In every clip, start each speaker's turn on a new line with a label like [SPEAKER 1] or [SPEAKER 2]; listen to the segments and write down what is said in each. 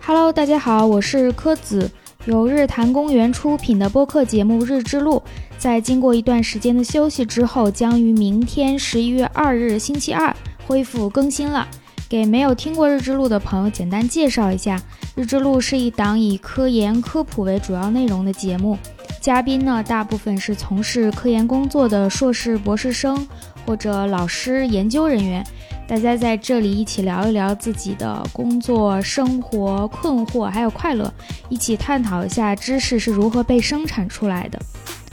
[SPEAKER 1] Hello，大家好，我是柯子。由日坛公园出品的播客节目《日之路》，在经过一段时间的休息之后，将于明天十一月二日星期二恢复更新了。给没有听过《日之路》的朋友简单介绍一下，《日之路》是一档以科研科普为主要内容的节目。嘉宾呢，大部分是从事科研工作的硕士、博士生或者老师、研究人员。大家在这里一起聊一聊自己的工作、生活、困惑，还有快乐，一起探讨一下知识是如何被生产出来的。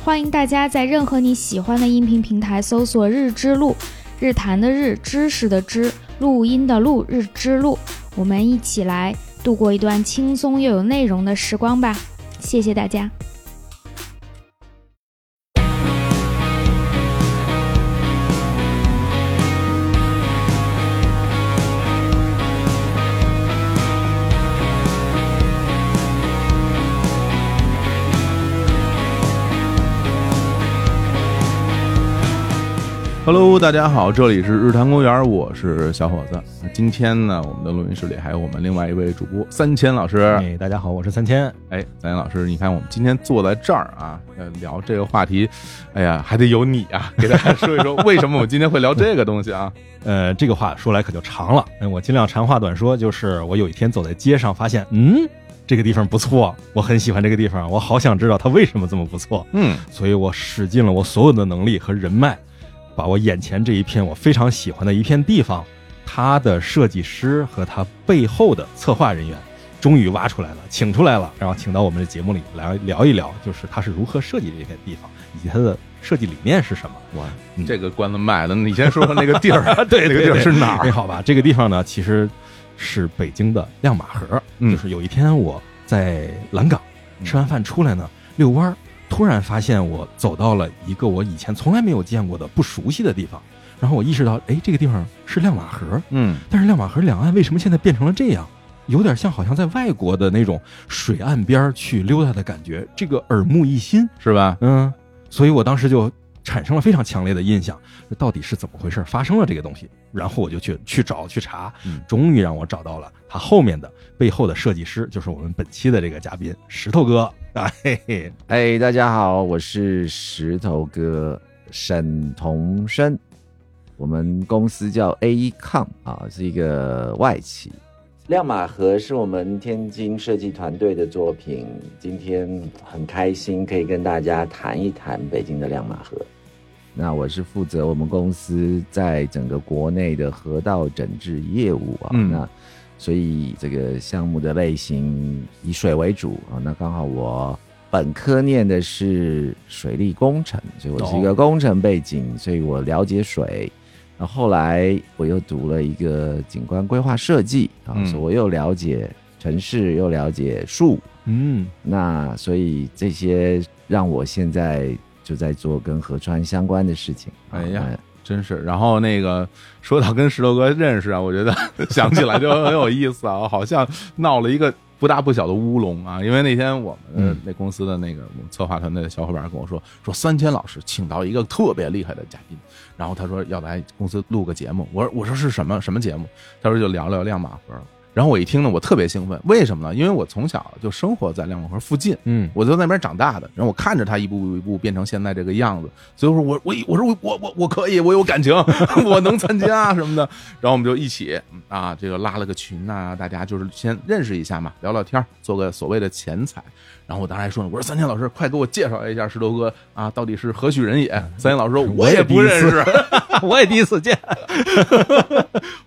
[SPEAKER 1] 欢迎大家在任何你喜欢的音频平台搜索“日之路”，日谈的日，知识的知，录音的录，日之路。我们一起来度过一段轻松又有内容的时光吧！谢谢大家。
[SPEAKER 2] Hello，大家好，这里是日坛公园，我是小伙子。那今天呢，我们的录音室里还有我们另外一位主播三千老师。
[SPEAKER 3] 哎，大家好，我是三千。
[SPEAKER 2] 哎，三千老师，你看我们今天坐在这儿啊，呃，聊这个话题，哎呀，还得有你啊， 给大家说一说为什么我今天会聊这个东西啊？
[SPEAKER 3] 呃，这个话说来可就长了，那我尽量长话短说。就是我有一天走在街上，发现，嗯，这个地方不错，我很喜欢这个地方，我好想知道它为什么这么不错。
[SPEAKER 2] 嗯，
[SPEAKER 3] 所以我使尽了我所有的能力和人脉，把我眼前这一片我非常喜欢的一片地方，它的设计师和它背后的策划人员，终于挖出来了，请出来了，然后请到我们的节目里来聊一聊，就是他是如何设计这片地方，以及它的设计理念是什么。
[SPEAKER 2] 哇
[SPEAKER 3] 嗯，
[SPEAKER 2] 这个关子卖的，你先说说那个地儿，
[SPEAKER 3] 对
[SPEAKER 2] 那个地儿是哪
[SPEAKER 3] 哎，
[SPEAKER 2] 儿？
[SPEAKER 3] 好吧，这个地方呢，其实是北京的亮马河。
[SPEAKER 2] 嗯
[SPEAKER 3] 就是有一天我在蓝港
[SPEAKER 2] 嗯
[SPEAKER 3] 吃完饭出来呢，遛弯儿，突然发现我走到了一个我以前从来没有见过的不熟悉的地方，然后我意识到，哎，这个地方是亮马河，
[SPEAKER 2] 嗯
[SPEAKER 3] 但是亮马河两岸为什么现在变成了这样？有点像好像在外国的那种水岸边儿去溜达的感觉，这个耳目一新。
[SPEAKER 2] 是吧？
[SPEAKER 3] 嗯，所以我当时就产生了非常强烈的印象，这到底是怎么回事？发生了这个东西，然后我就去去找去查
[SPEAKER 2] 嗯，
[SPEAKER 3] 终于让我找到了他后面的背后的设计师，就是我们本期的这个嘉宾石头哥。哎嘿嘿，
[SPEAKER 4] 哎，大家好，我是石头哥沈同生，我们公司叫 AECOM 啊，是一个外企。亮马河是我们天津设计团队的作品，今天很开心可以跟大家谈一谈北京的亮马河。那我是负责我们公司在整个国内的河道整治业务啊，
[SPEAKER 2] 嗯
[SPEAKER 4] 那所以这个项目的类型以水为主啊，那刚好我本科念的是水利工程，所以我是一个工程背景，所以我了解水。然后后来我又读了一个景观规划设计啊，
[SPEAKER 2] 嗯
[SPEAKER 4] 所以我又了解城市，又了解树，
[SPEAKER 3] 嗯，
[SPEAKER 4] 那所以这些让我现在就在做跟河川相关的事情。
[SPEAKER 2] 哎呀
[SPEAKER 4] 啊
[SPEAKER 2] 真是。然后那个说到跟石头哥认识啊，我觉得 想起来就很有意思啊， 好像闹了一个不大不小的乌龙啊。因为那天我们的
[SPEAKER 3] 嗯
[SPEAKER 2] 那公司的那个我们策划团队的小伙伴跟我说，说三千老师请到一个特别厉害的嘉宾，然后他说要来公司录个节目，我说我说是什么什么节目？他说就聊聊亮马河。然后我一听呢，我特别兴奋，为什么呢？因为我从小就生活在亮马河附近，
[SPEAKER 3] 嗯，
[SPEAKER 2] 我就在那边长大的，然后我看着他一步一步变成现在这个样子，所以说我我我说我我我我可以，我有感情， 我能参加什么的。然后我们就一起嗯啊，这个拉了个群啊，大家就是先认识一下嘛，聊聊天儿，做个所谓的前采。然后我当时还说呢，我说三千老师，快给我介绍一下石头哥啊，到底是何许人也？三千老师说
[SPEAKER 3] 嗯我
[SPEAKER 2] 也
[SPEAKER 3] 也
[SPEAKER 2] 不
[SPEAKER 3] 第一
[SPEAKER 2] 认
[SPEAKER 3] 次
[SPEAKER 2] 识，
[SPEAKER 3] 我也第一次见。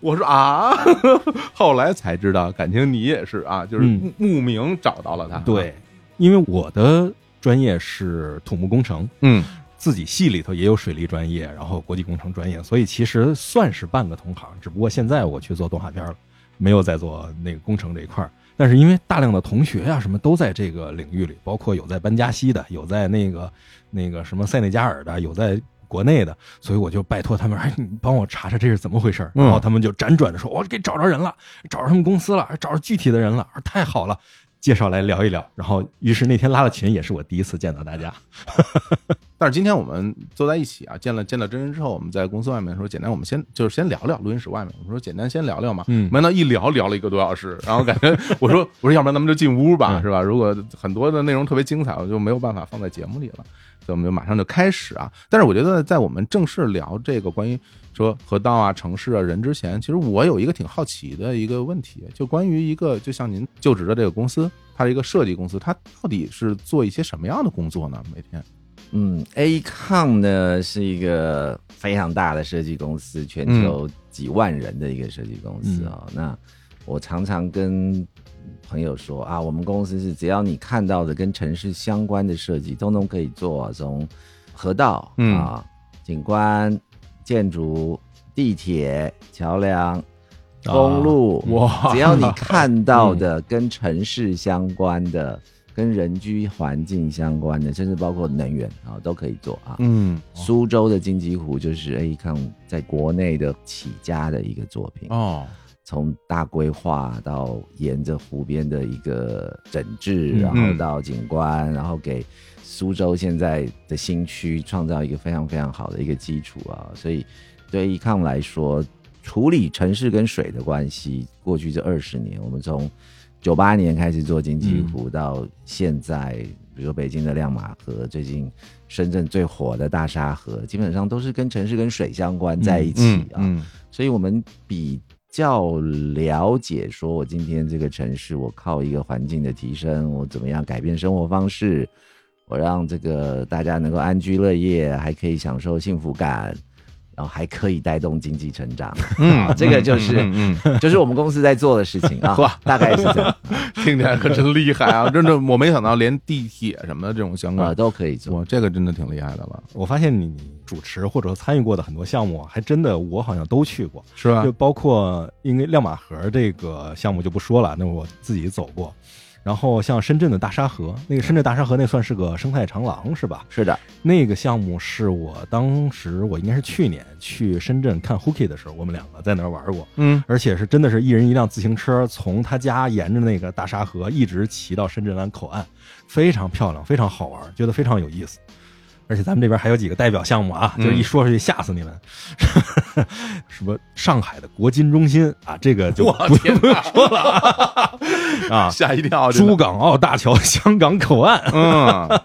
[SPEAKER 2] 我说啊， 后来才知道，感情你也是啊，就是
[SPEAKER 3] 嗯
[SPEAKER 2] 慕慕名找到了他。，啊
[SPEAKER 3] 对，因为我的专业是土木工程，
[SPEAKER 2] 嗯
[SPEAKER 3] 自己系里头也有水利专业，然后国际工程专业，所以其实算是半个同行。只不过现在我去做动画片了，没有在做那个工程这一块儿。但是因为大量的同学啊，什么都在这个领域里，包括有在班加西的，有在那个那个什么塞内加尔的，有在国内的，所以我就拜托他们，哎，你帮我查查这是怎么回事儿。
[SPEAKER 2] 嗯
[SPEAKER 3] 然后他们就辗转着说，我给找着人了，找着他们公司了，找着具体的人了，太好了，介绍来聊一聊。然后，于是那天拉了群，也是我第一次见到大家。
[SPEAKER 2] 但是今天我们坐在一起啊，见了见了真人之后，我们在公司外面说，简单我们先就是先聊聊录音室外面，我们说简单先聊聊嘛。
[SPEAKER 3] 嗯
[SPEAKER 2] 没想到一聊聊了一个多小时，然后感觉我说我说要不然咱们就进屋吧，
[SPEAKER 3] 嗯
[SPEAKER 2] 是吧？如果很多的内容特别精彩，我就没有办法放在节目里了，所以我们就马上就开始啊。但是我觉得在我们正式聊这个关于说河道啊、城市啊、人之前，其实我有一个挺好奇的一个问题，就关于一个就像您就职的这个公司，它是一个设计公司，它到底是做一些什么样的工作呢？每天？
[SPEAKER 4] 嗯，Acom 呢是一个非常大的设计公司，全球
[SPEAKER 2] 嗯
[SPEAKER 4] 几万人的一个设计公司哦。那我常常跟朋友说啊，我们公司是只要你看到的跟城市相关的设计，通通可以做，从河道、
[SPEAKER 2] 嗯
[SPEAKER 4] 啊、景观、建筑、地铁、桥梁。公路、
[SPEAKER 2] 啊哇嗯
[SPEAKER 4] 只要你看到的跟城市相关的、跟人居环境相关的，甚至包括能源啊，都可以做啊。
[SPEAKER 2] 嗯，
[SPEAKER 4] 苏州的金鸡湖就是 A 看在国内的起家的一个作品，
[SPEAKER 2] 哦，
[SPEAKER 4] 从大规划到沿着湖边的一个整治，
[SPEAKER 3] 嗯
[SPEAKER 4] 然后到景观，然后给苏州现在的新区创造一个非常非常好的一个基础啊。所以对 e c o 来说，处理城市跟水的关系，过去这二十年，我们从九八年开始做金鸡
[SPEAKER 2] 嗯
[SPEAKER 4] 湖，到现在，比如说北京的亮马河，最近深圳最火的大沙河，基本上都是跟城市跟水相关在一起
[SPEAKER 2] 嗯
[SPEAKER 4] 啊。
[SPEAKER 2] 嗯
[SPEAKER 4] 所以我们比较了解，说我今天这个城市，我靠一个环境的提升，我怎么样改变生活方式，我让这个大家能够安居乐业，还可以享受幸福感，然后还可以带动经济成长，
[SPEAKER 2] 嗯，
[SPEAKER 4] 这个就是
[SPEAKER 2] 嗯，嗯
[SPEAKER 4] 就是我们公司在做的事情啊，大概是这样，
[SPEAKER 2] 听起来可真厉害啊！真的，我没想到连地铁什么的这种 相
[SPEAKER 4] 啊
[SPEAKER 2] 关，
[SPEAKER 4] 都可以做。
[SPEAKER 2] 哇，这个真的挺厉害的了，
[SPEAKER 3] 我发现你主持或者参与过的很多项目，啊还真的我好像都去过，
[SPEAKER 2] 是吧
[SPEAKER 3] 就？包括因为亮马河这个项目就不说了，那我自己走过。然后像深圳的大沙河，那个深圳大沙河那算是个生态长廊是吧？
[SPEAKER 4] 是的，
[SPEAKER 3] 那个项目是我当时我应该是去年去深圳看 Hooky 的时候，我们两个在那儿玩过，
[SPEAKER 2] 嗯，
[SPEAKER 3] 而且是真的是一人一辆自行车，从他家沿着那个大沙河一直骑到深圳湾口岸，非常漂亮，非常好玩，觉得非常有意思。而且咱们这边还有几个代表项目啊，
[SPEAKER 2] 嗯
[SPEAKER 3] 就是一说出去吓死你们， 什么上海的国金中心啊，这个就
[SPEAKER 2] 我
[SPEAKER 3] 不
[SPEAKER 2] 天
[SPEAKER 3] 不用说了啊啊，
[SPEAKER 2] 吓一跳，真的
[SPEAKER 3] 珠港澳大桥香港口岸，
[SPEAKER 2] 嗯，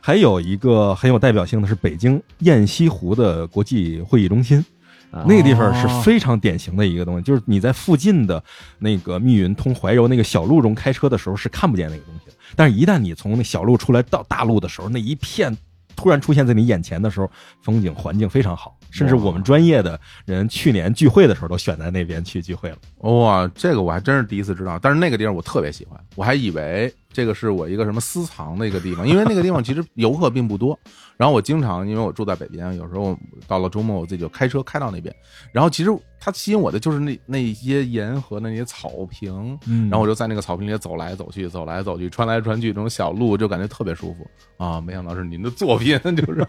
[SPEAKER 3] 还有一个很有代表性的是北京雁西湖的国际会议中心，
[SPEAKER 4] 啊
[SPEAKER 3] 那个地方是非常典型的一个东西，就是你在附近的那个密云通怀柔那个小路中开车的时候是看不见那个东西的，但是一旦你从那小路出来到大路的时候，那一片突然出现在你眼前的时候，风景环境非常好，
[SPEAKER 4] 嗯
[SPEAKER 3] 甚至我们专业的人去年聚会的时候都选在那边去聚会了。
[SPEAKER 2] 哇，这个我还真是第一次知道，但是那个地方我特别喜欢，我还以为这个是我一个什么私藏的一个地方，因为那个地方其实游客并不多。然后我经常因为我住在北边，有时候到了周末我自己就开车开到那边。然后其实它吸引我的就是那那些沿河的那些草坪，
[SPEAKER 3] 嗯
[SPEAKER 2] 然后我就在那个草坪里走来走去，走来走去，穿来穿去，这种小路就感觉特别舒服啊！没想到是您的作品，就是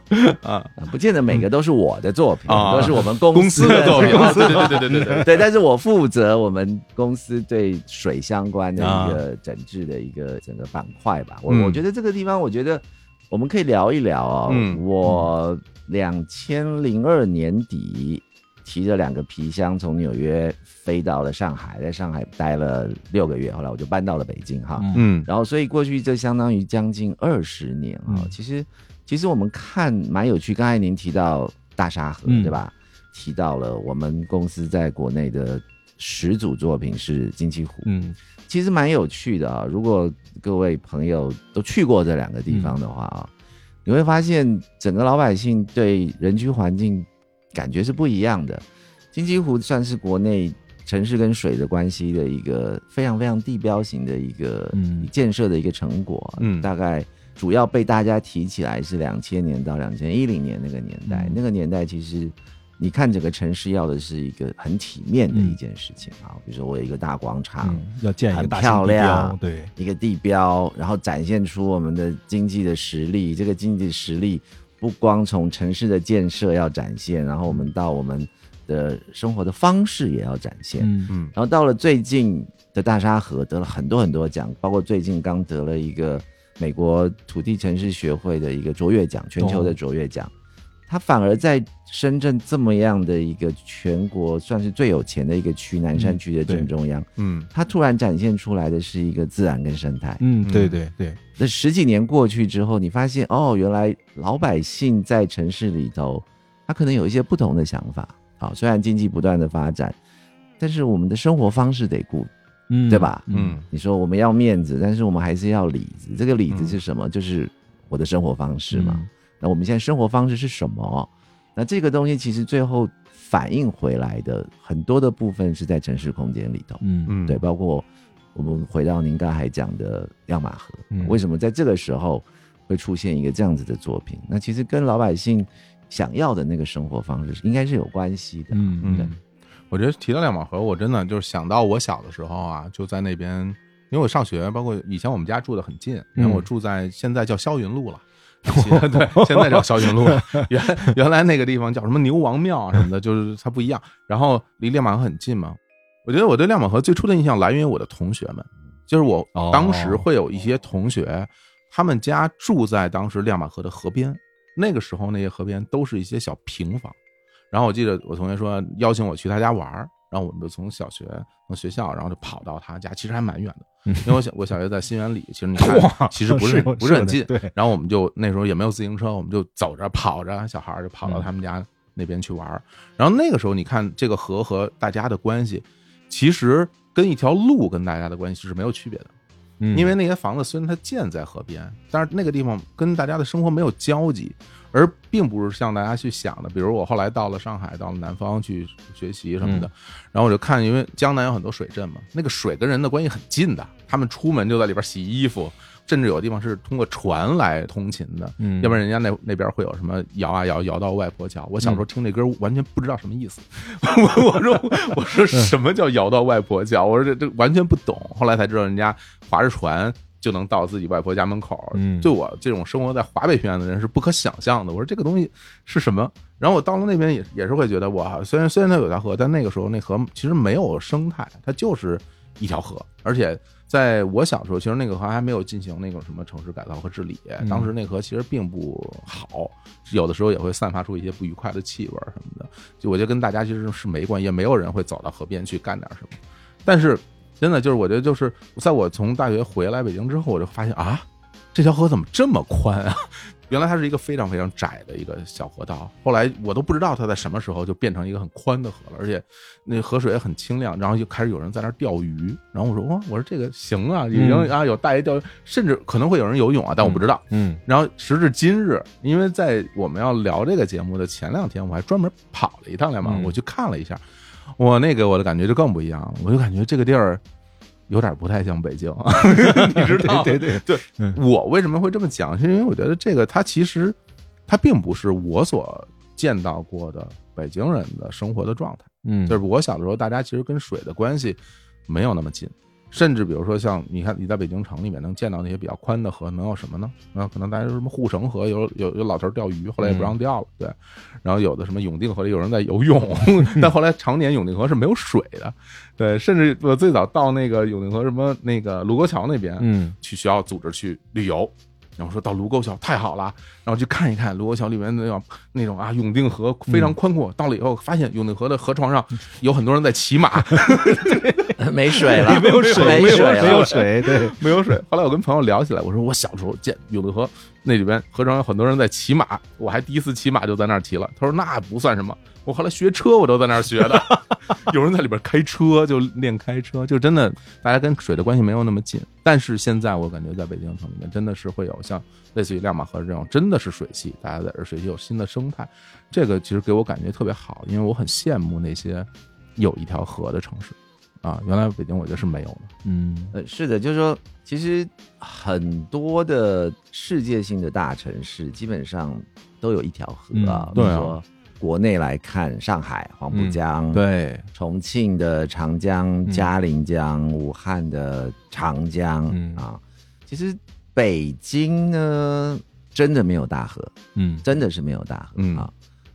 [SPEAKER 2] 啊，
[SPEAKER 4] 啊不见得每个都是我的作品，
[SPEAKER 2] 啊
[SPEAKER 4] 都是我们
[SPEAKER 2] 公
[SPEAKER 4] 公
[SPEAKER 2] 司
[SPEAKER 4] 司
[SPEAKER 2] 的作品，
[SPEAKER 4] 作品
[SPEAKER 2] 对对对对对 对，
[SPEAKER 4] 对，但是我负责我们公司对水相关的一个整治的一个整个板块吧。我、
[SPEAKER 2] 嗯
[SPEAKER 4] 我觉得这个地方，我觉得我们可以聊一聊哦。
[SPEAKER 2] 嗯
[SPEAKER 4] 我两千零二年底提着两个皮箱从纽约飞到了上海，在上海待了六个月，后来我就搬到了北京哈。
[SPEAKER 3] 嗯
[SPEAKER 2] 嗯
[SPEAKER 4] 然后，所以过去这相当于将近二十年啊、
[SPEAKER 3] 嗯
[SPEAKER 4] 其实，其实我们看蛮有趣。刚才您提到大沙河，
[SPEAKER 3] 嗯
[SPEAKER 4] 对吧？提到了我们公司在国内的始祖作品是金鸡湖，
[SPEAKER 3] 嗯
[SPEAKER 4] 其实蛮有趣的啊。如果各位朋友都去过这两个地方的话
[SPEAKER 3] 嗯
[SPEAKER 4] 啊，你会发现整个老百姓对人居环境感觉是不一样的。金鸡湖算是国内城市跟水的关系的一个非常非常地标型的一个
[SPEAKER 3] 嗯
[SPEAKER 4] 建设的一个成果。
[SPEAKER 2] 嗯
[SPEAKER 4] 大概主要被大家提起来是两千年到两千一零年那个年代，
[SPEAKER 3] 嗯
[SPEAKER 4] 那个年代其实。你看整个城市要的是一个很体面的一件事情啊，比如说我有一个大广场，
[SPEAKER 3] 嗯，要建一个大
[SPEAKER 4] 啊很漂
[SPEAKER 3] 型地标，
[SPEAKER 4] 亮
[SPEAKER 3] 对，
[SPEAKER 4] 一个地标，然后展现出我们的经济的实力。这个经济实力不光从城市的建设要展现，然后我们到我们的生活的方式也要展现。
[SPEAKER 3] 嗯
[SPEAKER 2] 嗯
[SPEAKER 4] 然后到了最近的大沙河得了很多很多奖，包括最近刚得了一个美国土地城市学会的一个卓越奖，全球的卓越奖。他反而在深圳这么样的一个全国算是最有钱的一个区，南山区的正中央，
[SPEAKER 2] 嗯
[SPEAKER 4] 它突然展现出来的是一个自然跟生态。
[SPEAKER 3] 嗯，
[SPEAKER 2] 嗯
[SPEAKER 3] 对对对，
[SPEAKER 4] 那十几年过去之后，你发现哦，原来老百姓在城市里头，他可能有一些不同的想法啊、虽然经济不断的发展，但是我们的生活方式得顾。
[SPEAKER 3] 嗯，
[SPEAKER 4] 对吧
[SPEAKER 2] 嗯
[SPEAKER 4] 你说我们要面子，但是我们还是要里子。这个里子
[SPEAKER 2] 嗯
[SPEAKER 4] 是什么？就是我的生活方式
[SPEAKER 3] 嗯
[SPEAKER 4] 嘛。那我们现在生活方式是什么？那这个东西其实最后反映回来的很多的部分是在城市空间里头。
[SPEAKER 3] 嗯嗯
[SPEAKER 2] 嗯，
[SPEAKER 4] 对，包括我们回到您刚才讲的亮马河，
[SPEAKER 3] 嗯
[SPEAKER 4] 为什么在这个时候会出现一个这样子的作品？那其实跟老百姓想要的那个生活方式应该是有关系的。
[SPEAKER 3] 嗯
[SPEAKER 2] 嗯，我觉得提到亮马河，我真的就是想到我小的时候啊，就在那边，因为我上学，包括以前我们家住的很近，因为我住在现在叫霄云路了。对，现在叫霄云路了，原原来那个地方叫什么牛王庙啊什么的，就是它不一样。然后离亮马河很近嘛，我觉得我对亮马河最初的印象来源于我的同学们，就是我
[SPEAKER 3] 哦
[SPEAKER 2] 当时会有一些同学，他们家住在当时亮马河的河边，那个时候那些河边都是一些小平房。然后我记得我同学说邀请我去他家玩儿，然后我们就从小学从学校，然后就跑到他家，其实还蛮远的，因为我小我小学在新源里，其实你看
[SPEAKER 3] 嗯哇，
[SPEAKER 2] 其实不是
[SPEAKER 3] 有
[SPEAKER 2] 不是很
[SPEAKER 3] 有的
[SPEAKER 2] 近，
[SPEAKER 3] 对，
[SPEAKER 2] 然后我们就那时候也没有自行车，我们就走着跑着，小孩儿就跑
[SPEAKER 3] 嗯
[SPEAKER 2] 到他们家那边去玩儿。然后那个时候，你看这个河和大家的关系，其实跟一条路跟大家的关系是没有区别的，
[SPEAKER 3] 嗯
[SPEAKER 2] 因为那些房子虽然它建在河边，但是那个地方跟大家的生活没有交集，而并不是像大家去想的。比如我后来到了上海，到了南方去学习什么的，然后我就看，因为江南有很多水镇嘛，那个水跟人的关系很近的，他们出门就在里边洗衣服，甚至有地方是通过船来通勤的，
[SPEAKER 3] 嗯
[SPEAKER 2] 要不然人家那那边会有什么摇啊摇，摇到外婆桥。我小时候听这歌完全不知道什么意思， 我我说我说什么叫摇到外婆桥？我说这这完全不懂。后来才知道人家划着船就能到自己外婆家门口。
[SPEAKER 3] 嗯
[SPEAKER 2] 对我这种生活在华北平原的人是不可想象的。我说这个东西是什么？然后我到了那边也也是会觉得哇，虽然虽然它有条河，但那个时候那河其实没有生态，它就是一条河，而且。在我小时候，其实那个河还没有进行那种什么城市改造和治理，当时那河其实并不好，有的时候也会散发出一些不愉快的气味儿什么的。就我觉得跟大家其实是没关系，也没有人会走到河边去干点什么。但是真的就是，我觉得就是在我从大学回来北京之后，我就发现啊，这条河怎么这么宽啊？ 原来它是一个非常非常窄的一个小河道，后来我都不知道它在什么时候就变成一个很宽的河了，而且那河水也很清亮，然后就开始有人在那儿钓鱼，然后我说哇，我说这个行啊，已经
[SPEAKER 3] 嗯
[SPEAKER 2] 啊有大爷钓鱼，甚至可能会有人游泳啊，但我不知道。
[SPEAKER 3] 嗯
[SPEAKER 2] 然后时至今日，因为在我们要聊这个节目的前两天，我还专门跑了一趟两马河，
[SPEAKER 3] 嗯
[SPEAKER 2] 我去看了一下，我那个我的感觉就更不一样了，我就感觉这个地儿有点不太像北京， 你知道吗？
[SPEAKER 3] 对对
[SPEAKER 2] 对
[SPEAKER 3] 嗯
[SPEAKER 2] 我为什么会这么讲，是因为我觉得这个它其实它并不是我所见到过的北京人的生活的状态。
[SPEAKER 3] 嗯
[SPEAKER 2] 就是我小的时候，大家其实跟水的关系没有那么近，甚至比如说像你看你在北京城里面能见到那些比较宽的河，能有什么呢？啊，可能大家有什么护城河，有有有老头儿钓鱼，后来也不让钓了，对。然后有的什么永定河里有人在游泳，但后来常年永定河是没有水的，对。甚至我最早到那个永定河什么那个卢沟桥那边，
[SPEAKER 3] 嗯
[SPEAKER 2] 去学校组织去旅游。然后说到卢沟桥太好了，然后去看一看卢沟桥里面那种那种啊永定河非常宽阔。到了以后发现永定河的河床上有很多人在骑马，
[SPEAKER 4] 没水了，
[SPEAKER 3] 嗯 没有水，
[SPEAKER 4] 没
[SPEAKER 3] 有
[SPEAKER 4] 水
[SPEAKER 3] 没有
[SPEAKER 4] 了。
[SPEAKER 3] 水，对，
[SPEAKER 2] 没有水。后来我跟朋友聊起来，我说我小时候见永定河那里边河床有很多人在骑马，我还第一次骑马就在那儿骑了。他说那不算什么，我后来学车我都在那儿学的， 有人在里边开车就练开车，就真的大家跟水的关系没有那么近。但是现在我感觉在北京城里面真的是会有像类似于亮马河这种，真的是水系，大家在这水系有新的生态，这个其实给我感觉特别好，因为我很羡慕那些有一条河的城市。啊，原来北京我觉得是没有的，
[SPEAKER 3] 嗯
[SPEAKER 4] 呃，是的，就是说，其实很多的世界性的大城市基本上都有一条河啊
[SPEAKER 3] 嗯，
[SPEAKER 2] 对啊
[SPEAKER 4] 比如说国内来看，上海黄浦
[SPEAKER 3] 嗯
[SPEAKER 4] 江，
[SPEAKER 2] 对，
[SPEAKER 4] 重庆的长江、
[SPEAKER 3] 嗯
[SPEAKER 4] 嘉陵江，武汉的长江、
[SPEAKER 3] 嗯
[SPEAKER 4] 啊，其实北京呢，真的没有大河，
[SPEAKER 3] 嗯
[SPEAKER 4] 真的是没有大河、
[SPEAKER 2] 嗯
[SPEAKER 4] 啊。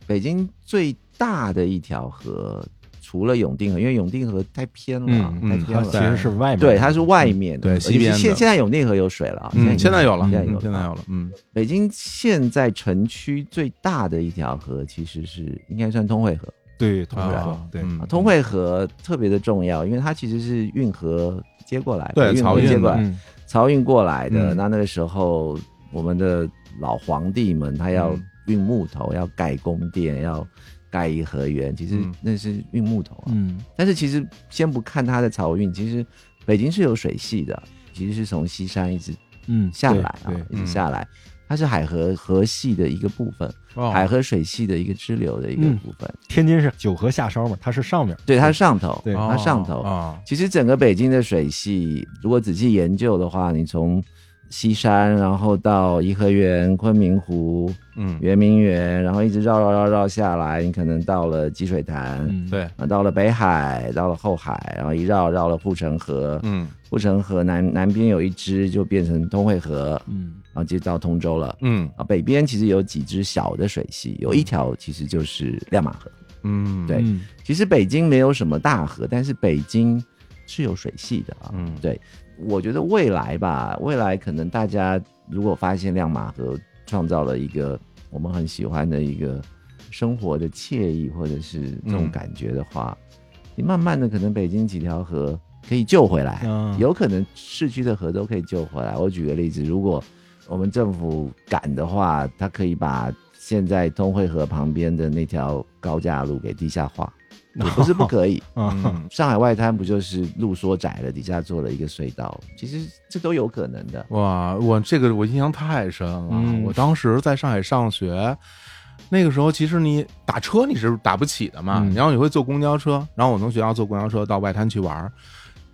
[SPEAKER 4] 北京最大的一条河除了永定河，因为永定河太偏了，
[SPEAKER 3] 嗯
[SPEAKER 4] 太
[SPEAKER 2] 嗯
[SPEAKER 4] 偏
[SPEAKER 3] 它
[SPEAKER 4] 了。
[SPEAKER 3] 其实是外面，
[SPEAKER 4] 对，它是外面的，
[SPEAKER 2] 对
[SPEAKER 4] 而
[SPEAKER 2] 西边
[SPEAKER 4] 且
[SPEAKER 2] 的
[SPEAKER 4] 现现在永定河有水了，
[SPEAKER 2] 嗯，现在有了，
[SPEAKER 4] 现在
[SPEAKER 2] 嗯
[SPEAKER 4] 有，
[SPEAKER 2] 现在有了，嗯
[SPEAKER 4] 北京现在城区最大的一条河其实是应该算通惠河
[SPEAKER 3] 对，通惠河
[SPEAKER 2] 啊，，
[SPEAKER 3] 对，
[SPEAKER 2] 嗯
[SPEAKER 4] 啊，通惠河特别的重要，因为它其实是运河接过来的，
[SPEAKER 2] 对
[SPEAKER 4] 运
[SPEAKER 2] 漕
[SPEAKER 4] 河
[SPEAKER 2] 运
[SPEAKER 4] 接
[SPEAKER 2] 的
[SPEAKER 4] 过来，
[SPEAKER 3] 嗯
[SPEAKER 4] 漕运过来的。
[SPEAKER 2] 嗯
[SPEAKER 4] 那那个时候，我们的老皇帝们他要
[SPEAKER 2] 嗯
[SPEAKER 4] 运木头，要盖宫殿，要盖颐和园，其实
[SPEAKER 2] 嗯
[SPEAKER 4] 那是运木头啊。
[SPEAKER 3] 嗯
[SPEAKER 4] 但是其实先不看它的漕运，其实北京是有水系的，其实是从西山一直
[SPEAKER 3] 嗯，
[SPEAKER 4] 下来啊
[SPEAKER 3] 对，对，
[SPEAKER 4] 一直
[SPEAKER 2] 嗯
[SPEAKER 4] 下来，它是海河河系的一个部分，
[SPEAKER 2] 哦
[SPEAKER 4] 海河水系的一个支流的一个
[SPEAKER 3] 嗯
[SPEAKER 4] 部分，
[SPEAKER 3] 天津是九河下梢嘛，它是上面，
[SPEAKER 4] 对，它是上头，
[SPEAKER 2] 哦
[SPEAKER 3] 对
[SPEAKER 4] 它上头。
[SPEAKER 2] 啊，
[SPEAKER 4] 其实整个北京的水系，如果仔细研究的话，你从西山，然后到颐和园、昆明湖、
[SPEAKER 2] 嗯，
[SPEAKER 4] 圆明园，然后一直绕绕绕绕下来，你可能到了积水潭，
[SPEAKER 3] 嗯，
[SPEAKER 2] 对，
[SPEAKER 4] 啊，到了北海，到了后海，然后一绕绕了护城河，
[SPEAKER 2] 嗯
[SPEAKER 4] 护城河南南边有一支就变成通惠河，
[SPEAKER 3] 嗯
[SPEAKER 4] 然后就到通州了。
[SPEAKER 2] 嗯
[SPEAKER 4] 啊，北边其实有几支小的水系，有一条其实就是亮马河。
[SPEAKER 2] 嗯，
[SPEAKER 4] 对
[SPEAKER 3] 嗯
[SPEAKER 4] 其实北京没有什么大河，但是北京是有水系的啊。
[SPEAKER 2] 嗯
[SPEAKER 4] 对，我觉得未来吧，未来可能大家如果发现亮马河创造了一个我们很喜欢的一个生活的惬意，或者是这种
[SPEAKER 2] 嗯
[SPEAKER 4] 感觉的话，你慢慢的可能北京几条河可以救回来，
[SPEAKER 3] 嗯
[SPEAKER 4] 有可能市区的河都可以救回来。我举个例子，如果我们政府敢的话，它可以把现在通惠河旁边的那条高架路给地下化，也不是不可以。
[SPEAKER 3] 啊，
[SPEAKER 2] 嗯，
[SPEAKER 4] 上海外滩不就是路缩窄了，底下做了一个隧道，其实这都有可能的。
[SPEAKER 2] 哇，我这个我印象太深了。
[SPEAKER 3] 嗯
[SPEAKER 2] 我当时在上海上学，那个时候其实你打车你是打不起的嘛，
[SPEAKER 3] 嗯
[SPEAKER 2] 然后你会坐公交车，然后我从学校坐公交车到外滩去玩儿，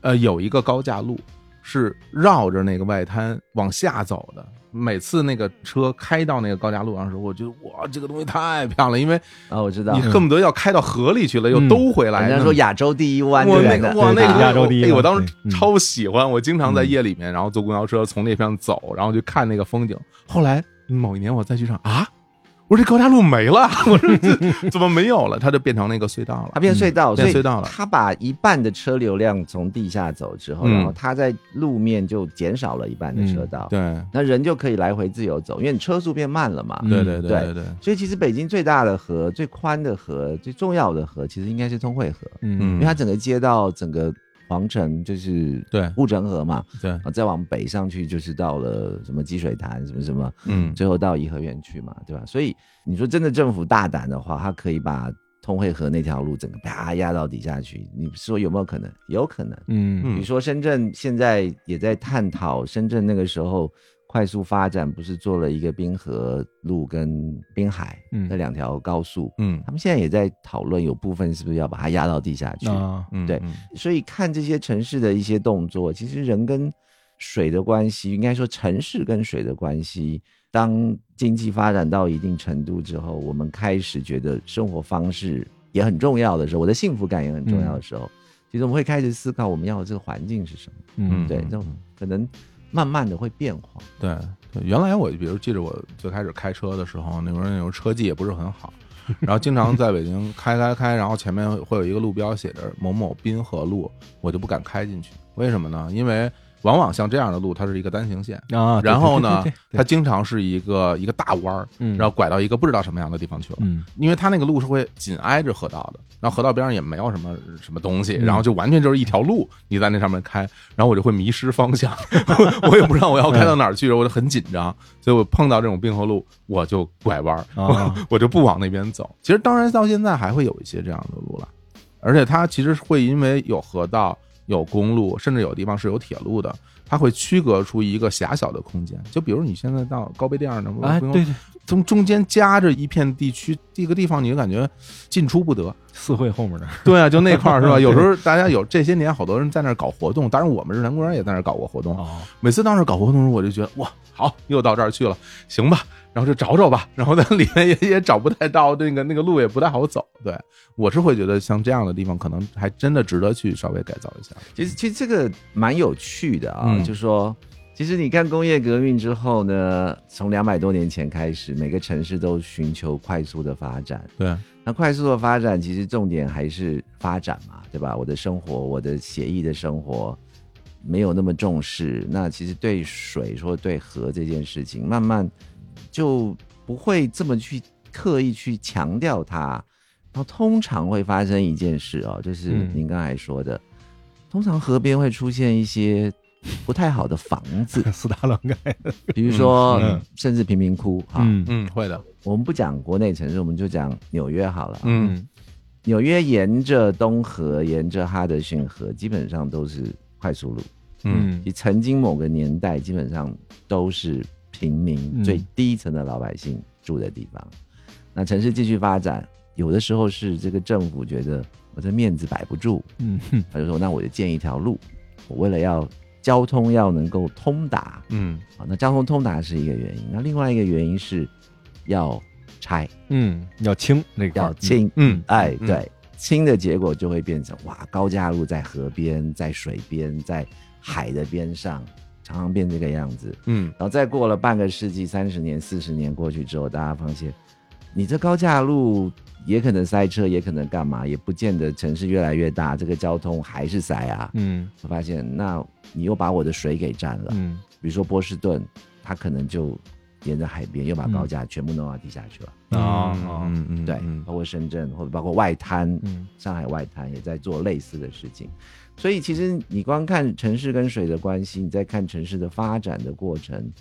[SPEAKER 2] 呃，有一个高架路是绕着那个外滩往下走的。每次那个车开到那个高架路上的时候，我觉得哇，这个东西太漂亮了，因为
[SPEAKER 4] 啊、我知道
[SPEAKER 2] 你，恨不得要开到河里去了，又
[SPEAKER 3] 嗯
[SPEAKER 2] 兜回来。
[SPEAKER 4] 人家
[SPEAKER 2] 那
[SPEAKER 4] 说亚洲第一湾，
[SPEAKER 2] 我
[SPEAKER 4] 对不
[SPEAKER 2] 那
[SPEAKER 4] 对
[SPEAKER 2] 个哇，
[SPEAKER 3] 对
[SPEAKER 2] 那
[SPEAKER 3] 对
[SPEAKER 2] 个
[SPEAKER 3] 亚洲第一
[SPEAKER 2] 哎
[SPEAKER 3] 嘛
[SPEAKER 2] 我当时
[SPEAKER 3] 对嗯
[SPEAKER 2] 超喜欢，我经常在
[SPEAKER 3] 嗯
[SPEAKER 2] 夜里面，然后坐公交车从那边走，然后去看那个风景。后来某一年我再去上啊，我说这高架路没了， 我说这怎么没有了？它就变成那个隧道
[SPEAKER 4] 它
[SPEAKER 2] 了。
[SPEAKER 4] 变隧道，
[SPEAKER 2] 嗯
[SPEAKER 4] 所以
[SPEAKER 2] 变隧道了
[SPEAKER 4] 它把一半的车流量从地下走之后，
[SPEAKER 2] 嗯
[SPEAKER 4] 然后它在路面就减少了一半的嗯车道，
[SPEAKER 2] 对
[SPEAKER 4] 那人就可以来回自由走，因为你车速变慢了嘛。
[SPEAKER 3] 嗯
[SPEAKER 2] 对对
[SPEAKER 4] 对
[SPEAKER 2] 对对，
[SPEAKER 4] 所以其实北京最大的河、最宽的河、最重要的河，其实应该是通惠河，因
[SPEAKER 3] 嗯
[SPEAKER 4] 为它整个街道、整个皇城就是
[SPEAKER 2] 对
[SPEAKER 4] 护城河嘛，
[SPEAKER 2] 对，
[SPEAKER 4] 啊，再往北上去就是到了什么积水潭，什么什么，
[SPEAKER 2] 嗯
[SPEAKER 4] 最后到颐和园去嘛，对吧？所以你说真的政府大胆的话，它可以把通惠河那条路整个啪压到底下去，你说有没有可能？有可能。
[SPEAKER 3] 嗯
[SPEAKER 4] 比如
[SPEAKER 2] 嗯
[SPEAKER 4] 说深圳现在也在探讨，深圳那个时候快速发展，不是做了一个滨河路跟滨海
[SPEAKER 3] 嗯
[SPEAKER 4] 那两条高速，
[SPEAKER 2] 嗯
[SPEAKER 4] 他们现在也在讨论，有部分是不是要把它压到地下去？
[SPEAKER 3] 啊，
[SPEAKER 2] 嗯，
[SPEAKER 4] 对
[SPEAKER 2] 嗯
[SPEAKER 4] 所以看这些城市的一些动作，其实人跟水的关系，应该说城市跟水的关系，当经济发展到一定程度之后，我们开始觉得生活方式也很重要的时候，我的幸福感也很重要的时候，其实我们会开始思考我们要的这个环境是什么。
[SPEAKER 3] 嗯
[SPEAKER 2] 嗯
[SPEAKER 4] 对，那可能慢慢的会变化。
[SPEAKER 2] 对，对原来我比如记着我最开始开车的时候，那会儿那时候车技也不是很 好，然后经常在北京开开开，然后前面会有一个路标写着某某滨河路，我就不敢开进去。为什么呢？因为往往像这样的路，它是一个单行线，
[SPEAKER 3] 啊，对
[SPEAKER 2] 然后呢
[SPEAKER 3] 对对对对
[SPEAKER 2] 它经常是一个一个大弯儿，
[SPEAKER 3] 嗯
[SPEAKER 2] 然后拐到一个不知道什么样的地方去了。
[SPEAKER 3] 嗯
[SPEAKER 2] 因为它那个路是会紧挨着河道的，然后河道边上也没有什么什么东西，
[SPEAKER 3] 嗯
[SPEAKER 2] 然后就完全就是一条路，你在那上面开，然后我就会迷失方向， 我我也不知道我要开到哪儿去，我就很紧张，所以我碰到这种并河路，我就拐弯儿，
[SPEAKER 3] 啊
[SPEAKER 2] 我我就不往那边走。其实当然到现在还会有一些这样的路了，而且它其实会因为有河道、有公路，甚至有地方是有铁路的。它会区隔出一个狭小的空间，就比如你现在到高碑店儿呢，不
[SPEAKER 3] 哎，
[SPEAKER 2] 不用
[SPEAKER 3] 对对，
[SPEAKER 2] 从中间夹着一片地区，这个地方你就感觉进出不 得。
[SPEAKER 3] 四惠后面的，
[SPEAKER 2] 对啊，就那块儿 是吧？有时候大家有这些年好多人在那儿搞活动，当然我们日坛公园也在那儿搞过活动。
[SPEAKER 3] 哦，
[SPEAKER 2] 每次到那儿搞活动的时候，我就觉得哇，好，又到这儿去了，行吧，然后就找找吧，然后在里面也也找不太到那个那个路也不太好走。对，我是会觉得像这样的地方，可能还真的值得去稍微改造一下。
[SPEAKER 4] 其实，其实这个蛮有趣的啊，
[SPEAKER 2] 嗯
[SPEAKER 4] 就说其实你看工业革命之后呢，从两百多年前开始，每个城市都寻求快速的发展。
[SPEAKER 2] 对，啊
[SPEAKER 4] 那快速的发展，其实重点还是发展嘛，对吧？我的生活，我的写意的生活，没有那么重视。那其实对水说对河这件事情，慢慢就不会这么去刻意去强调它。然后通常会发生一件事哦，就是
[SPEAKER 3] 嗯
[SPEAKER 4] 您刚才说的，通常河边会出现一些不太好的房 子，
[SPEAKER 3] 四大栏杆，
[SPEAKER 4] 比如说、
[SPEAKER 3] 嗯
[SPEAKER 4] 甚至贫民窟啊。
[SPEAKER 3] 嗯
[SPEAKER 2] 嗯，会的，
[SPEAKER 4] 我们不讲国内城市，我们就讲纽约好了。
[SPEAKER 2] 嗯，
[SPEAKER 4] 纽约沿着东河，沿着哈德逊河，基本上都是快速路。
[SPEAKER 2] 嗯
[SPEAKER 4] 你曾经某个年代，基本上都是平民
[SPEAKER 3] 嗯
[SPEAKER 4] 最低层的老百姓住的地方。那城市继续发展，有的时候是这个政府觉得我这面子摆不住，
[SPEAKER 3] 嗯哼
[SPEAKER 4] 他就说：“那我就建一条路，我为了要交通要能够通达
[SPEAKER 2] 嗯
[SPEAKER 4] 啊。”那交通通达是一个原因，那另外一个原因是要拆
[SPEAKER 3] 嗯，要轻那个
[SPEAKER 4] 要，清。
[SPEAKER 2] 嗯
[SPEAKER 4] 哎，
[SPEAKER 2] 嗯
[SPEAKER 4] 对，清的结果就会变成哇，高架路在河边、在水边、在海的边上，常常变这个样子。
[SPEAKER 2] 嗯
[SPEAKER 4] 然后再过了半个世纪、三十年、四十年过去之后，大家发现，你这高架路也可能塞车，也可能干嘛，也不见得城市越来越大，这个交通还是塞啊。
[SPEAKER 3] 嗯
[SPEAKER 4] 我发现，那你又把我的水给占了。
[SPEAKER 3] 嗯
[SPEAKER 4] 比如说波士顿，它可能就沿着海边又把
[SPEAKER 3] 嗯
[SPEAKER 4] 高架全部弄到地下去了。
[SPEAKER 3] 啊啊
[SPEAKER 2] 嗯嗯，
[SPEAKER 4] 对，包括深圳或者包括外滩，
[SPEAKER 3] 嗯
[SPEAKER 4] 上海外滩也在做类似的事情。所以其实你光看城市跟水的关系，你再看城市的发展的过程，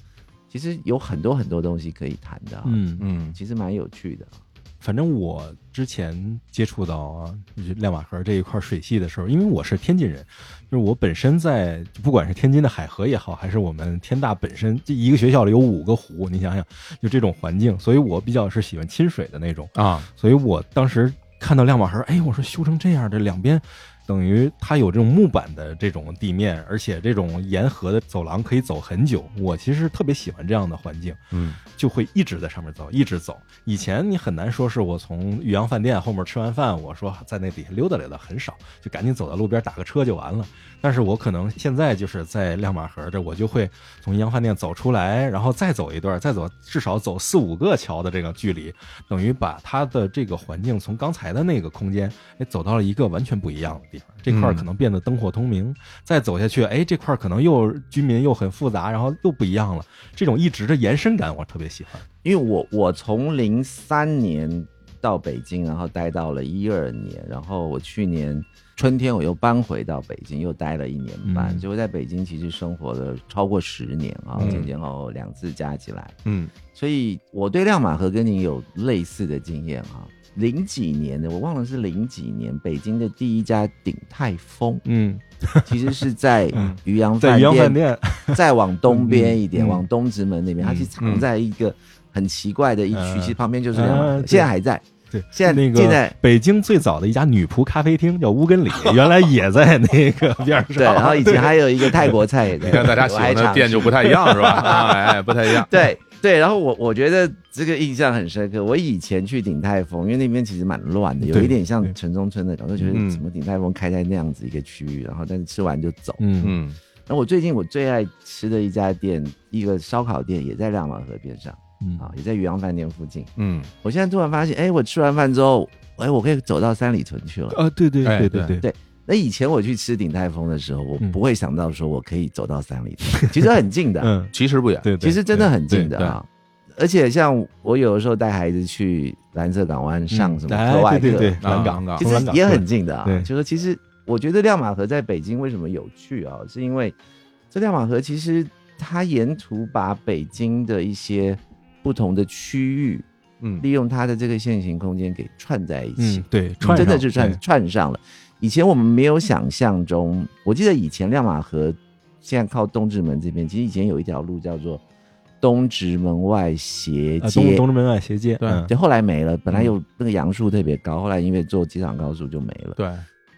[SPEAKER 4] 其实有很多很多东西可以谈的、啊，，
[SPEAKER 3] 嗯
[SPEAKER 2] 嗯
[SPEAKER 4] 其实蛮有趣的啊。
[SPEAKER 3] 反正我之前接触到啊，就是亮马河这一块水系的时候，因为我是天津人，就是我本身在不管是天津的海河也好，还是我们天大本身这一个学校里有五个湖，你想想就这种环境，所以我比较是喜欢亲水的那种，
[SPEAKER 2] 啊，
[SPEAKER 3] 所以我当时看到亮马河，哎，我说修成这样，这两边等于它有这种木板的这种地面，而且这种沿河的走廊可以走很久，我其实特别喜欢这样的环境。
[SPEAKER 2] 嗯
[SPEAKER 3] 就会一直在上面走，一直走。以前你很难说是我从岳阳饭店后面吃完饭，我说在那底下溜达溜达，很少，就赶紧走到路边打个车就完了。但是我可能现在就是在亮马河这，我就会从岳阳饭店走出来，然后再走一段，再走至少走四五个桥的这个距离，等于把它的这个环境从刚才的那个空间，哎，走到了一个完全不一样的地方。这块儿可能变得灯火通明，再走下去，哎，这块儿可能又居民又很复杂，然后又不一样了。这种一直的延伸感，我特别喜欢。
[SPEAKER 4] 因为我我从零三年到北京，然后待到了一二年，然后我去年春天我又搬回到北京，又待了一年半，
[SPEAKER 3] 嗯
[SPEAKER 4] 所以我在北京其实生活了超过十年啊，
[SPEAKER 2] 嗯
[SPEAKER 4] 前前后后两次加起来。
[SPEAKER 2] 嗯
[SPEAKER 4] 所以我对亮马河跟你有类似的经验啊。零几年的，我忘了是零几年，北京的第一家鼎 泰丰
[SPEAKER 3] 嗯，
[SPEAKER 4] 其实是在
[SPEAKER 3] 嗯
[SPEAKER 4] 渔阳
[SPEAKER 3] 在
[SPEAKER 4] 饭
[SPEAKER 3] 渔阳
[SPEAKER 4] 店
[SPEAKER 3] 饭，店，
[SPEAKER 4] 再往东边一点，
[SPEAKER 3] 嗯嗯
[SPEAKER 4] 往东直门那边，它
[SPEAKER 3] 嗯
[SPEAKER 4] 是藏在一个很奇怪的一区，
[SPEAKER 2] 呃
[SPEAKER 3] 嗯
[SPEAKER 4] 其实旁边
[SPEAKER 2] 啊
[SPEAKER 4] 就是亮马河
[SPEAKER 3] 嗯，
[SPEAKER 4] 现在还在。
[SPEAKER 3] 对，
[SPEAKER 4] 现在
[SPEAKER 3] 那个
[SPEAKER 4] 现在
[SPEAKER 3] 北京最早的一家女仆咖啡厅叫乌根里，原来也在那个边上。
[SPEAKER 4] 对，然后以前还有一个泰国菜 也在，
[SPEAKER 2] 你看大家喜
[SPEAKER 4] 我还
[SPEAKER 2] 欢的
[SPEAKER 4] 尝
[SPEAKER 2] 店就不太一样是吧？啊 哎，不太一样。
[SPEAKER 4] 对对，然后我我觉得这个印象很深刻。我以前去鼎泰丰，因为那边其实蛮乱的，有
[SPEAKER 3] 对
[SPEAKER 4] 一点像
[SPEAKER 3] 对
[SPEAKER 4] 城中村那种，就觉得
[SPEAKER 2] 嗯
[SPEAKER 4] 怎么鼎泰丰开在那样子一个区域，然后但是吃完就走。
[SPEAKER 3] 嗯
[SPEAKER 2] 嗯
[SPEAKER 4] 然后我最近我最爱吃的一家店，一个烧烤店也在亮马河边上
[SPEAKER 3] 嗯
[SPEAKER 4] 啊，也在渔阳饭店附近。
[SPEAKER 2] 嗯，
[SPEAKER 4] 我现在突然发现，哎，我吃完饭之后，哎，我可以走到三里屯去了。
[SPEAKER 3] 啊，对对
[SPEAKER 2] 哎
[SPEAKER 3] 对对
[SPEAKER 2] 对
[SPEAKER 3] 对，
[SPEAKER 4] 那以前我去吃鼎泰丰的时候，我
[SPEAKER 3] 嗯
[SPEAKER 4] 不会想到说我可以走到三里 屯，其实很近的。
[SPEAKER 3] 嗯，
[SPEAKER 2] 其实不远。
[SPEAKER 3] 对，对
[SPEAKER 4] 啊其实真的很近的
[SPEAKER 3] 对
[SPEAKER 4] 啊。而且像我有的时候带孩子去蓝色港湾上什么课外课，
[SPEAKER 3] 哎对对对，
[SPEAKER 2] 啊
[SPEAKER 3] 蓝港港，
[SPEAKER 4] 其实
[SPEAKER 3] 蓝港
[SPEAKER 4] 也很近的啊。
[SPEAKER 3] 对
[SPEAKER 4] 就说其实我觉得亮马河在北京为什么有趣啊，是因为这亮马河其实它沿途把北京的一些不同的区域，
[SPEAKER 2] 嗯
[SPEAKER 4] 利用它的这个现行空间给串在一起
[SPEAKER 3] 嗯，，对，串
[SPEAKER 4] 真
[SPEAKER 3] 上
[SPEAKER 4] 的
[SPEAKER 3] 哎
[SPEAKER 4] 是串
[SPEAKER 3] 对
[SPEAKER 4] 串上了。以前我们没有想象中，我记得以前亮马河，现在靠东直门这边，其实以前有一条路叫做东直门外斜
[SPEAKER 3] 啊，
[SPEAKER 4] 街
[SPEAKER 3] 东，东直门外斜街，
[SPEAKER 2] 对
[SPEAKER 3] 嗯
[SPEAKER 4] 对，后来没了。本来有那个杨树特别高，后来因为做机场高速就没了。
[SPEAKER 2] 对，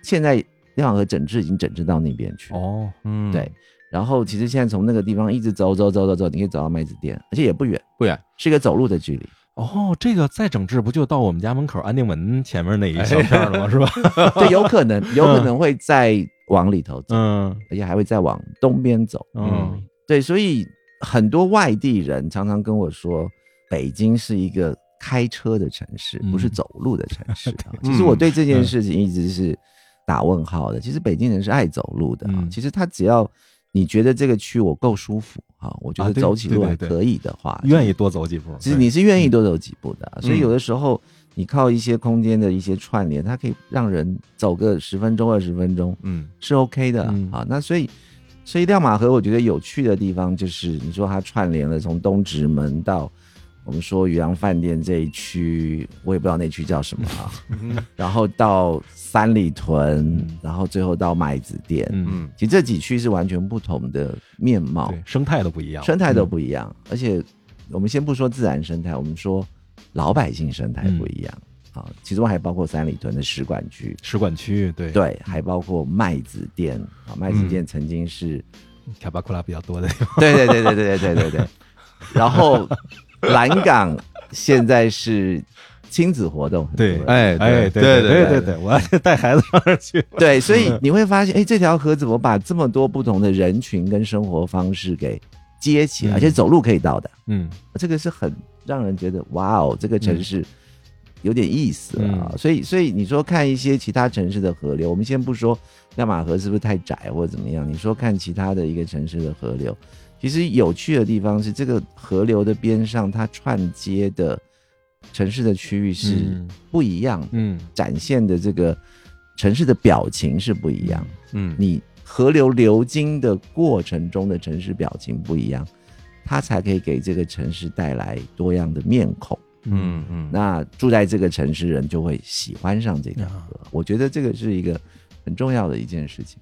[SPEAKER 4] 现在亮马河整治已经整治到那边去，
[SPEAKER 3] 哦，
[SPEAKER 2] 嗯
[SPEAKER 4] 对。然后其实现在从那个地方一直走走走走走，你可以走到麦子店，而且也不远，
[SPEAKER 2] 不远。。
[SPEAKER 4] 是一个走路的距离。
[SPEAKER 3] 哦，这个再整治不就到我们家门口安定门前面那一小片儿了 吗？是吧？
[SPEAKER 4] 对，有可能，有可能会再往里头走，
[SPEAKER 3] 嗯
[SPEAKER 4] 而且还会再往东边走。
[SPEAKER 3] 嗯
[SPEAKER 4] 对，所以很多外地人常常跟我说，北京是一个开车的城市，不是
[SPEAKER 3] 嗯
[SPEAKER 4] 走路的城市、 啊其实我对这件
[SPEAKER 3] 嗯
[SPEAKER 4] 事情一直是打问号的。其实北京人是爱走路的啊
[SPEAKER 3] 嗯，
[SPEAKER 4] 其实他只要你觉得这个区我够舒服啊，我觉
[SPEAKER 3] 啊
[SPEAKER 4] 得
[SPEAKER 3] 对
[SPEAKER 4] 走起
[SPEAKER 3] 对
[SPEAKER 4] 路
[SPEAKER 3] 对
[SPEAKER 4] 还
[SPEAKER 3] 对
[SPEAKER 4] 可以的话，
[SPEAKER 3] 愿意多走几步。
[SPEAKER 4] 其实
[SPEAKER 3] 对
[SPEAKER 4] 你是愿意多走几步的啊、所以
[SPEAKER 2] 嗯
[SPEAKER 4] 有的时候你靠一些空间的一些串联，它可以让人走个十分钟、二十分钟
[SPEAKER 2] 嗯
[SPEAKER 4] 是 OK 的、
[SPEAKER 3] 嗯
[SPEAKER 4] 啊。那所以，所以亮马河我觉得有趣的地方就是，你说它串联了从东直门到我们说渔阳饭店这一区，我也不知道那区叫什么 啊，然后到三里屯
[SPEAKER 3] 嗯，
[SPEAKER 4] 然后最后到麦子店，
[SPEAKER 3] 嗯，
[SPEAKER 2] 嗯
[SPEAKER 4] 其实这几区是完全不同的面貌。
[SPEAKER 3] 对，生态都不一样，嗯
[SPEAKER 4] 嗯生态都不一样，而且我们先不说自然生态，我们说老百姓生态不一
[SPEAKER 3] 嗯
[SPEAKER 4] 样、啊，其中还包括三里屯的使馆区，
[SPEAKER 3] 使馆区对，
[SPEAKER 4] 对，还包括麦子店啊，麦子店曾经是，
[SPEAKER 3] 嗯卡巴库拉比较多的地方，
[SPEAKER 4] 对对对对对对对对 对，然后蓝港现在是亲子活动很多，
[SPEAKER 3] 对
[SPEAKER 2] 哎
[SPEAKER 3] 哎，
[SPEAKER 2] 对
[SPEAKER 3] 对
[SPEAKER 2] 对
[SPEAKER 3] 对
[SPEAKER 2] 对
[SPEAKER 3] 对，我要带孩子上那儿去，
[SPEAKER 4] 对，所以你会发现，哎，这条河怎么把这么多不同的人群跟生活方式给接起来，
[SPEAKER 3] 嗯
[SPEAKER 4] 而且走路可以到的。
[SPEAKER 3] 嗯，
[SPEAKER 4] 这个是很让人觉得哇哦，这个城市有点意思啊。所以，所以你说看一些其他城市的河流，我们先不说亮马河是不是太窄或者怎么样，你说看其他的一个城市的河流，其实有趣的地方是这个河流的边上，它串接的城市的区域是
[SPEAKER 3] 嗯
[SPEAKER 4] 不一样的，
[SPEAKER 3] 嗯，
[SPEAKER 4] 展现的这个城市的表情是不一样。
[SPEAKER 2] 嗯
[SPEAKER 4] 你河流流经的过程中的城市表情不一样，它才可以给这个城市带来多样的面孔。
[SPEAKER 2] 嗯嗯，
[SPEAKER 4] 那住在这个城市人就会喜欢上这条河，
[SPEAKER 2] 啊
[SPEAKER 4] 我觉得这个是一个很重要的一件事情。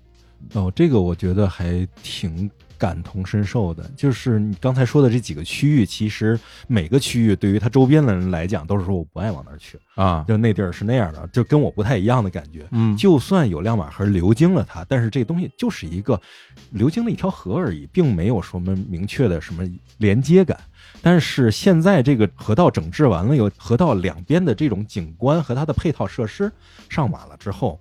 [SPEAKER 3] 哦，这个我觉得还挺感同身受的。就是你刚才说的这几个区域，其实每个区域对于它周边的人来讲，都是说我不爱往那儿去，
[SPEAKER 2] 啊，
[SPEAKER 3] 就那地儿是那样的，就跟我不太一样的感觉。
[SPEAKER 2] 嗯
[SPEAKER 3] 就算有亮马河流经了它，但是这东西就是一个流经了一条河而已，并没有什么明确的什么连接感。但是现在这个河道整治完了以后，有河道两边的这种景观和它的配套设施上马了之后，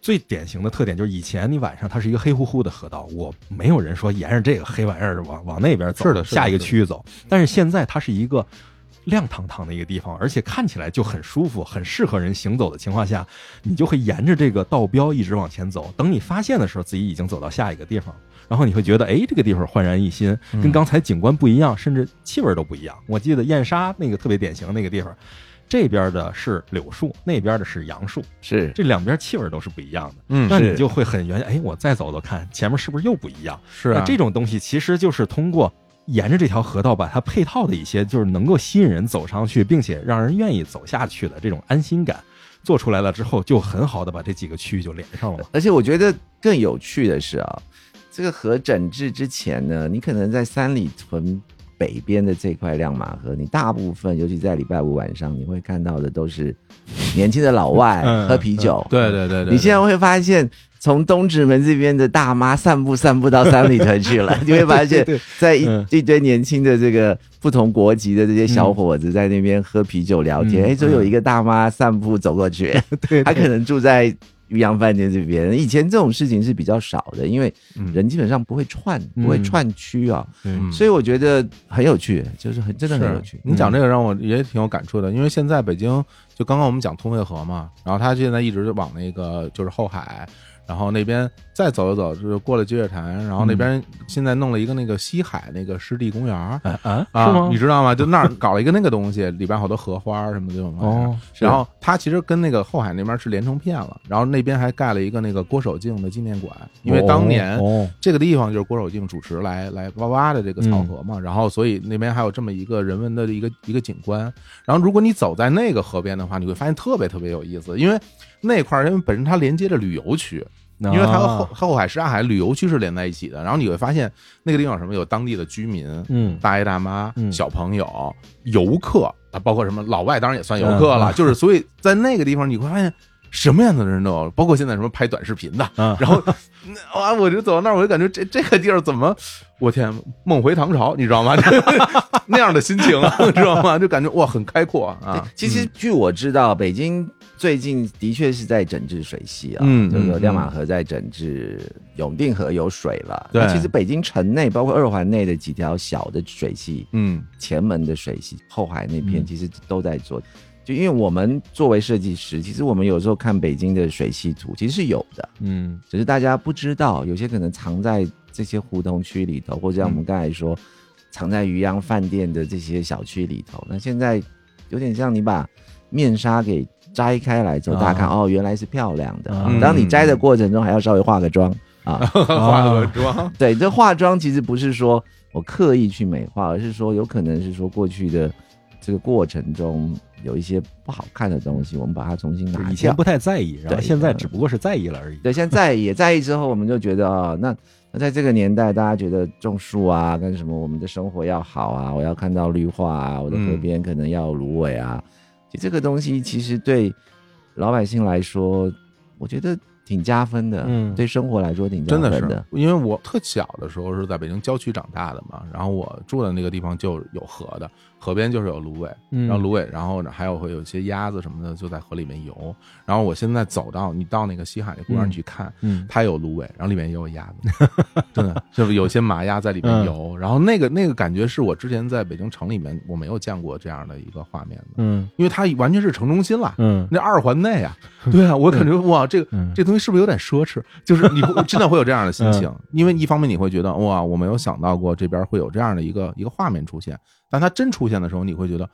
[SPEAKER 3] 最典型的特点就是以前你晚上它是一个黑乎乎的河道，我没有人说沿着这个黑玩意儿往往那边走，
[SPEAKER 2] 是的是的
[SPEAKER 3] 下一个
[SPEAKER 2] 是的
[SPEAKER 3] 区域走。但是现在它是一个亮堂堂的一个地方，而且看起来就很舒服，很适合人行走的情况下，你就会沿着这个道标一直往前走。等你发现的时候，自己已经走到下一个地方了，然后你会觉得，哎，这个地方焕然一新，
[SPEAKER 2] 嗯
[SPEAKER 3] 跟刚才景观不一样，甚至气味都不一样。我记得燕莎那个特别典型的那个地方，这边的是柳树，那边的是杨树，
[SPEAKER 4] 是
[SPEAKER 3] 这两边气味都是不一样的。
[SPEAKER 2] 嗯
[SPEAKER 3] 那
[SPEAKER 4] 是
[SPEAKER 3] 你就会很原，哎，我再走走看，前面是不是又不一样？
[SPEAKER 2] 是
[SPEAKER 3] 那
[SPEAKER 2] 啊，
[SPEAKER 3] 这种东西其实就是通过沿着这条河道把它配套的一些，就是能够吸引人走上去，并且让人愿意走下去的这种安心感，做出来了之后，就很好的把这几个区域就连上了嘛。
[SPEAKER 4] 而且我觉得更有趣的是啊，这个河整治之前呢，你可能在三里屯北边的这块亮马河，你大部分，尤其在礼拜五晚上，你会看到的都是年轻的老 外
[SPEAKER 3] 嗯
[SPEAKER 4] 喝啤酒。
[SPEAKER 2] 对对对对，
[SPEAKER 4] 你现在会发现。从东直门这边的大妈散步散步到三里屯去 了，你会发
[SPEAKER 3] 对
[SPEAKER 4] 现
[SPEAKER 3] 对对，
[SPEAKER 4] 在一
[SPEAKER 3] 嗯
[SPEAKER 4] 一堆年轻的这个不同国籍的这些小伙子在那边喝啤酒聊天，
[SPEAKER 3] 嗯
[SPEAKER 4] 哎，就有一个大妈散步走过去，
[SPEAKER 3] 对
[SPEAKER 4] 他可能住在渔阳饭店这边。以前这种事情是比较少的，因为
[SPEAKER 2] 嗯
[SPEAKER 4] 人基本上不会串，
[SPEAKER 3] 嗯
[SPEAKER 4] 不会串区啊，
[SPEAKER 2] 嗯
[SPEAKER 4] 所以我觉得很有趣，就是很真的很有趣
[SPEAKER 2] 是。啊你讲这个让我也挺有感触的，因为现在北京就刚刚我们讲通惠河嘛，然后它现在一直就往那个就是后海，然后那边再走一走，就是过了积水潭，然后那
[SPEAKER 3] 嗯
[SPEAKER 2] 边现在弄了一个那个西海那个湿地公园儿。
[SPEAKER 3] 啊啊，是
[SPEAKER 2] 啊
[SPEAKER 3] 吗，
[SPEAKER 2] 你？知道吗？就那儿搞了一个那个东西，里边好多荷花儿什么的这种玩意儿
[SPEAKER 3] 哦。是
[SPEAKER 2] 然后它其实跟那个后海那边是连成片了，然后那边还盖了一个那个郭守敬的纪念馆，因为当年
[SPEAKER 3] 哦，
[SPEAKER 2] 这个地方就是郭守敬主持来来哇哇的这个草河嘛，然后所以那边还有这么一个人文的一个一个景观。然后如果你走在那个河边的话，你会发现特别特别有意思，因为那块儿因为本身它连接着旅游区，
[SPEAKER 3] 因
[SPEAKER 2] 因为它和后后海什刹海旅游区是连在一起的。然后你会发现那个地方有什么有当地的居民，
[SPEAKER 3] 嗯
[SPEAKER 2] 大爷大妈、
[SPEAKER 3] 嗯
[SPEAKER 2] 小朋友、游客啊，包括什么老外，当然也算游客了。
[SPEAKER 3] 嗯
[SPEAKER 2] 就是所以在那个地方，你会发现什么样的人都有，包括现在什么拍短视频的。
[SPEAKER 3] 嗯
[SPEAKER 2] 然后那哇，我就走到那儿，我就感觉这这个地儿怎么，我天，梦回唐朝，你知道吗？ 那样的心情，你知道吗？就感觉哇，很开阔
[SPEAKER 4] 对
[SPEAKER 2] 啊。
[SPEAKER 4] 其实据我知道，北京最近的确是在整治水系啊，
[SPEAKER 2] 嗯
[SPEAKER 4] 就是说
[SPEAKER 2] 嗯
[SPEAKER 4] 亮马河在整治永定河有水了。
[SPEAKER 2] 对
[SPEAKER 4] 那其实北京城内，包括二环内的几条小的水系，
[SPEAKER 2] 嗯
[SPEAKER 4] 前门的水系、后海那片
[SPEAKER 2] 嗯
[SPEAKER 4] 其实都在做。就因为我们作为设计师，其实我们有时候看北京的水系图，其实是有的，
[SPEAKER 3] 嗯
[SPEAKER 4] 只是大家不知道，有些可能藏在这些胡同区里头，或
[SPEAKER 3] 嗯
[SPEAKER 4] 者像我们刚才说，藏在渔阳饭店的这些小区里头。那现在有点像你把面纱给摘开来之后，
[SPEAKER 3] 啊
[SPEAKER 4] 大家看哦，原来是漂亮的。啊
[SPEAKER 3] 嗯
[SPEAKER 4] 当你摘的过程中，还要稍微化个妆啊。
[SPEAKER 2] 化个妆，
[SPEAKER 4] 对，这化妆其实不是说我刻意去美化，而是说有可能是说过去的这个过程中有一些不好看的东西，我们把它重新
[SPEAKER 3] 就
[SPEAKER 4] 拿
[SPEAKER 3] 以
[SPEAKER 4] 掉
[SPEAKER 3] 前。不太在意，然后
[SPEAKER 4] 对
[SPEAKER 3] 现
[SPEAKER 2] 嗯
[SPEAKER 3] 在只不过是在意了而已。
[SPEAKER 4] 对，现在在意也在意之后，我们就觉得啊、那那在这个年代，大家觉得种树啊，跟什么我们的生活要好啊，我要看到绿化啊，我的河
[SPEAKER 2] 嗯
[SPEAKER 4] 边可能要有芦苇啊，其实这个东西其实对老百姓来说，我觉得挺加分的，
[SPEAKER 3] 嗯
[SPEAKER 4] 对生活来说挺加
[SPEAKER 2] 真
[SPEAKER 4] 分
[SPEAKER 2] 的
[SPEAKER 4] 的，
[SPEAKER 2] 是，因为我特小的时候是在北京郊区长大的嘛，然后我住的那个地方就有河的，河边就是有芦苇，
[SPEAKER 3] 嗯
[SPEAKER 2] 然后芦苇，然后呢还有会有一些鸭子什么的就在河里面游。然后我现在走到你到那个西海那公园
[SPEAKER 3] 嗯
[SPEAKER 2] 去看，
[SPEAKER 3] 嗯，
[SPEAKER 2] 它有芦苇，然后里面也有鸭子， 真的就是有些麻鸭在里面
[SPEAKER 3] 嗯
[SPEAKER 2] 游。然后那个那个感觉是我之前在北京城里面我没有见过这样的一个画面的，
[SPEAKER 3] 嗯
[SPEAKER 2] 因为它完全是城中心了。
[SPEAKER 3] 嗯
[SPEAKER 2] 那二环 内啊，对啊，我感觉哇，这个
[SPEAKER 3] 嗯
[SPEAKER 2] 这东西是不是有点奢侈？就是你 会真的会有这样的心
[SPEAKER 3] 嗯
[SPEAKER 2] 情，因为一方面你会觉得哇，我没有想到过这边会有这样的一个一个画面出现，但它真出现的时候，你会觉得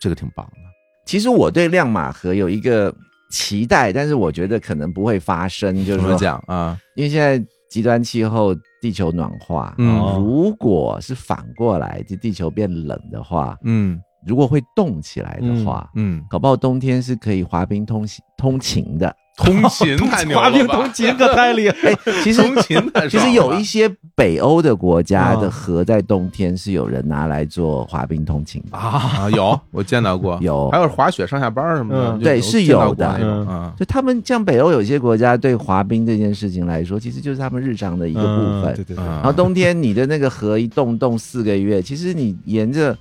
[SPEAKER 2] 这个挺棒的。
[SPEAKER 4] 其实我对亮马河有一个期待，但是我觉得可能不会发生，就是
[SPEAKER 2] 怎么
[SPEAKER 4] 说，
[SPEAKER 2] 讲啊？
[SPEAKER 4] 因为现在极端气候，地球暖化，
[SPEAKER 2] 嗯
[SPEAKER 3] 哦
[SPEAKER 4] 如果是反过来，就地球变冷的话，
[SPEAKER 2] 嗯
[SPEAKER 4] 如果会动起来的话，
[SPEAKER 2] 嗯，
[SPEAKER 4] 搞不好冬天是可以滑冰通行通勤的。
[SPEAKER 2] 通勤 太牛了吧，
[SPEAKER 3] 滑冰同勤可 太厉害
[SPEAKER 4] 哎、其实
[SPEAKER 2] 通勤太爽了吧嗯
[SPEAKER 4] 其实有一些北欧的国家
[SPEAKER 3] 啊
[SPEAKER 4] 的河在冬天是有人拿来做滑冰通勤的，
[SPEAKER 3] 啊！
[SPEAKER 2] 啊，有我见到过，
[SPEAKER 4] 有
[SPEAKER 2] 还有滑雪上下班什么的，
[SPEAKER 3] 嗯
[SPEAKER 2] 就
[SPEAKER 4] 对是
[SPEAKER 2] 见到
[SPEAKER 4] 有的
[SPEAKER 2] 过那种啊。
[SPEAKER 4] 就他们像北欧有些国家对滑冰这件事情来说，其实就是他们日常的一
[SPEAKER 3] 一
[SPEAKER 4] 个部分。
[SPEAKER 3] 对对对，
[SPEAKER 2] 啊
[SPEAKER 4] 嗯然后冬天你的那个河一冻冻四个月，其实你沿着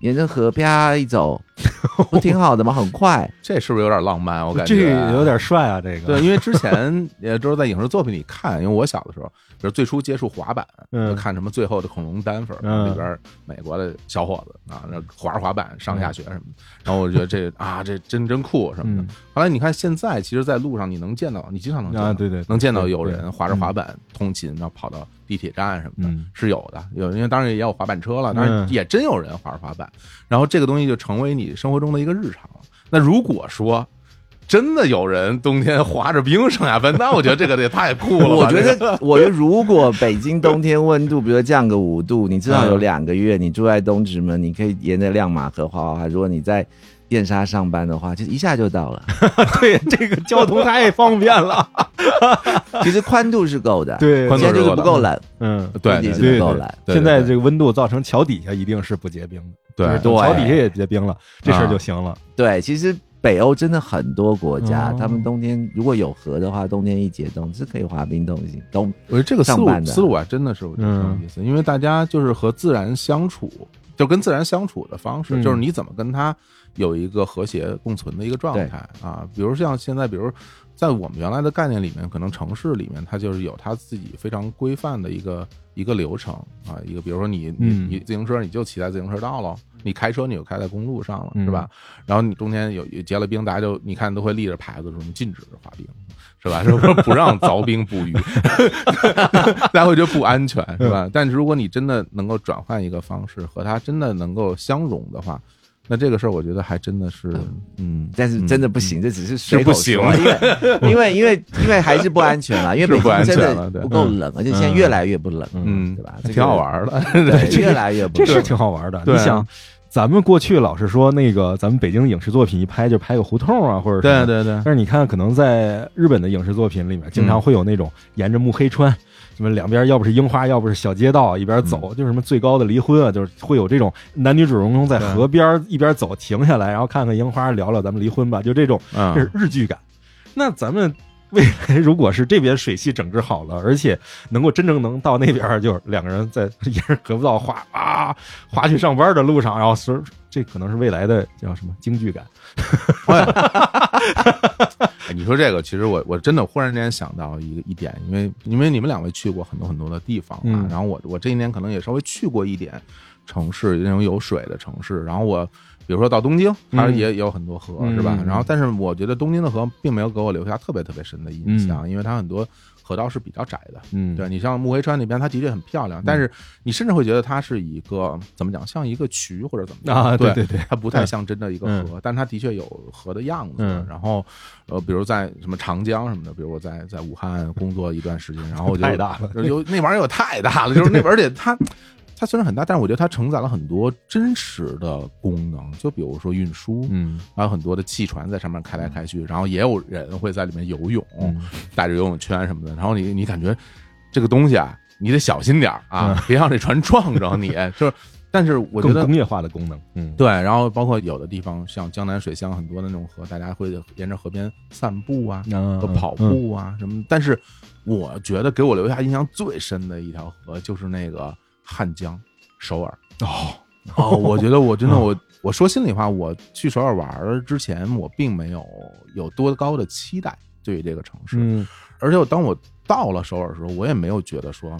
[SPEAKER 4] 沿着河啪一 走，不挺好的吗？很快，
[SPEAKER 2] 这是不是有点浪漫？我感觉
[SPEAKER 3] 这个有点帅啊，这个
[SPEAKER 2] 对，因为之前也都是在影视作品里看， 因为我小的时候，比如最初接触滑板，
[SPEAKER 3] 嗯
[SPEAKER 2] 就看什么《最后的恐龙丹佛》
[SPEAKER 3] 嗯
[SPEAKER 2] 里边美国的小伙子啊，那滑着滑板上下学什么的，然后我就觉得这啊，这真真酷什么
[SPEAKER 3] 嗯
[SPEAKER 2] 的。后来你看现在，其实，在路上你能见到，你经常能见到，
[SPEAKER 3] 啊，对对，对
[SPEAKER 2] 能见到有
[SPEAKER 3] 对
[SPEAKER 2] 人滑着滑板通勤，然后跑到地铁站什么的，
[SPEAKER 3] 嗯
[SPEAKER 2] 是有的。有因为当然也有滑板车了，当然
[SPEAKER 3] 嗯
[SPEAKER 2] 也真有人滑着滑板。然后这个东西就成为你生活中的一个日常。那如果说真的有人冬天滑着冰上下班，那我觉得这个得太酷了吧。
[SPEAKER 4] 我觉
[SPEAKER 2] 这个
[SPEAKER 4] 得，我觉得如果北京冬天温度，比如降个五度，你至少有两个月，你住在东直门，你可以沿着亮马河滑滑滑。如果你在燕莎上班的话，其实一下就 到了。
[SPEAKER 3] 对， 这个交通太方便了。
[SPEAKER 4] 其实宽度是够的，，
[SPEAKER 3] 对
[SPEAKER 2] 宽
[SPEAKER 4] 现在就是不够冷，
[SPEAKER 3] 嗯，
[SPEAKER 2] 对
[SPEAKER 4] 天
[SPEAKER 2] 对对
[SPEAKER 4] 气是
[SPEAKER 3] 对
[SPEAKER 4] 不够冷。
[SPEAKER 2] 对
[SPEAKER 3] 现在这个温度造成桥底下一定是不结冰的，就是
[SPEAKER 2] 对
[SPEAKER 4] 对
[SPEAKER 3] 桥底下也结冰了，这事儿就行了。
[SPEAKER 4] 对，其实北欧真的很多国家
[SPEAKER 3] 哦，
[SPEAKER 4] 他们冬天如果有河的话，冬天一解冻是可以滑冰冬行冬。
[SPEAKER 2] 我觉得这个思
[SPEAKER 4] 上
[SPEAKER 2] 路
[SPEAKER 4] 班的
[SPEAKER 2] 思路啊，真的是我觉得挺有意思，因为大家就是和自然相处，就跟自然相处的方式，
[SPEAKER 3] 嗯
[SPEAKER 2] 就是你怎么跟它有一个和谐共存的一个状态啊。比如像现在，比如在我们原来的概念里面，可能城市里面它就是有它自己非常规范的一个一个流程啊，一个比如说你你
[SPEAKER 3] 嗯
[SPEAKER 2] 你自行车你就骑在自行车道喽，你开车你就开在公路上了，
[SPEAKER 3] 嗯
[SPEAKER 2] 是吧？然后你冬天有有结了冰，大家就你看都会立着牌子说禁止滑冰，是吧？ 说不让凿冰捕鱼， 大家会觉得不安全，是吧？但是如果你真的能够转换一个方式，和它真的能够相融的话，那这个事儿我觉得还真的是，嗯，
[SPEAKER 4] 但是真的不行，这只是随
[SPEAKER 2] 是不
[SPEAKER 4] 口说，因为因为因为因为还是不安全啦，因为北
[SPEAKER 2] 是不安
[SPEAKER 4] 京
[SPEAKER 2] 全
[SPEAKER 4] 真
[SPEAKER 2] 了
[SPEAKER 4] 的
[SPEAKER 2] 对
[SPEAKER 4] 不够冷，而且现在越来越不冷，
[SPEAKER 2] 嗯，
[SPEAKER 4] 对吧？这个
[SPEAKER 2] 挺好，玩的，
[SPEAKER 4] 对，越来越不
[SPEAKER 3] 这
[SPEAKER 4] 冷，
[SPEAKER 3] 是挺好玩的。
[SPEAKER 2] 对
[SPEAKER 3] 你想，咱们过去老是说那个，咱们北京影视作品一拍就拍个胡同啊，或者什
[SPEAKER 2] 对
[SPEAKER 3] 么。
[SPEAKER 2] 对对，
[SPEAKER 3] 但是你看，可能在日本的影视作品里面，经
[SPEAKER 2] 嗯
[SPEAKER 3] 常会有那种沿着目黑川，什么两边要不是樱花，要不是小街道，一
[SPEAKER 2] 嗯
[SPEAKER 3] 边走，就是什么最高的离婚啊，就是会有这种男女主人公在
[SPEAKER 2] 对
[SPEAKER 3] 河边一边啊走停下来，然后看看樱花，聊聊咱们离婚吧，就这种这
[SPEAKER 2] 嗯
[SPEAKER 3] 是日剧感。那咱们未来如果是这边水系整治好了，而且能够真正能到那边儿，就是两个人在沿着河步道滑 啊滑去上班的路上，然后是这可能是未来的叫什么京剧感，
[SPEAKER 2] 哎你说这个，其实我我真的忽然间想到一个一点，因为因为你们两位去过很多很多的地方啊，
[SPEAKER 3] 嗯
[SPEAKER 2] 然后我我这一年可能也稍微去过一点城市，那种有水的城市，然后我比如说到东京，它
[SPEAKER 3] 嗯
[SPEAKER 2] 也也有很多河，
[SPEAKER 3] 嗯
[SPEAKER 2] 是吧？
[SPEAKER 3] 嗯
[SPEAKER 2] 然后但是我觉得东京的河并没有给我留下特别特别深的印象，因为它很多河道是比较窄的，
[SPEAKER 3] 嗯，
[SPEAKER 2] 对你像慕黑川那边，它的确很漂亮，但是你甚至会觉得它是一个怎么讲，像一个渠或者怎么样
[SPEAKER 3] 啊，
[SPEAKER 2] 对
[SPEAKER 3] 对对，
[SPEAKER 2] 它不太像真的一个河，但它的确有河的样子。
[SPEAKER 3] 嗯
[SPEAKER 2] 然后，呃，比如在什么长江什么的，比如我在在武汉工作一段时间，然后我就
[SPEAKER 3] 太大了，
[SPEAKER 2] 有那玩意儿也太大了，就是那玩意儿得它。它虽然很大，但是我觉得它承载了很多真实的功能，就比如说运输，
[SPEAKER 3] 嗯
[SPEAKER 2] 还有很多的汽船在上面开来开去，然后也有人会在里面游泳，
[SPEAKER 3] 嗯
[SPEAKER 2] 带着游泳圈什么的。然后你你感觉这个东西啊，你得小心点儿
[SPEAKER 3] 嗯
[SPEAKER 2] 啊，别让这船撞着你。 就是，但是我觉
[SPEAKER 3] 更
[SPEAKER 2] 得
[SPEAKER 3] 工业化的功能，嗯，
[SPEAKER 2] 对，然后包括有的地方像江南水乡，很多的那种河，大家会沿着河边散步啊，
[SPEAKER 3] 嗯，
[SPEAKER 2] 和跑
[SPEAKER 3] 嗯，
[SPEAKER 2] 步啊什么。但是我觉得给我留下印象最深的一条河就是那个汉江首尔。
[SPEAKER 3] 哦，
[SPEAKER 2] 哦，我觉得我真的 我我说心里话，我去首尔玩儿之前，我并没有有多高的期待对于这个城市，
[SPEAKER 3] 嗯
[SPEAKER 2] 而且我当我到了首尔的时候，我也没有觉得说，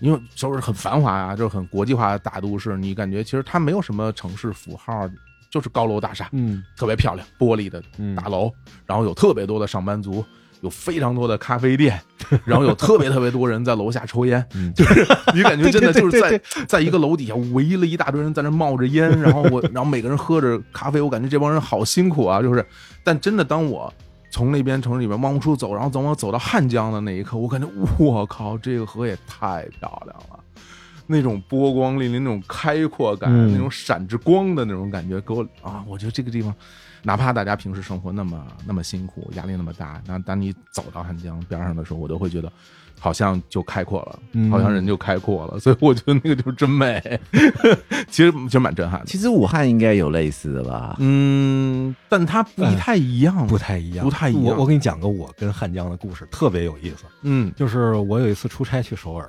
[SPEAKER 2] 因为首尔很繁华啊，就是很国际化的大都市，你感觉其实它没有什么城市符号，就是高楼大厦，
[SPEAKER 3] 嗯
[SPEAKER 2] 特别漂亮，玻璃的
[SPEAKER 3] 嗯，
[SPEAKER 2] 大楼，然后有特别多的上班族。有非常多的咖啡店，然后有特别特别多人在楼下抽烟，
[SPEAKER 3] 嗯
[SPEAKER 2] 就是你感觉真的
[SPEAKER 3] 对
[SPEAKER 2] 就
[SPEAKER 3] 对对
[SPEAKER 2] 是在
[SPEAKER 3] 对
[SPEAKER 2] 在一个楼底下围了一大堆人在那冒着烟，然后我然后每个人喝着咖啡，我感觉这帮人好辛苦啊，就是，但真的当我从那边城市里面往出走，然后等我走到汉江的那一刻，我感觉我靠，这个河也太漂亮了。那种波光粼粼、那种开阔感、
[SPEAKER 3] 嗯
[SPEAKER 2] 那种闪着光的那种感觉，给我啊，我觉得这个地方，哪怕大家平时生活那么那么辛苦、压力那么大，那当你走到汉江边上的时候，我都会觉得好像就开阔了，
[SPEAKER 3] 嗯
[SPEAKER 2] 好像人就开阔了，所以我觉得那个就是真美， 其实其实蛮震撼的。
[SPEAKER 4] 其实武汉应该有类似的吧？
[SPEAKER 2] 嗯，但它不太一样，
[SPEAKER 3] 不太一样，
[SPEAKER 2] 不太一样
[SPEAKER 3] 我我给你讲个我跟汉江的故事，特别有意思。
[SPEAKER 2] 嗯
[SPEAKER 3] 就是我有一次出差去首尔，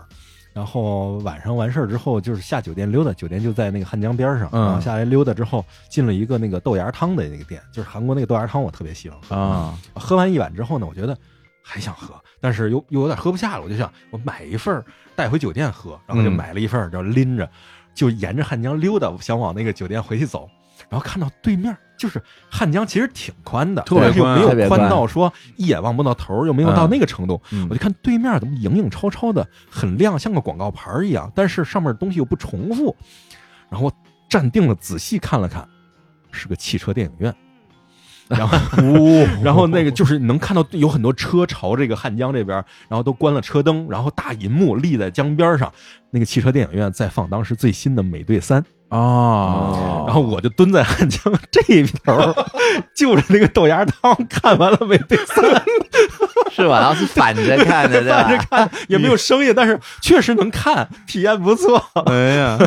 [SPEAKER 3] 然后晚上完事儿之后，就是下酒店溜达，酒店就在那个汉江边上，
[SPEAKER 2] 嗯
[SPEAKER 3] 然后下来溜达之后，进了一个那个豆芽汤的那个店，就是韩国那个豆芽汤，我特别喜欢喝。
[SPEAKER 2] 啊，
[SPEAKER 3] 喝完一碗之后呢，我觉得还想喝，但是又又有点喝不下了，我就想我买一份儿带回酒店喝，然后就
[SPEAKER 2] 嗯
[SPEAKER 3] 买了一份儿，然后拎着就沿着汉江溜达，想往那个酒店回去走，然后看到对面。就是汉江其实挺宽的，
[SPEAKER 2] 特别
[SPEAKER 3] 但是又
[SPEAKER 2] 宽
[SPEAKER 3] 没
[SPEAKER 4] 特别
[SPEAKER 3] 有
[SPEAKER 4] 宽
[SPEAKER 3] 宽到说一眼望不到头儿，又没有到
[SPEAKER 2] 嗯
[SPEAKER 3] 那个程度。
[SPEAKER 2] 嗯
[SPEAKER 3] 我就看对面怎么影影绰绰的，很亮，像个广告牌儿一样，但是上面东西又不重复。然后我站定了，仔细看了看，是个汽车电影 院。然后，哦然后那个就是能看到有很多车朝这个汉江这边，然后都关了车灯，然后大银幕立在江边上，那个汽车电影院在放当时最新的《美队三》。
[SPEAKER 2] 哦
[SPEAKER 3] 然后我就蹲在汉江这一头儿， 就着那个豆芽汤看完了《美队三》。
[SPEAKER 4] 是吧？然后是 反着看的，对吧？
[SPEAKER 3] 反着看也没有声音，但是确实能看，体验不错。
[SPEAKER 2] 哎呀，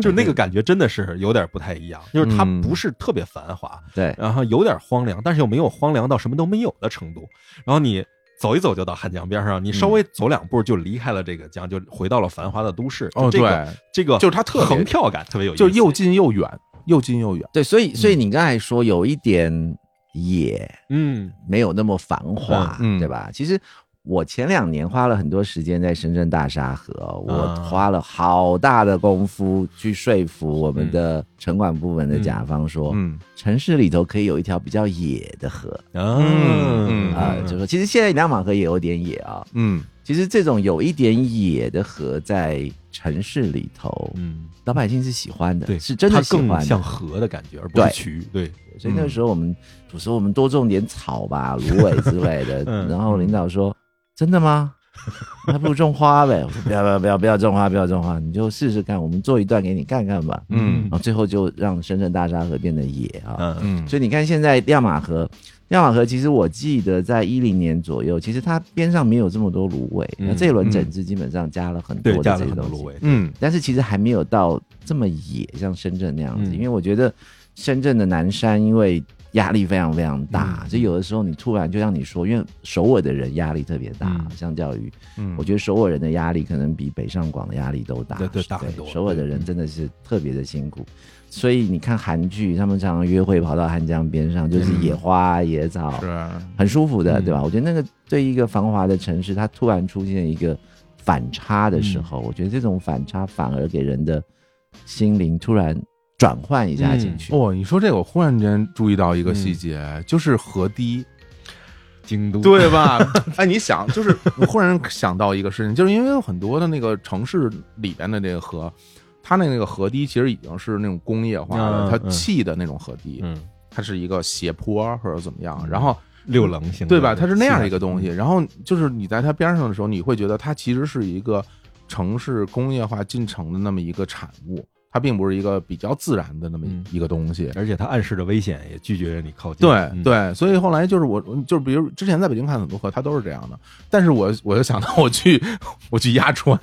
[SPEAKER 3] 就那个感觉真的是有点不太一样，就是它不是特别繁华，
[SPEAKER 4] 对，
[SPEAKER 3] 然后有点荒凉，但是又没有荒凉到什么都没有的程度。然后你走一走就到汉江边上，你稍微走两步就离开了这个江，就回到了繁华的都市。
[SPEAKER 2] 哦
[SPEAKER 3] 就这个
[SPEAKER 2] 对，
[SPEAKER 3] 这个
[SPEAKER 2] 就是它特别
[SPEAKER 3] 横跳感特别有意思，
[SPEAKER 2] 就是又近又远，又近又远。
[SPEAKER 4] 对，所以所以你刚才说有一点野，
[SPEAKER 3] 嗯
[SPEAKER 4] 没有那么繁华，
[SPEAKER 2] 嗯嗯
[SPEAKER 4] 对吧？其实我前两年花了很多时间在深圳大沙河，我
[SPEAKER 3] 啊
[SPEAKER 4] 花了好大的功夫去说服我们的城管部门的甲方说，
[SPEAKER 2] 嗯
[SPEAKER 4] 城市里头可以有一条比较野的河
[SPEAKER 2] 嗯嗯
[SPEAKER 4] 啊、就说其实现在两马河也有点野啊、
[SPEAKER 2] 嗯
[SPEAKER 4] 其实这种有一点野的河在城市里头，
[SPEAKER 3] 嗯，
[SPEAKER 4] 老百姓是喜欢的，
[SPEAKER 3] 对，
[SPEAKER 4] 是真
[SPEAKER 3] 它
[SPEAKER 4] 的喜欢
[SPEAKER 3] 更
[SPEAKER 4] 的。
[SPEAKER 3] 像河嗯的感觉，而不是
[SPEAKER 4] 对
[SPEAKER 3] 渠。对，
[SPEAKER 4] 所以那个时候我们我说我们多种点草 吧，芦苇之类的。
[SPEAKER 3] 嗯
[SPEAKER 4] 然后领导说：“真的吗？ 还不如种花呗。”我说：“不要不要不要不要种花，不要种花，你就试试看，我们做一段给你看看吧。”
[SPEAKER 2] 嗯
[SPEAKER 4] 然后最后就让深圳大沙河变得野啊。
[SPEAKER 3] 嗯
[SPEAKER 2] 嗯，
[SPEAKER 4] 所以你看现在亮马河，亮马河其实我记得在一零年左右，其实它边上没有这么多芦苇。
[SPEAKER 3] 嗯
[SPEAKER 4] 那这一轮整治基本上加了很
[SPEAKER 3] 对
[SPEAKER 4] 多，
[SPEAKER 3] 加
[SPEAKER 4] 的
[SPEAKER 3] 了
[SPEAKER 4] 这些
[SPEAKER 3] 很多芦
[SPEAKER 4] 东西。
[SPEAKER 3] 苇。
[SPEAKER 2] 嗯
[SPEAKER 4] 但是其实还没有到这么野，像深圳那样子。
[SPEAKER 3] 嗯
[SPEAKER 4] 因为我觉得深圳的南山，因为压力非常非常大，
[SPEAKER 3] 嗯
[SPEAKER 4] 所以有的时候你突然就像你说，因为首尔的人压力特别大，
[SPEAKER 3] 嗯
[SPEAKER 4] 相较于
[SPEAKER 2] 嗯，
[SPEAKER 4] 我觉得首尔人的压力可能比北上广的压力都大，
[SPEAKER 3] 对对大很多嗯
[SPEAKER 4] 首尔的人真的是特别的辛苦，所以你看韩剧，他们常常约会跑到汉江边上，就是野花、野
[SPEAKER 2] 嗯
[SPEAKER 4] 草，
[SPEAKER 2] 是
[SPEAKER 4] 很舒服的，
[SPEAKER 3] 嗯
[SPEAKER 4] 对吧？我觉得那个对一个繁华的城市，它突然出现一个反差的时候，我觉得这种反差反而给人的心灵突然转换一下进去。
[SPEAKER 2] 哦，你说这个，我忽然间注意到一个细
[SPEAKER 3] 嗯
[SPEAKER 2] 节，就是河堤，
[SPEAKER 3] 京都
[SPEAKER 2] 对吧？ 哎，你想，就是我忽然想到一个事情，就是因为有很多的那个城市里边的这个河，它那个河堤其实已经是那种工业化的，
[SPEAKER 3] 嗯
[SPEAKER 2] 它
[SPEAKER 3] 嗯
[SPEAKER 2] 砌的那种河堤，
[SPEAKER 3] 嗯，
[SPEAKER 2] 它是一个斜坡或者怎么样，然后
[SPEAKER 3] 六棱形的
[SPEAKER 2] 对吧？它是那样一个东西，
[SPEAKER 3] 嗯
[SPEAKER 2] 然后就是你在它边上的时候，你会觉得它其实是一个城市工业化进程的那么一个产物，它并不是一个比较自然的那么
[SPEAKER 3] 嗯
[SPEAKER 2] 一个东西。
[SPEAKER 3] 而且它暗示着危险，也拒绝你靠近。
[SPEAKER 2] 对
[SPEAKER 3] 嗯，
[SPEAKER 2] 对，所以后来就是我，就是比如之前在北京看很多课，它都是这样的。但是我我就想到我去我去鸭川，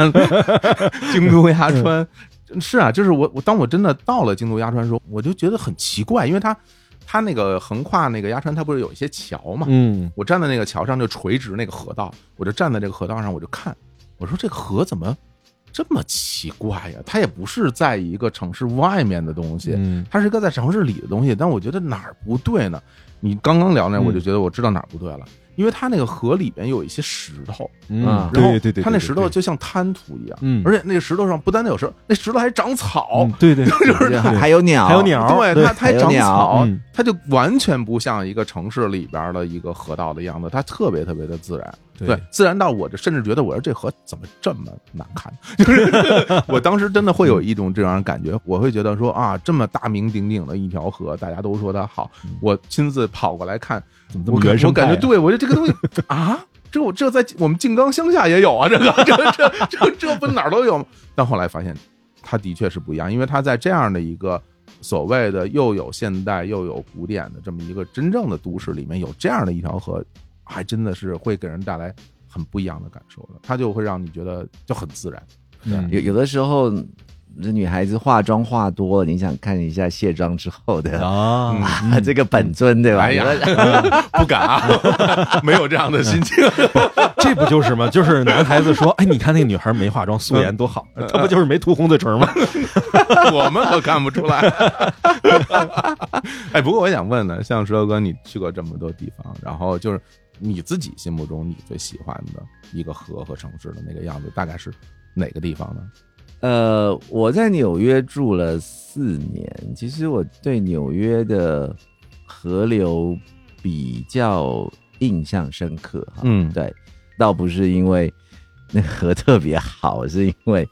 [SPEAKER 2] 京都鸭
[SPEAKER 3] 嗯
[SPEAKER 2] 川，是啊，就是我我当我真的到了京都鸭川的时候，我就觉得很奇怪，因为它它那个横跨那个鸭川，它不是有一些桥嘛，
[SPEAKER 3] 嗯，
[SPEAKER 2] 我站在那个桥上就垂直那个河道，我就站在这个河道上，我就看，我说这个河怎么这么奇怪呀？它也不是在一个城市外面的东西，
[SPEAKER 3] 嗯
[SPEAKER 2] 它是一个在城市里的东西，但我觉得哪儿不对呢？你刚刚聊那，
[SPEAKER 3] 嗯
[SPEAKER 2] 我就觉得我知道哪儿不对了，因为它那个河里边有一些石头，
[SPEAKER 3] 嗯
[SPEAKER 4] 啊，
[SPEAKER 2] 然后
[SPEAKER 3] 对对对，
[SPEAKER 2] 它那石头
[SPEAKER 3] 对
[SPEAKER 2] 就像滩涂一样，
[SPEAKER 3] 嗯
[SPEAKER 2] 而且那个石头上不单单有石头，那石头还长草，
[SPEAKER 3] 嗯 对对，
[SPEAKER 4] 就是还还有鸟，
[SPEAKER 3] 还有鸟
[SPEAKER 2] 对，
[SPEAKER 3] 对
[SPEAKER 2] 它它还长
[SPEAKER 4] 还有鸟
[SPEAKER 2] 草
[SPEAKER 3] 嗯，
[SPEAKER 2] 它就完全不像一个城市里边的一个河道的样子，它特别特别的自然，
[SPEAKER 3] 对
[SPEAKER 2] 对，自然到我这甚至觉得我说这河怎么这么难看， 就是我当时真的会有一种这样的感觉，我会觉得说啊，这么大名鼎鼎的一条河，大家都说它好，我亲自跑过来看，
[SPEAKER 3] 怎么这
[SPEAKER 2] 我
[SPEAKER 3] 么
[SPEAKER 2] 感
[SPEAKER 3] 原
[SPEAKER 2] 我
[SPEAKER 3] 生态
[SPEAKER 2] 感
[SPEAKER 3] 啊？
[SPEAKER 2] 觉对我觉得这个东西 啊。这我这在我们静冈乡下也有啊，这个这这这这不哪儿都有吗？ 但后来发现，它的确是不一样，因为它在这样的一个所谓的又有现代又有古典的这么一个真正的都市里面，有这样的一条河，还真的是会给人带来很不一样的感受的。它就会让你觉得就很自然，
[SPEAKER 3] 嗯
[SPEAKER 4] 有有的时候，这女孩子化妆化多了，你想看一下卸妆之后 的、
[SPEAKER 3] 啊，
[SPEAKER 4] 啊 这个本尊，对吧？
[SPEAKER 2] 哎呀
[SPEAKER 4] 有的
[SPEAKER 2] 嗯不敢啊， 没有这样的心情。
[SPEAKER 3] 这不就是吗？就是男孩子说，哎，你看那个女孩没化妆，素颜多好，她不就是没涂红嘴唇吗？
[SPEAKER 2] 我们可看不出来。 哎，不过我想问呢，像石头哥，你去过这么多地方，然后就是你自己心目中你最喜欢的一个河和城市的那个样子，大概是哪个地方呢？
[SPEAKER 4] 呃，我在纽约住了四年，其实我对纽约的河流比较印象深刻哈。
[SPEAKER 2] 嗯
[SPEAKER 4] 对，倒不是因为那河特别好，是因为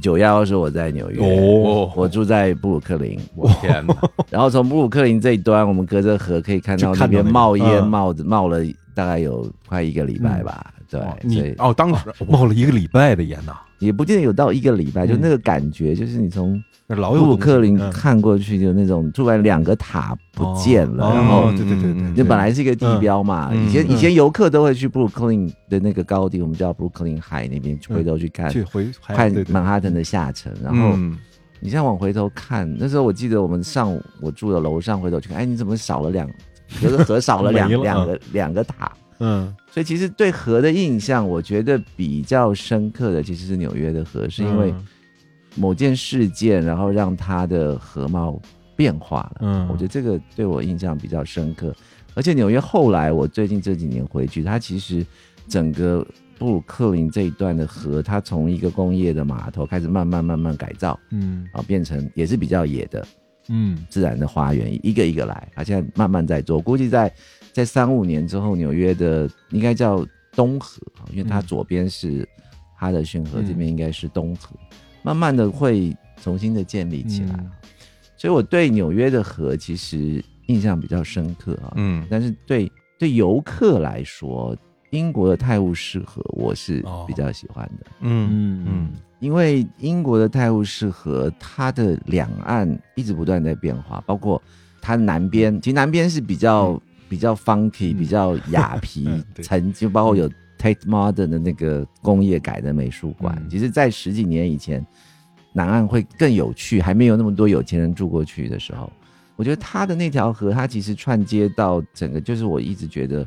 [SPEAKER 4] 九幺幺时候我在纽约，
[SPEAKER 3] 哦
[SPEAKER 4] 我住在布鲁克林，
[SPEAKER 2] 我天哪！
[SPEAKER 4] 然后从布鲁克林这一端，我们隔着河可以看到
[SPEAKER 3] 就
[SPEAKER 4] 那
[SPEAKER 3] 看到
[SPEAKER 4] 边
[SPEAKER 3] 那个
[SPEAKER 4] 冒烟
[SPEAKER 3] 嗯
[SPEAKER 4] 冒、冒了大概有快一个礼拜吧。 对，所
[SPEAKER 2] 你
[SPEAKER 4] 以
[SPEAKER 2] 哦，当时
[SPEAKER 3] 嗯 冒了一个礼拜的烟呐，
[SPEAKER 4] 也不见得有到一个礼拜，就那个感觉，就是你从
[SPEAKER 3] 那老有
[SPEAKER 4] 布鲁
[SPEAKER 3] 东西
[SPEAKER 4] 克林
[SPEAKER 3] 嗯
[SPEAKER 4] 看过去，就那种突然两个塔不见了，
[SPEAKER 3] 哦
[SPEAKER 4] 然后
[SPEAKER 3] 哦对对对对，
[SPEAKER 4] 那本来是一个地标嘛，
[SPEAKER 2] 嗯
[SPEAKER 4] 以前
[SPEAKER 3] 嗯
[SPEAKER 4] 以前游客都会去布鲁克林的那个高地，我们叫布鲁克林海那边去回头去看
[SPEAKER 3] 嗯去回
[SPEAKER 4] 看
[SPEAKER 3] 对对
[SPEAKER 4] 曼哈顿的下城，然后
[SPEAKER 2] 嗯
[SPEAKER 4] 你现在往回头看，那时候我记得我们上午我住的楼上回头去看，哎，你怎么少了两，就是河少了两
[SPEAKER 3] 没了
[SPEAKER 4] 两个两个塔？
[SPEAKER 3] 嗯
[SPEAKER 4] 所以其实对河的印象，我觉得比较深刻的其实是纽约的河，是因为某件事件，然后让它的河貌变化了。
[SPEAKER 3] 嗯，
[SPEAKER 4] 我觉得这个对我印象比较深刻。而且纽约后来，我最近这几年回去，它其实整个布鲁克林这一段的河，它从一个工业的码头开始慢慢慢慢改造，
[SPEAKER 3] 嗯
[SPEAKER 4] 啊，变成也是比较野的
[SPEAKER 3] 嗯
[SPEAKER 4] 自然的花园，一个一个来。它现在慢慢在做，估计在在三五年之后，纽约的应该叫东河，啊因为它
[SPEAKER 3] 嗯
[SPEAKER 4] 左边是哈德逊河，
[SPEAKER 3] 嗯
[SPEAKER 4] 这边应该是东河，慢慢的会重新的建立起来。
[SPEAKER 3] 嗯
[SPEAKER 4] 所以我对纽约的河其实印象比较深刻啊，
[SPEAKER 2] 嗯
[SPEAKER 4] 但是对对游客来说，英国的泰晤士河我是
[SPEAKER 3] 哦
[SPEAKER 4] 比较喜欢的。
[SPEAKER 2] 嗯
[SPEAKER 3] 嗯嗯
[SPEAKER 4] 因为英国的泰晤士河，它的两岸一直不断在变化，包括它南边，其实南边是比较、比较 funky、
[SPEAKER 3] 嗯
[SPEAKER 4] 比较雅皮
[SPEAKER 3] 嗯， 对
[SPEAKER 4] 曾经包括有 Tate Modern 的那个工业改的美术馆。
[SPEAKER 3] 嗯
[SPEAKER 4] 其实，在十几年以前，南岸会更有趣，还没有那么多有钱人住过去的时候，我觉得它的那条河，它其实串接到整个，就是我一直觉得，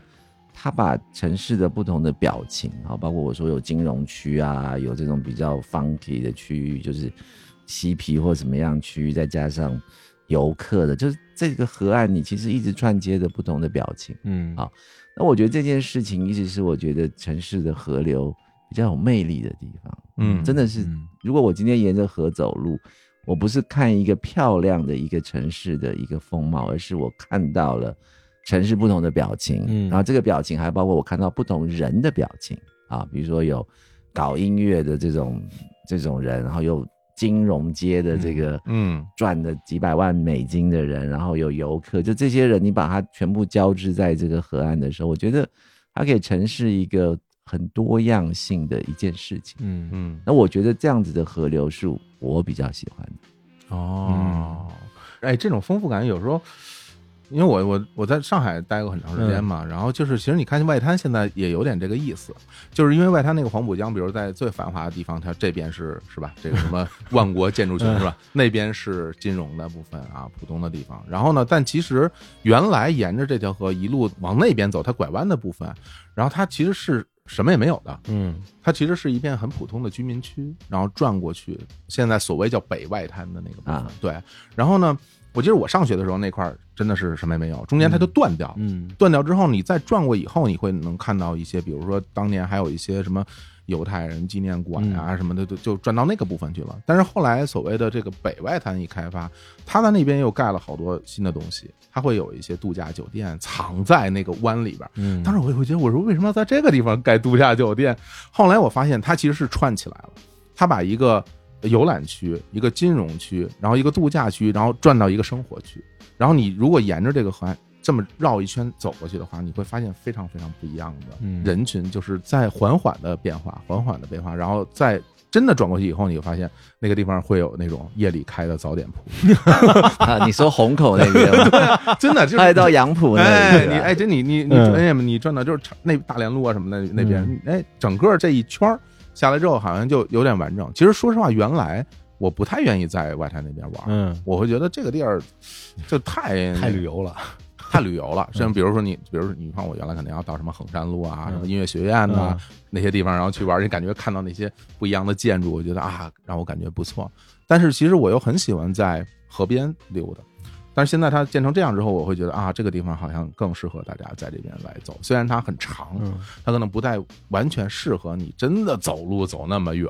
[SPEAKER 4] 它把城市的不同的表情，好，包括我说有金融区啊，有这种比较 funky 的区域，就是嬉皮或什么样区域，再加上游客的，就是这个河岸，你其实一直串接的不同的表情。
[SPEAKER 3] 嗯
[SPEAKER 2] 啊
[SPEAKER 4] 好那我觉得这件事情一直是我觉得城市的河流比较有魅力的地方。
[SPEAKER 2] 嗯
[SPEAKER 4] 真的是
[SPEAKER 3] 嗯
[SPEAKER 4] 如果我今天沿着河走路，我不是看一个漂亮的一个城市的一个风貌，而是我看到了城市不同的表情，
[SPEAKER 3] 嗯
[SPEAKER 4] 然后这个表情还包括我看到不同人的表情啊，比如说有搞音乐的这种这种人，然后有金融街的这个
[SPEAKER 2] 嗯
[SPEAKER 4] 赚了几百万美金的人，然后有游客，就这些人，你把它全部交织在这个河岸的时候，我觉得它给城市一个很多样性的一件事情。
[SPEAKER 3] 嗯嗯
[SPEAKER 2] 嗯
[SPEAKER 4] 那我觉得这样子的河流是我比较喜欢的。
[SPEAKER 2] 哦，哎，这种丰富感有时候。因为我我我在上海待过很长时间嘛，然后就是其实你看外滩现在也有点这个意思，就是因为外滩那个黄浦江，比如在最繁华的地方，它这边是是吧？这个什么万国建筑群是吧？ 那边是金融的部分啊，浦东的地方。然后呢，但其实原来沿着这条河一路往那边走，它拐弯的部分，然后它其实是什么也没有的，
[SPEAKER 3] 嗯
[SPEAKER 2] 它其实是一片很普通的居民区，然后转过去，现在所谓叫北外滩的那个部分。
[SPEAKER 4] 啊
[SPEAKER 2] 对，然后呢，我记得我上学的时候那块儿真的是什么也没有，中间它就断掉了。
[SPEAKER 3] 嗯
[SPEAKER 2] 断掉之后，你再转过以后，你会能看到一些，比如说当年还有一些什么犹太人纪念馆
[SPEAKER 3] 嗯
[SPEAKER 2] 啊什么的，就就转到那个部分去了。但是后来所谓的这个北外滩一开发，它在那边又盖了好多新的东西，它会有一些度假酒店藏在那个湾里边。
[SPEAKER 3] 嗯
[SPEAKER 2] 当时我也会觉得，我说为什么要在这个地方盖度假酒店？后来我发现它其实是串起来了，它把一个游览区、一个金融区，然后一个度假区，然后转到一个生活区。然后你如果沿着这个河岸这么绕一圈走过去的话，你会发现非常非常不一样的
[SPEAKER 3] 嗯
[SPEAKER 2] 人群，就是在缓缓的变化，缓缓的变化，然后再真的转过去以后，你就发现那个地方会有那种夜里开的早点铺，
[SPEAKER 4] 啊，你说虹口那边吗，
[SPEAKER 2] 真的就是
[SPEAKER 4] 还有到杨浦那
[SPEAKER 2] 哎，
[SPEAKER 4] 里，
[SPEAKER 2] 你哎，，真你你你
[SPEAKER 3] 嗯
[SPEAKER 2] 转眼你转到就是长那大连路啊什么的那边，哎，整个这一圈儿下来之后，好像就有点完整。其实说实话，原来我不太愿意在外滩那边玩儿，
[SPEAKER 3] 嗯，
[SPEAKER 2] 我会觉得这个地儿就太
[SPEAKER 3] 太旅游了，
[SPEAKER 2] 太旅游了。像比如说你，比如说你看我原来可能要到什么衡山路啊、
[SPEAKER 3] 嗯
[SPEAKER 2] 什么音乐学院呐、
[SPEAKER 3] 嗯
[SPEAKER 2] 那些地方，然后去玩，你感觉看到那些不一样的建筑，我觉得啊，让我感觉不错。但是其实我又很喜欢在河边溜达。但是现在它建成这样之后，我会觉得啊，这个地方好像更适合大家在这边来走。虽然它很长，
[SPEAKER 3] 嗯
[SPEAKER 2] 它可能不太完全适合你真的走路走那么远，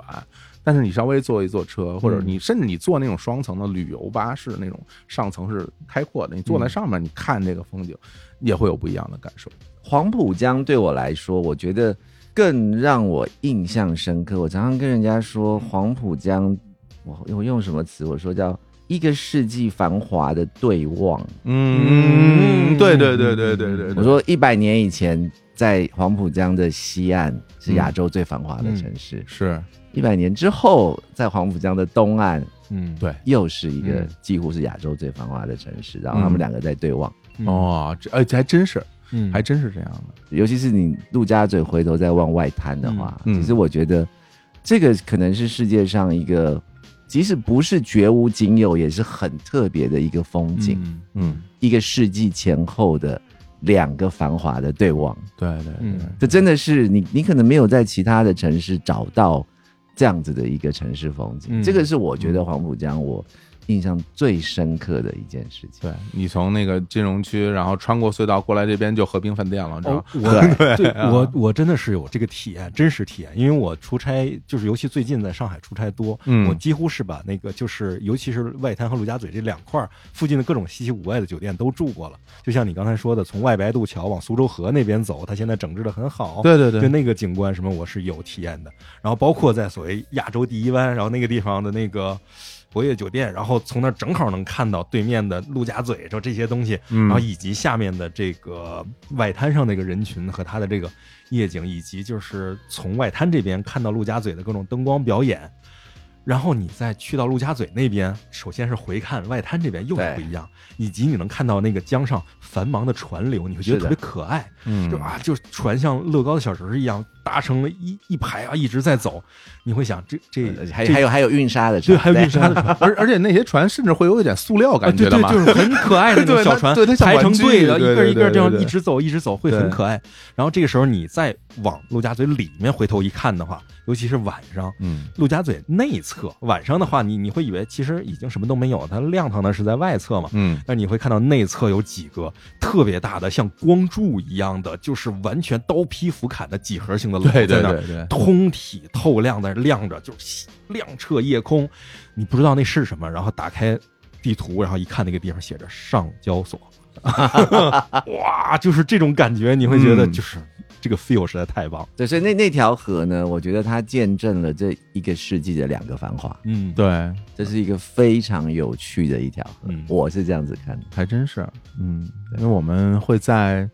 [SPEAKER 2] 但是你稍微坐一坐车，或者你甚至你坐那种双层的旅游巴士，那种上层是开阔的，你坐在上面，你看这个风景，也会有不一样的感受。
[SPEAKER 4] 黄浦江对我来说，我觉得更让我印象深刻。我常常跟人家说，黄浦江，我我用什么词？我说叫一个世纪繁华的对望。
[SPEAKER 2] 嗯，
[SPEAKER 3] 嗯
[SPEAKER 2] 对对对对对对，对
[SPEAKER 4] 我说一百年以前，在黄浦江的西岸是亚洲最繁华的城市，
[SPEAKER 2] 是，
[SPEAKER 4] 一百、年之后，在黄浦江的东岸
[SPEAKER 3] 嗯，
[SPEAKER 2] 对
[SPEAKER 4] 又是一个
[SPEAKER 3] 嗯
[SPEAKER 4] 几乎是亚洲最繁华的城市，然后他
[SPEAKER 2] 嗯
[SPEAKER 4] 们两个在对望，
[SPEAKER 2] 哦，这哎，这还真是，
[SPEAKER 3] 嗯，
[SPEAKER 2] 还真是这样的。
[SPEAKER 4] 尤其是你陆家嘴回头再往外滩的话，
[SPEAKER 2] 嗯嗯
[SPEAKER 4] 其实我觉得这个可能是世界上一个，即使不是绝无仅有，也是很特别的一个风景，
[SPEAKER 3] 嗯
[SPEAKER 2] 嗯，
[SPEAKER 4] 一个世纪前后的两个繁华的对望，
[SPEAKER 2] 对对对
[SPEAKER 3] 嗯，
[SPEAKER 4] 这真的是你你可能没有在其他的城市找到这样子的一个城市风景，
[SPEAKER 3] 嗯
[SPEAKER 4] 这个是我觉得黄浦江我印象最深刻的一件事情。
[SPEAKER 2] 对你从那个金融区，然后穿过隧道过来这边就和平饭店了，知道
[SPEAKER 3] 哦
[SPEAKER 2] 吗？，
[SPEAKER 3] 我对
[SPEAKER 2] 啊
[SPEAKER 3] 我我真的是有这个体验，真实体验，因为我出差就是，尤其最近在上海出差多，
[SPEAKER 2] 嗯
[SPEAKER 3] 我几乎是把那个就是，尤其是外滩和陆家嘴这两块儿附近的各种稀奇古怪的酒店都住过了。就像你刚才说的，从外白渡桥往苏州河那边走，它现在整治的很好，
[SPEAKER 2] 对对
[SPEAKER 3] 就
[SPEAKER 2] 对，
[SPEAKER 3] 那个景观什么我是有体验的。然后包括在所谓亚洲第一湾，然后那个地方的那个博悦酒店，然后从那儿正好能看到对面的陆家嘴，就这些东西，
[SPEAKER 2] 嗯
[SPEAKER 3] 然后以及下面的这个外滩上那个人群和它的这个夜景，以及就是从外滩这边看到陆家嘴的各种灯光表演。然后你再去到陆家嘴那边，首先是回看外滩这边又是
[SPEAKER 4] 对
[SPEAKER 3] 不一样，以及你能看到那个江上繁忙的船流，你会觉得
[SPEAKER 4] 是
[SPEAKER 3] 特别
[SPEAKER 4] 的
[SPEAKER 3] 可爱。
[SPEAKER 2] 嗯
[SPEAKER 3] 就啊，就是船像乐高的小人儿一样搭成了一一排啊，一直在走，你会想这这
[SPEAKER 4] 呃还
[SPEAKER 3] 这
[SPEAKER 4] 还有还有运沙的船，
[SPEAKER 3] 对，还有运沙的船。
[SPEAKER 2] 而而且那些船甚至会有一点塑料
[SPEAKER 3] 哦啊，
[SPEAKER 2] 感
[SPEAKER 3] 对
[SPEAKER 2] 觉的
[SPEAKER 3] 对，
[SPEAKER 2] 嘛，
[SPEAKER 3] 就是很可爱的那
[SPEAKER 2] 对
[SPEAKER 3] 种小
[SPEAKER 2] 它
[SPEAKER 3] 船，
[SPEAKER 2] 对它像
[SPEAKER 3] 排成
[SPEAKER 2] 玩具
[SPEAKER 3] 队的，一
[SPEAKER 2] 对
[SPEAKER 3] 个
[SPEAKER 2] 对
[SPEAKER 3] 一个
[SPEAKER 2] 对
[SPEAKER 3] 这样
[SPEAKER 2] 对对
[SPEAKER 3] 一直走，一直走，会
[SPEAKER 2] 对
[SPEAKER 3] 很可爱。然后这个时候你再往陆家嘴里面回头一看的话，尤其是晚上，
[SPEAKER 2] 嗯，
[SPEAKER 3] 陆家嘴内侧，晚上的话，你你会以为其实已经什么都没有，它亮堂的是在外侧嘛。
[SPEAKER 2] 嗯，
[SPEAKER 3] 但你会看到内侧有几个特别大的，像光柱一样的，就是完全刀劈斧砍的几何形的楼
[SPEAKER 2] 对
[SPEAKER 3] 在
[SPEAKER 2] 对
[SPEAKER 3] 那儿，
[SPEAKER 2] 对对，
[SPEAKER 3] 通体透亮在那儿亮着，就是亮彻夜空，你不知道那是什么。然后打开地图，然后一看那个地方写着上 交所，哇，就是这种感觉，你会觉得
[SPEAKER 2] 嗯
[SPEAKER 3] 就是这个 feel 实在太棒。
[SPEAKER 4] 对，所以那那条河呢，我觉得它见证了这一个世纪的两个繁华，
[SPEAKER 3] 嗯，
[SPEAKER 2] 对，
[SPEAKER 4] 这是一个非常有趣的一条河，
[SPEAKER 3] 嗯
[SPEAKER 4] 我是这样子看的。
[SPEAKER 2] 还真是，嗯，因为我们会在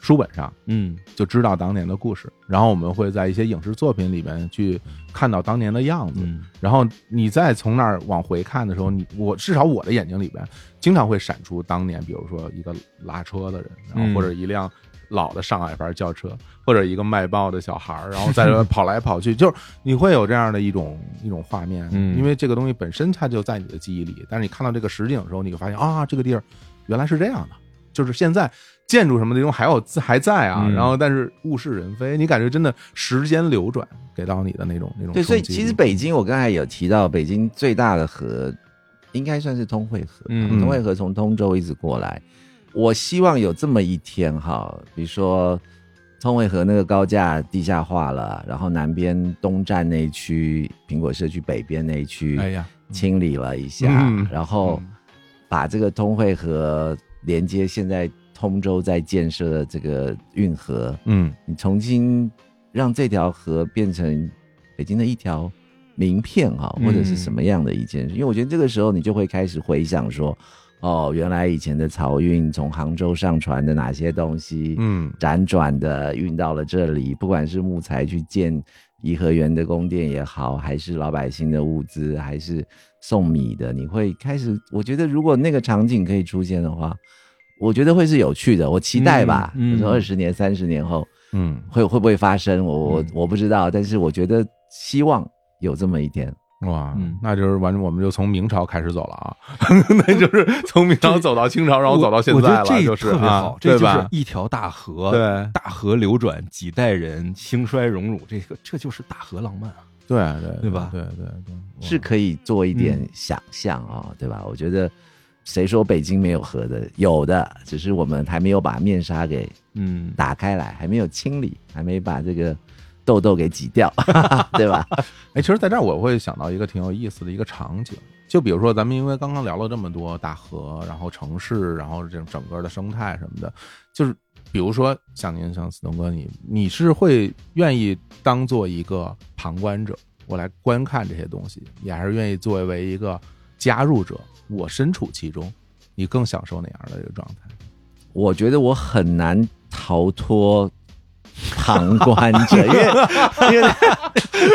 [SPEAKER 2] 书本上
[SPEAKER 3] 嗯，
[SPEAKER 2] 就知道当年的故事，然后我们会在一些影视作品里面去看到当年的样子，
[SPEAKER 3] 嗯
[SPEAKER 2] 然后你再从那儿往回看的时候，你我至少我的眼睛里边经常会闪出当年，比如说一个拉车的人，然
[SPEAKER 3] 嗯
[SPEAKER 2] 后或者一辆老的上海牌轿车，或者一个卖报的小孩儿，然后在这跑来跑去， 就是你会有这样的一种一种画面，
[SPEAKER 3] 嗯
[SPEAKER 2] 因为这个东西本身它就在你的记忆里，但是你看到这个实景的时候，你会发现啊，这个地儿原来是这样的，就是现在建筑什么的，因为还有还在啊，
[SPEAKER 3] 嗯
[SPEAKER 2] 然后但是物是人非，你感觉真的时间流转给到你的那种那种
[SPEAKER 4] 对，所以
[SPEAKER 2] 冲击
[SPEAKER 4] 其
[SPEAKER 2] 力
[SPEAKER 4] 实北京，我刚才有提到，北京最大的河应该算是通惠河。
[SPEAKER 3] 嗯
[SPEAKER 4] 通惠河从通州一直过来，我希望有这么一天哈，比如说通惠河那个高架地下化了，然后南边东站那一区、苹果社区北边那一区
[SPEAKER 2] 哎呀，
[SPEAKER 4] 清理了一下，
[SPEAKER 2] 嗯
[SPEAKER 4] 然后把这个通惠河连接现在通州在建设的这个运河，
[SPEAKER 2] 嗯。
[SPEAKER 4] 你重新让这条河变成北京的一条名片哈、
[SPEAKER 3] 嗯
[SPEAKER 4] 或者是什么样的一件事？因为我觉得这个时候你就会开始回想说，哦，原来以前的漕运从杭州上船的哪些东西，
[SPEAKER 2] 嗯
[SPEAKER 4] 辗转的运到了这里，不管是木材去建颐和园的宫殿也好，还是老百姓的物资，还是送米的，你会开始，我觉得如果那个场景可以出现的话，我觉得会是有趣的，我期待吧。
[SPEAKER 3] 嗯嗯
[SPEAKER 4] 我说二十年、三十年后
[SPEAKER 2] 嗯，
[SPEAKER 4] 会会不会发生，我我
[SPEAKER 3] 嗯
[SPEAKER 4] 我不知道，但是我觉得希望有这么一天。
[SPEAKER 2] 哇
[SPEAKER 3] 嗯，
[SPEAKER 2] 那就是完，我们就从明朝开始走了啊， 那就是从明朝走到清朝，然后走到现
[SPEAKER 3] 我
[SPEAKER 2] 在
[SPEAKER 3] 我觉
[SPEAKER 2] 了，
[SPEAKER 3] 得这
[SPEAKER 2] 就是
[SPEAKER 3] 特别好，
[SPEAKER 2] 啊，
[SPEAKER 3] 这
[SPEAKER 2] 对
[SPEAKER 3] 就是
[SPEAKER 2] 吧？
[SPEAKER 3] 一条大河，
[SPEAKER 2] 对
[SPEAKER 3] 大河流转，几代人兴衰荣辱，这个这就是大河浪漫啊。
[SPEAKER 2] 对对
[SPEAKER 3] 对吧
[SPEAKER 2] 对对对，
[SPEAKER 4] 是可以做一点
[SPEAKER 3] 嗯
[SPEAKER 4] 想象啊、对吧？我觉得，谁说北京没有河的？有的，只是我们还没有把面纱给
[SPEAKER 3] 嗯，
[SPEAKER 4] 打开来，还没有清理，还没把这个痘痘给挤掉， 对吧？
[SPEAKER 2] 哎，其实在这儿我会想到一个挺有意思的一个场景，就比如说咱们因为刚刚聊了这么多大河，然后城市，然后这种整个的生态什么的，就是比如说像您像斯东哥你，你是会愿意当做一个旁观者，我来观看这些东西，也还是愿意作为一个加入者，我身处其中，你更享受哪样的一个状态？
[SPEAKER 4] 我觉得我很难逃脱旁观者，因为 因为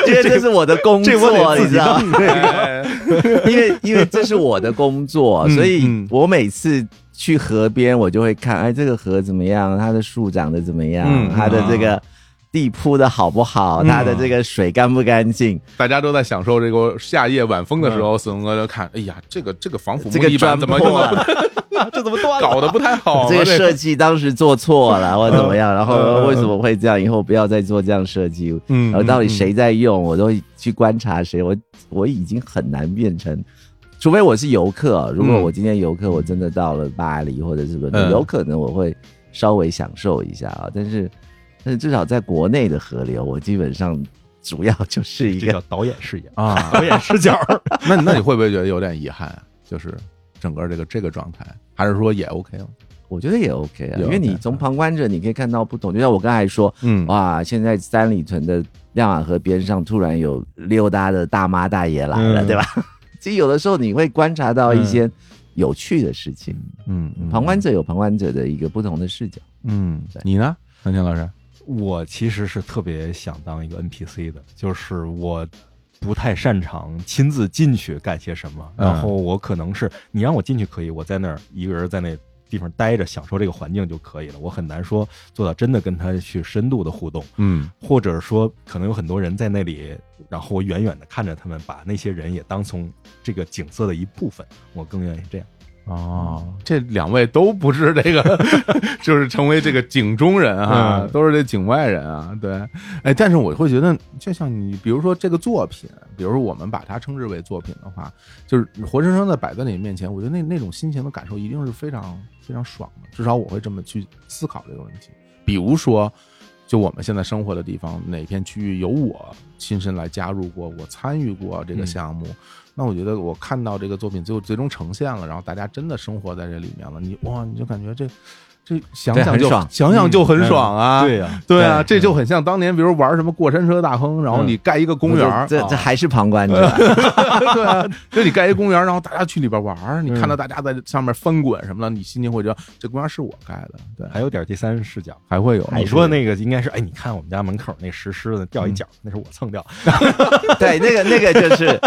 [SPEAKER 4] 因为这是我的工作，你知道吗？ 因为因为这是我的工作，
[SPEAKER 2] 嗯
[SPEAKER 4] 所以
[SPEAKER 2] 嗯
[SPEAKER 4] 我每次去河边，我就会看，哎，这个河怎么样？它的树长得怎么样？
[SPEAKER 2] 嗯
[SPEAKER 4] 它的这个地铺的好不好？
[SPEAKER 2] 嗯
[SPEAKER 4] 它的这个水干不干净？
[SPEAKER 2] 大家都在享受这个夏夜晚风的时候，子龙哥就看，哎呀，这个这个防腐木
[SPEAKER 4] 嗯呃这个
[SPEAKER 2] 地板
[SPEAKER 4] 砖啊
[SPEAKER 2] 怎么啊
[SPEAKER 4] 破
[SPEAKER 2] 这么不
[SPEAKER 4] 了，
[SPEAKER 3] 这怎么 断
[SPEAKER 2] 搞得不太好啊？
[SPEAKER 4] 这个
[SPEAKER 2] 这
[SPEAKER 4] 设计当时做错 了，或怎么样？然后
[SPEAKER 2] 嗯
[SPEAKER 4] 为什么会这样？以后不要再做这样设计。
[SPEAKER 2] 嗯
[SPEAKER 4] 然后呃到底谁在用，我都会去观察谁。我我已经很难变成，除非我是游客。如果我今天游客，我真的到了巴黎或者是伦敦，
[SPEAKER 2] 嗯
[SPEAKER 4] 有可能我会稍微享受一下啊。但是，但是至少在国内的河流，我基本上主要就是一
[SPEAKER 3] 这叫
[SPEAKER 4] 个
[SPEAKER 3] 导演 视野，
[SPEAKER 2] 啊？
[SPEAKER 3] 导演视角。
[SPEAKER 2] 那那你会不会觉得有点遗憾啊？就是整个这个这个状态，还是说也 OK 了？
[SPEAKER 4] 我觉得也 OK 啊，
[SPEAKER 2] 也
[SPEAKER 4] 因为
[SPEAKER 2] OK，
[SPEAKER 4] 你从旁观者你可以看到不同。就像我刚才说，
[SPEAKER 2] 嗯
[SPEAKER 4] 哇，现在三里屯的亮马河边上突然有溜达的大妈大爷来了，
[SPEAKER 3] 嗯
[SPEAKER 4] 对吧？ 其实有的时候你会观察到一些有趣的事情，
[SPEAKER 2] 嗯，嗯
[SPEAKER 4] 旁观者有旁观者的一个不同的视角。
[SPEAKER 2] 嗯
[SPEAKER 4] 对，
[SPEAKER 2] 你呢，南青老师？
[SPEAKER 3] 我其实是特别想当一个 NPC 的，就是我不太擅长亲自进去干些什么，
[SPEAKER 2] 嗯
[SPEAKER 3] 然后我可能是你让我进去可以，我在那儿一个人在那地方待着，享受这个环境就可以了。我很难说做到真的跟他去深度的互动，
[SPEAKER 2] 嗯
[SPEAKER 3] 或者说可能有很多人在那里，然后我远远的看着他们，把那些人也当从这个景色的一部分，我更愿意这样。
[SPEAKER 2] 哦，这两位都不是这 个，就是成为这个井中人啊，
[SPEAKER 3] 嗯
[SPEAKER 2] 都是这井外人啊。对，哎，但是我会觉得，就像你，比如说这个作品，比如说我们把它称之为作品的话，就是活生生的摆在你面前，我觉得那那种心情的感受一定是非常非常爽的。至少我会这么去思考这个问题。比如说，就我们现在生活的地方哪片区域有我亲身来加入过，我参与过这个
[SPEAKER 3] 嗯
[SPEAKER 2] 项目，那我觉得我看到这个作品最后最终呈现了，然后大家真的生活在这里面了，你哇，你就感觉这这想
[SPEAKER 4] 对
[SPEAKER 2] 想
[SPEAKER 4] 很
[SPEAKER 2] 就
[SPEAKER 4] 爽
[SPEAKER 2] 想想就很爽啊，
[SPEAKER 3] 对呀、
[SPEAKER 2] 对啊，
[SPEAKER 3] 对嗯
[SPEAKER 2] 这就很像当年比如玩什么过山车大亨，然后你盖一个公园儿，
[SPEAKER 4] 这这这
[SPEAKER 2] 啊
[SPEAKER 4] 还是旁 观者，
[SPEAKER 2] 对啊，就你盖一公园，然后大家去里边玩儿，你看到大家在上面翻滚什么的，你心情会觉得这公园是我盖的，对，
[SPEAKER 3] 还有点第三视角。
[SPEAKER 2] 还会有
[SPEAKER 3] 你说那个应该是，哎，你看我们家门口那石狮子掉一角，那是我蹭掉。
[SPEAKER 4] 对，那个那个就是，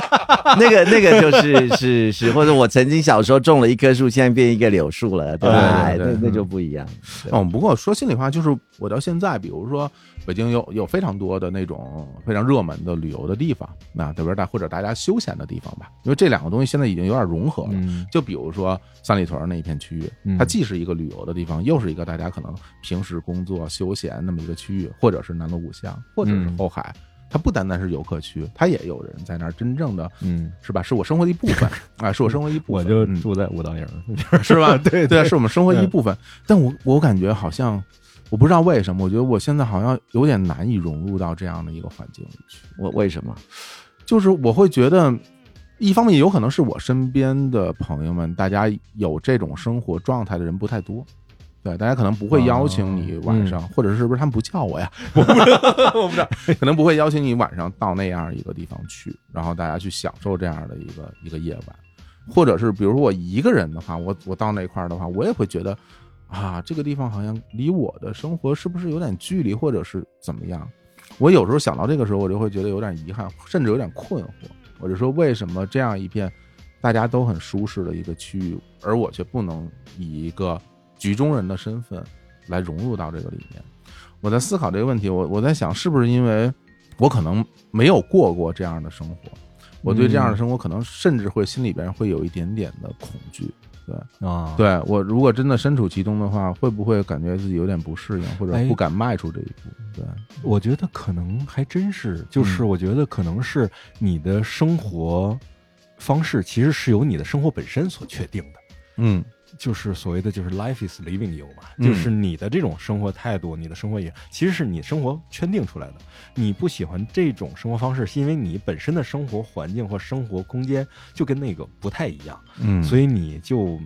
[SPEAKER 4] 那个那个就是是是，或者我曾经小时候种了一棵树，现在变一个柳树了，对吧？
[SPEAKER 2] 哎对对
[SPEAKER 4] 那那
[SPEAKER 2] 嗯
[SPEAKER 4] 就不一样。对
[SPEAKER 2] 哦，不过说心里话，就是我到现在，比如说北京有有非常多的那种非常热门的旅游的地方，那特别是大或者大家休闲的地方吧，因为这两个东西现在已经有点融合了。
[SPEAKER 3] 嗯
[SPEAKER 2] 就比如说三里屯那一片区域，
[SPEAKER 3] 嗯
[SPEAKER 2] 它既是一个旅游的地方，又是一个大家可能平时工作休闲那么一个区域，或者是南锣鼓巷，或者是
[SPEAKER 3] 嗯
[SPEAKER 2] 后海。它不单单是游客区，它也有人在那儿真正的
[SPEAKER 3] 嗯，
[SPEAKER 2] 是吧？是我生活的一部 分啊，是我生活的一部
[SPEAKER 3] 我
[SPEAKER 2] 分。
[SPEAKER 3] 就
[SPEAKER 2] 嗯
[SPEAKER 3] 住在五道营，
[SPEAKER 2] 是吧？对对，是我们生活一
[SPEAKER 3] 嗯
[SPEAKER 2] 部分。但我我感觉好像，我不知道为什么，我觉得我现在好像有点难以融入到这样的一个环境里去。
[SPEAKER 4] 我为什么？
[SPEAKER 2] 就是我会觉得，一方面有可能是我身边的朋友们，大家有这种生活状态的人不太多。对，大家可能不会邀请你晚上，或者是不是他们不叫 我呀？哦嗯我不知道，我不 知道，可能不会邀请你晚上到那样一个地方去，然后大家去享受这样的一个一个夜晚，或者是比如说我一个人的话，我我到那块儿的话，我也会觉得啊，这个地方好像离我的生活是不是有点距离，或者是怎么样？我有时候想到这个时候，我就会觉得有点遗憾，甚至有点困惑。我就说，为什么这样一片大家都很舒适的一个区域，而我却不能以一个局中人的身份来融入到这个里面？我在思考这个问题，我我在想，是不是因为我可能没有过过这样的生活，我对这
[SPEAKER 3] 嗯
[SPEAKER 2] 样的生活可能甚至会心里边会有一点点的恐惧。
[SPEAKER 3] 啊，
[SPEAKER 2] 对我如果真的身处其中的话，会不会感觉自己有点不适应，或者
[SPEAKER 3] 哎
[SPEAKER 2] 不敢迈出这一步？对，
[SPEAKER 3] 我觉得可能还真是，就是
[SPEAKER 2] 嗯
[SPEAKER 3] 我觉得可能是你的生活方式其实是由你的生活本身所确定的，
[SPEAKER 2] 嗯
[SPEAKER 3] 就是所谓的就是 life is living you 嘛，
[SPEAKER 2] 嗯
[SPEAKER 3] 就是你的这种生活态度，你的生活也其实是你生活圈定出来的。你不喜欢这种生活方式，是因为你本身的生活环境或生活空间就跟那个不太一样。
[SPEAKER 2] 嗯
[SPEAKER 3] 所以你就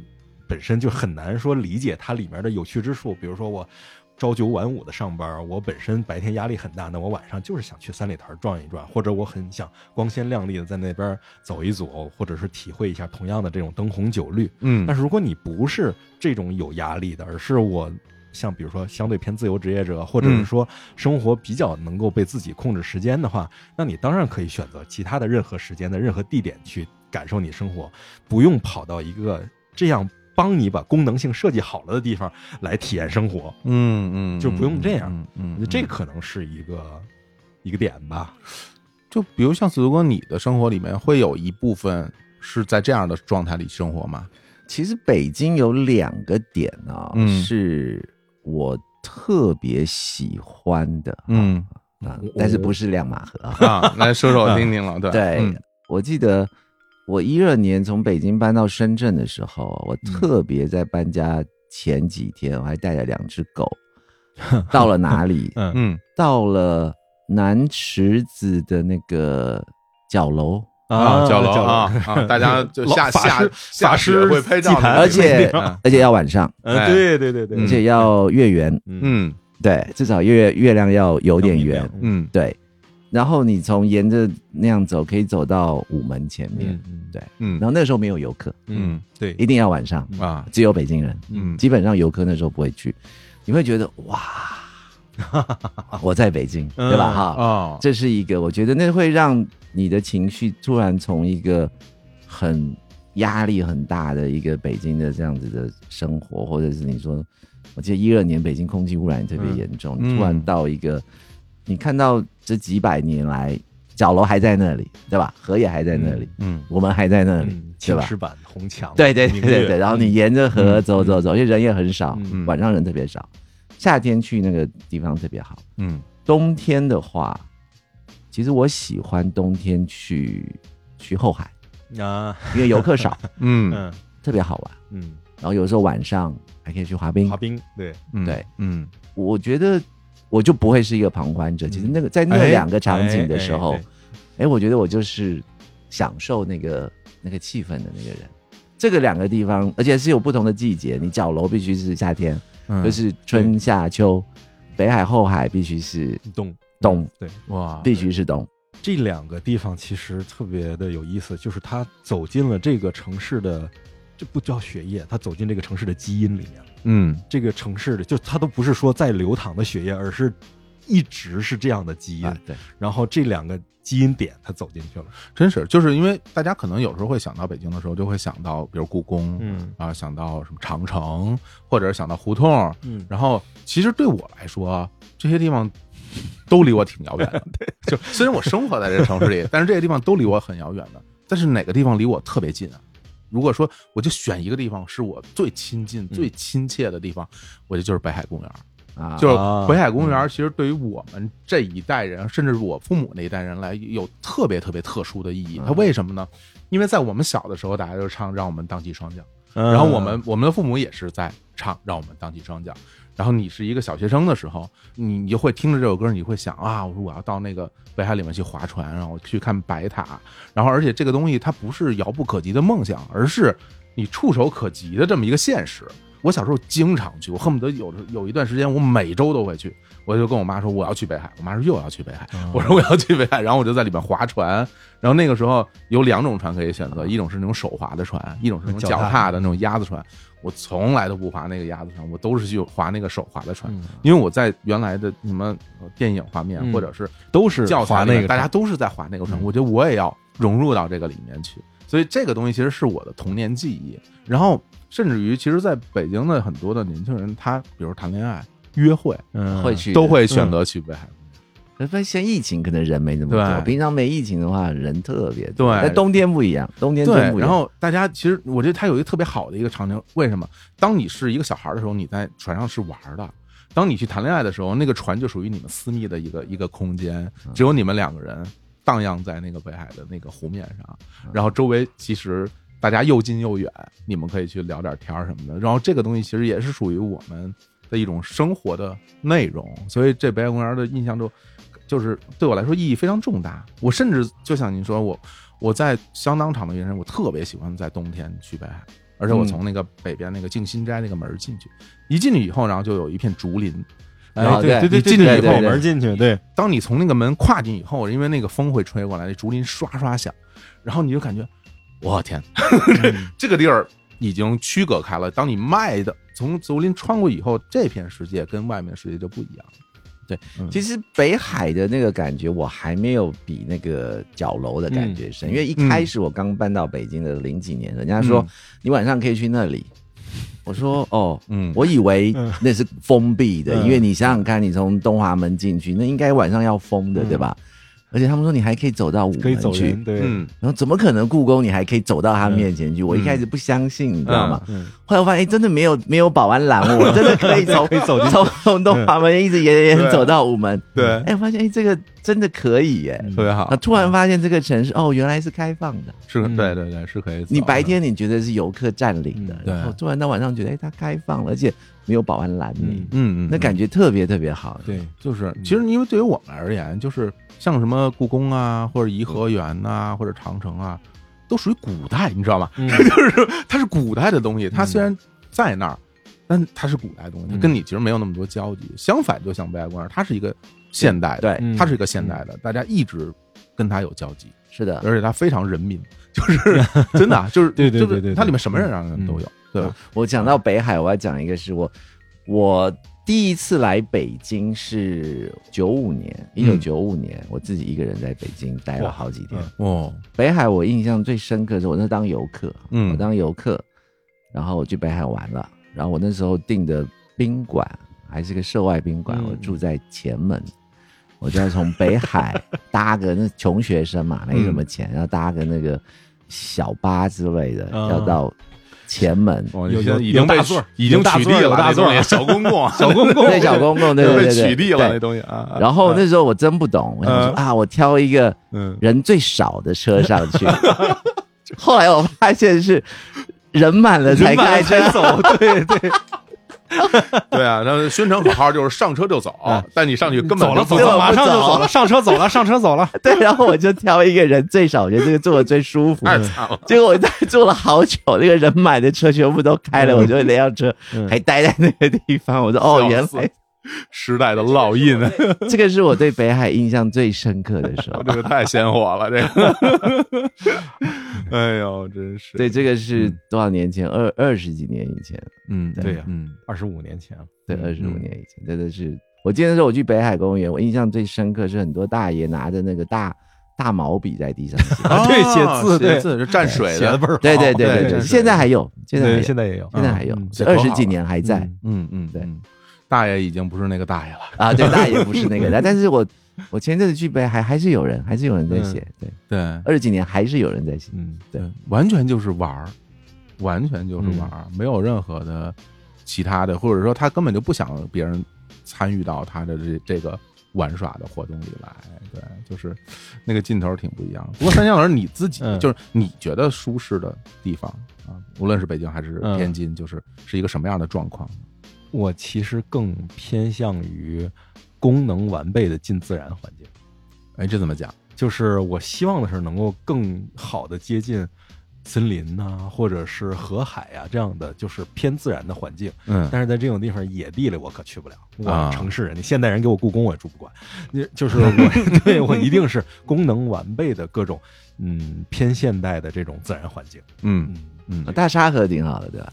[SPEAKER 3] 本身就很难说理解它里面的有趣之处。比如说我朝九晚五的上班，我本身白天压力很大，那我晚上就是想去三里屯转一转，或者我很想光鲜亮丽的在那边走一走，或者是体会一下同样的这种灯红酒绿。
[SPEAKER 2] 嗯
[SPEAKER 3] 但是如果你不是这种有压力的，而是我像比如说相对偏自由职业者，或者是
[SPEAKER 2] 嗯
[SPEAKER 3] 说生活比较能够被自己控制时间的话，那你当然可以选择其他的任何时间的任何地点去感受你生活，不用跑到一个这样。帮你把功能性设计好了的地方来体验生活，
[SPEAKER 2] 嗯嗯，
[SPEAKER 3] 就不用这样
[SPEAKER 2] 嗯嗯
[SPEAKER 3] 我觉得这可能是一个一个点吧。
[SPEAKER 2] 就比如像子如哥，你的生活里面会有一部分是在这样的状态里生活吗？
[SPEAKER 4] 其实北京有两个点啊、
[SPEAKER 2] 嗯
[SPEAKER 4] 是我特别喜欢的，
[SPEAKER 2] 嗯
[SPEAKER 4] 啊
[SPEAKER 3] 我，
[SPEAKER 4] 但是不是亮马河 啊？
[SPEAKER 2] 啊，来说说我听听了，对
[SPEAKER 4] 对，
[SPEAKER 2] 嗯
[SPEAKER 4] 我记得我一二年从北京搬到深圳的时候，啊我特别在搬家前几天，我还带了两只狗。到了哪里？
[SPEAKER 3] 嗯
[SPEAKER 2] 嗯
[SPEAKER 4] 到了南池子的那个角楼，
[SPEAKER 2] 啊，角
[SPEAKER 3] 角
[SPEAKER 2] 楼啊，啊大家就下
[SPEAKER 3] 老嗯法
[SPEAKER 2] 下
[SPEAKER 3] 师
[SPEAKER 2] 下
[SPEAKER 3] 法
[SPEAKER 2] 雪
[SPEAKER 3] 师
[SPEAKER 2] 会拍照
[SPEAKER 3] 祭
[SPEAKER 2] 的，
[SPEAKER 3] 坛
[SPEAKER 4] 而且
[SPEAKER 2] 嗯
[SPEAKER 4] 而且要晚上，
[SPEAKER 3] 嗯，对对对对，
[SPEAKER 4] 而且要月圆，
[SPEAKER 3] 嗯
[SPEAKER 2] 嗯
[SPEAKER 4] 对，至少月月亮要有点圆，
[SPEAKER 2] 嗯
[SPEAKER 4] 对。然后你从沿着那样走，可以走到午门前面
[SPEAKER 3] 嗯，嗯
[SPEAKER 4] 对。
[SPEAKER 2] 嗯
[SPEAKER 4] 然后那时候没有游客，
[SPEAKER 3] 嗯对，
[SPEAKER 4] 一定要晚上，
[SPEAKER 2] 啊
[SPEAKER 4] 只有北京人，
[SPEAKER 2] 嗯
[SPEAKER 4] 基本上游客那时候不会去，你会觉得 哇，我在北京，
[SPEAKER 3] 嗯
[SPEAKER 4] 对吧？哈、
[SPEAKER 2] 哦
[SPEAKER 4] 这是一个，我觉得那会让你的情绪突然从一个很压力很大的一个北京的这样子的生活，或者是你说，我记得一二年北京空气污染特别严重，
[SPEAKER 2] 嗯
[SPEAKER 4] 你突然
[SPEAKER 2] 嗯
[SPEAKER 4] 到一个，你看到这几百年来，角楼还在那里，对吧？河也还在那里，
[SPEAKER 2] 嗯
[SPEAKER 4] 我们还在那里，
[SPEAKER 3] 嗯，
[SPEAKER 4] 对
[SPEAKER 3] 青
[SPEAKER 4] 吧
[SPEAKER 3] 石板、红墙，
[SPEAKER 4] 对对对
[SPEAKER 3] 明
[SPEAKER 4] 对
[SPEAKER 3] 月
[SPEAKER 4] 对，然后你沿着河走走走，因为人也很少，
[SPEAKER 3] 嗯
[SPEAKER 2] 嗯
[SPEAKER 4] 晚上人特别少，夏天去那个地方特别好。
[SPEAKER 2] 嗯
[SPEAKER 4] 冬天的话，其实我喜欢冬天去去后海，
[SPEAKER 3] 啊，
[SPEAKER 4] 因为游客 少，
[SPEAKER 2] 嗯
[SPEAKER 3] 嗯
[SPEAKER 4] 特别好玩。
[SPEAKER 3] 嗯，
[SPEAKER 4] 然后有时候晚上还可以去滑冰
[SPEAKER 3] 滑。冰，对，
[SPEAKER 2] 嗯，
[SPEAKER 4] 对，
[SPEAKER 2] 嗯
[SPEAKER 4] 我觉得我就不会是一个旁观者。其实那个在那
[SPEAKER 2] 哎
[SPEAKER 4] 两个场景的时候，
[SPEAKER 3] 嗯哎哎
[SPEAKER 4] 哎，我觉得我就是享受那个那个气氛的那个人。这个两个地方，而且是有不同的季节。你角楼必须是夏天，
[SPEAKER 2] 嗯，
[SPEAKER 4] 就是春夏秋；北海后海必须是
[SPEAKER 3] 哎动
[SPEAKER 4] 冬，
[SPEAKER 3] 对。
[SPEAKER 2] 哇，
[SPEAKER 4] 必须是冬。
[SPEAKER 3] 这两个地方其实特别的有意思，就是它走进了这个城市的，这不叫血液，它走进这个城市的基因里面了。
[SPEAKER 2] 嗯
[SPEAKER 3] 这个城市的就它都不是说在流淌的血液，而是一直是这样的基因。
[SPEAKER 4] 啊，对，
[SPEAKER 3] 然后这两个基因点它走进去了。
[SPEAKER 2] 真是，就是因为大家可能有时候会想到北京的时候，就会想到比如故宫，
[SPEAKER 3] 嗯
[SPEAKER 2] 啊，想到什么长城，或者是想到胡同。
[SPEAKER 3] 嗯，
[SPEAKER 2] 然后其实对我来说，啊这些地方都离我挺遥 远的。就虽然我生活在这个城市里，但是这些地方都离我很遥远的。但是哪个地方离我特别近啊？如果说我就选一个地方是我最亲近、最亲切的地方，我觉得就是北海公园。
[SPEAKER 4] 啊，
[SPEAKER 2] 就是
[SPEAKER 3] 啊
[SPEAKER 2] 北海公园，其实对于我们这一代人，甚至是我父母那一代人来，有特别特别特殊的意义。它为什么呢？因为在我们小的时候，大家就唱“让我们荡起双桨”，
[SPEAKER 3] 嗯
[SPEAKER 2] 然后我们我们的父母也是在唱“让我们荡起双桨”。然后你是一个小学生的时候，你你就会听着这首歌，你会想啊，我说我要到那个北海里面去划船，然后去看白塔。然后而且这个东西它不是遥不可及的梦想，而是你触手可及的这么一个现实。我小时候经常去，我恨不得有有一段时间，我每周都会去。我就跟我妈说我要去北海，我妈说又要去北海，我说我要去北海，然后我就在里面划船。然后那个时候有两种船可以选择，一种是那种手划的船，一种是那种脚踏的那种鸭子船。我从来都不划那个鸭子船，我都是去划那个手划的船，
[SPEAKER 3] 嗯
[SPEAKER 2] 因为我在原来的什么呃电影画面
[SPEAKER 3] 嗯
[SPEAKER 2] 或者是
[SPEAKER 3] 都是
[SPEAKER 2] 教材
[SPEAKER 3] 划
[SPEAKER 2] 里面
[SPEAKER 3] 那个，
[SPEAKER 2] 大家都是在划那个船，
[SPEAKER 3] 嗯
[SPEAKER 2] 我觉得我也要融入到这个里面去。所以这个东西其实是我的童年记忆。然后，甚至于，其实在北京的很多的年轻人，他比如谈恋爱、约会，
[SPEAKER 3] 嗯
[SPEAKER 4] 会去
[SPEAKER 2] 都会选择去北海。
[SPEAKER 4] 可发现疫情可能人没那么多，
[SPEAKER 2] 对
[SPEAKER 4] 平常没疫情的话人特别多。
[SPEAKER 2] 对
[SPEAKER 4] 但冬天不一样，冬天真不
[SPEAKER 2] 对，
[SPEAKER 4] 一样。
[SPEAKER 2] 然后大家其实我觉得它有一个特别好的一个场景，为什么？当你是一个小孩的时候，你在船上是玩的；当你去谈恋爱的时候，那个船就属于你们私密的一个一个空间，只有你们两个人荡漾在那个北海的那个湖面上，然后周围其实。大家又近又远，你们可以去聊点天儿什么的。然后这个东西其实也是属于我们的一种生活的内容，所以这北海公园的印象中，就是对我来说意义非常重大。我甚至就像您说，我我在相当长的原因，我特别喜欢在冬天去北海，而且我从那个北边那个静心斋那个门儿进去，一进去以后，然后就有一片竹林。
[SPEAKER 3] 哎
[SPEAKER 4] 啊
[SPEAKER 3] 对
[SPEAKER 4] 对
[SPEAKER 3] 对对，
[SPEAKER 2] 进
[SPEAKER 3] 进
[SPEAKER 2] 去以
[SPEAKER 3] 去以
[SPEAKER 2] 后
[SPEAKER 3] 后门进去，对，
[SPEAKER 2] 当你从那个门跨进以后，因为那个风会吹过来，那竹林刷刷响，然后你就感觉，我天，这个地儿已经区隔开了。当你迈的从竹林穿过以后，这片世界跟外面的世界就不一样了。
[SPEAKER 4] 其实北海的那个感觉，我还没有比那个角楼的感觉深，因为一开始我刚搬到北京的零几年，人家说、
[SPEAKER 2] 嗯
[SPEAKER 4] 你晚上可以去那里，我说哦。
[SPEAKER 2] 嗯
[SPEAKER 4] 我以为那是封闭的，
[SPEAKER 3] 嗯
[SPEAKER 4] 因为你想想看，你从东华门进去，那应该晚上要封的，
[SPEAKER 3] 嗯
[SPEAKER 4] 对吧？而且他们说你还可以走到午
[SPEAKER 3] 可以
[SPEAKER 4] 门
[SPEAKER 3] 走
[SPEAKER 4] 去
[SPEAKER 3] 人，，对，
[SPEAKER 2] 嗯
[SPEAKER 4] 然后怎么可能故宫你还可以走到他面前去？我一开始不相信，你知道吗？
[SPEAKER 3] 嗯
[SPEAKER 4] 后来我发现，哎，真的没有没有保安拦 我，真的可以从
[SPEAKER 3] 可以走进去
[SPEAKER 4] 从从东华门一直沿沿
[SPEAKER 2] 对
[SPEAKER 4] 沿走到午门。
[SPEAKER 2] 对
[SPEAKER 4] 哎，我发现哎，这个真的可以耶！
[SPEAKER 3] 嗯
[SPEAKER 2] 特别好
[SPEAKER 4] 啊，，突然发现这个城市哦，原来是开放的。
[SPEAKER 2] 是
[SPEAKER 3] 嗯
[SPEAKER 2] 对对对，是可以走的。
[SPEAKER 4] 你白天你觉得是游客占领的
[SPEAKER 3] 嗯，
[SPEAKER 2] 对
[SPEAKER 4] 然后突然到晚上觉得哎，它开放了，而且没有保安拦你
[SPEAKER 3] 嗯，
[SPEAKER 2] 嗯，嗯，
[SPEAKER 4] 那
[SPEAKER 2] 嗯
[SPEAKER 4] 感觉特别特别好。
[SPEAKER 3] 对，
[SPEAKER 2] 就是，
[SPEAKER 3] 嗯
[SPEAKER 2] 其实因为对于我们而言，就是像什么故宫啊，或者颐和园呐、或者长城啊，都属于古代，你知道吗？
[SPEAKER 3] 嗯
[SPEAKER 2] 就是它是古代的东西，它虽然在那儿，但它是古代的东西，它跟你其实没有那么多交集。相反，就像北海公园，它是一个现代的，
[SPEAKER 4] 对，
[SPEAKER 3] 嗯
[SPEAKER 2] 它是一个现代的，大家一直跟它有交集，
[SPEAKER 4] 是的。
[SPEAKER 2] 而且它非常人民， 就是真的啊，就是
[SPEAKER 3] 对对
[SPEAKER 2] 就是
[SPEAKER 3] 对对对嗯
[SPEAKER 2] 它里面什么人啊都有，对吧？
[SPEAKER 4] 我讲到北海，我要讲一个是我我第一次来北京是九五年，一九
[SPEAKER 2] 嗯
[SPEAKER 4] 九五年，我自己一个人在北京待了
[SPEAKER 3] 哇
[SPEAKER 4] 好几天。
[SPEAKER 3] 嗯
[SPEAKER 2] 哦，
[SPEAKER 4] 北海我印象最深刻是我那当游客，
[SPEAKER 2] 嗯
[SPEAKER 4] 我当游客，然后我去北海玩了，然后我那时候订的宾馆还是个涉外宾馆，
[SPEAKER 2] 嗯
[SPEAKER 4] 我住在前门，我就要从北海搭个那穷学生嘛，没什么钱，要搭个那个小巴之类的，
[SPEAKER 3] 嗯
[SPEAKER 4] 要到前门。
[SPEAKER 2] 哦，
[SPEAKER 3] 有
[SPEAKER 2] 你现在
[SPEAKER 3] 有
[SPEAKER 2] 已
[SPEAKER 3] 有
[SPEAKER 2] 经被
[SPEAKER 3] 大座儿
[SPEAKER 2] 已
[SPEAKER 3] 有
[SPEAKER 2] 经
[SPEAKER 3] 大
[SPEAKER 2] 取
[SPEAKER 3] 座儿
[SPEAKER 2] 缔
[SPEAKER 3] 有
[SPEAKER 2] 了，
[SPEAKER 3] 大
[SPEAKER 2] 那
[SPEAKER 3] 座儿
[SPEAKER 2] 东 西小公共，
[SPEAKER 3] 小公 共
[SPEAKER 4] 对小公共，对对
[SPEAKER 2] 被
[SPEAKER 4] 对对，
[SPEAKER 2] 取缔了那
[SPEAKER 4] 对
[SPEAKER 2] 东西啊。
[SPEAKER 4] 然后
[SPEAKER 2] 啊
[SPEAKER 4] 那时候我真不懂，我想说
[SPEAKER 2] 嗯
[SPEAKER 4] 啊，我挑一个
[SPEAKER 2] 嗯，
[SPEAKER 4] 人最少的车上 去。后来我发现是人满了才
[SPEAKER 3] 人满
[SPEAKER 4] 开
[SPEAKER 3] 了才
[SPEAKER 4] 车，
[SPEAKER 3] 走，对对，
[SPEAKER 2] 对啊，然后宣传口号就是上车就走
[SPEAKER 3] 啊，
[SPEAKER 2] 但你上去根本
[SPEAKER 3] 走了
[SPEAKER 2] 就不
[SPEAKER 3] 走
[SPEAKER 4] 根
[SPEAKER 3] 了，马
[SPEAKER 4] 本
[SPEAKER 3] 上就
[SPEAKER 4] 不走
[SPEAKER 3] 走了，上车 走了，上车走了，
[SPEAKER 4] 对，然后我就挑一个人最少，我觉得这个坐的最舒 服。
[SPEAKER 2] 太惨了。
[SPEAKER 4] 结果我在坐了好久，那个人满的车全部都开了，我就那辆车
[SPEAKER 3] 嗯
[SPEAKER 4] 还待在那个地方。我说哦，
[SPEAKER 2] 笑
[SPEAKER 4] 原
[SPEAKER 2] 死
[SPEAKER 4] 来
[SPEAKER 2] 时代的烙 印，。
[SPEAKER 4] 这个是我对北海印象最深刻的时候
[SPEAKER 2] 这个太鲜活了，这个， 哎呦，真是。
[SPEAKER 4] 对，这个是多少年前？二二十几年以前，
[SPEAKER 2] 嗯，
[SPEAKER 3] 对呀
[SPEAKER 2] 嗯，
[SPEAKER 3] 二十五年前了，
[SPEAKER 4] 对，
[SPEAKER 2] 嗯
[SPEAKER 4] 二十五
[SPEAKER 2] 嗯
[SPEAKER 4] 年以前，真的是。我记得那时候我去北海公园，我印象最深刻是很多大爷拿着那个大大毛笔在地上写。
[SPEAKER 3] 对写字对
[SPEAKER 2] 啊写字是蘸水
[SPEAKER 3] 写的倍儿好，
[SPEAKER 4] 对对
[SPEAKER 2] 对
[SPEAKER 4] 对对
[SPEAKER 2] 对
[SPEAKER 4] 对，
[SPEAKER 2] 对
[SPEAKER 4] 现在还有，现在还
[SPEAKER 3] 对，
[SPEAKER 4] 有，
[SPEAKER 3] 现
[SPEAKER 4] 现
[SPEAKER 3] 在也有，
[SPEAKER 4] 在还有
[SPEAKER 3] 嗯，
[SPEAKER 4] 这
[SPEAKER 2] 多
[SPEAKER 4] 二
[SPEAKER 2] 好
[SPEAKER 4] 十几年还在。
[SPEAKER 3] 嗯
[SPEAKER 2] 嗯嗯，
[SPEAKER 4] 对
[SPEAKER 2] 嗯，大爷已经不是那个大爷了。
[SPEAKER 4] 啊，对，大爷不 是那个，但但是我我前阵子去北海，还是有人，还是有人在写，对，
[SPEAKER 3] 呃
[SPEAKER 2] 对，
[SPEAKER 4] 二十几年还是有人在写，
[SPEAKER 3] 嗯，
[SPEAKER 4] 对
[SPEAKER 2] 对，完全就是玩儿，完全就是玩儿，没有任何的其他的，或者说他根本就不想别人参与到他的这这个玩耍的活动里来。对，就是那个劲头儿挺不一样的。不过三江老师你自己、
[SPEAKER 3] 嗯
[SPEAKER 2] 就是你觉得舒适的地方啊，无论是北京还是
[SPEAKER 3] 嗯
[SPEAKER 2] 天津，就是是一个什么样的状况？
[SPEAKER 3] 我其实更偏向于功能完备的近自然环境，
[SPEAKER 2] 哎，这怎么讲？
[SPEAKER 3] 就是我希望的是能够更好的接近森林呐、或者是河海啊这样的，就是偏自然的环境。
[SPEAKER 2] 嗯
[SPEAKER 3] 但是在这种地方野地里我可去不了，
[SPEAKER 2] 啊
[SPEAKER 3] 我城市人，你现代人给我故宫我也住不惯，你 就是我对我一定是功能完备的各种嗯偏现代的这种自然环境，
[SPEAKER 2] 嗯
[SPEAKER 3] 嗯。
[SPEAKER 2] 嗯
[SPEAKER 4] 啊大沙河挺好的，对吧？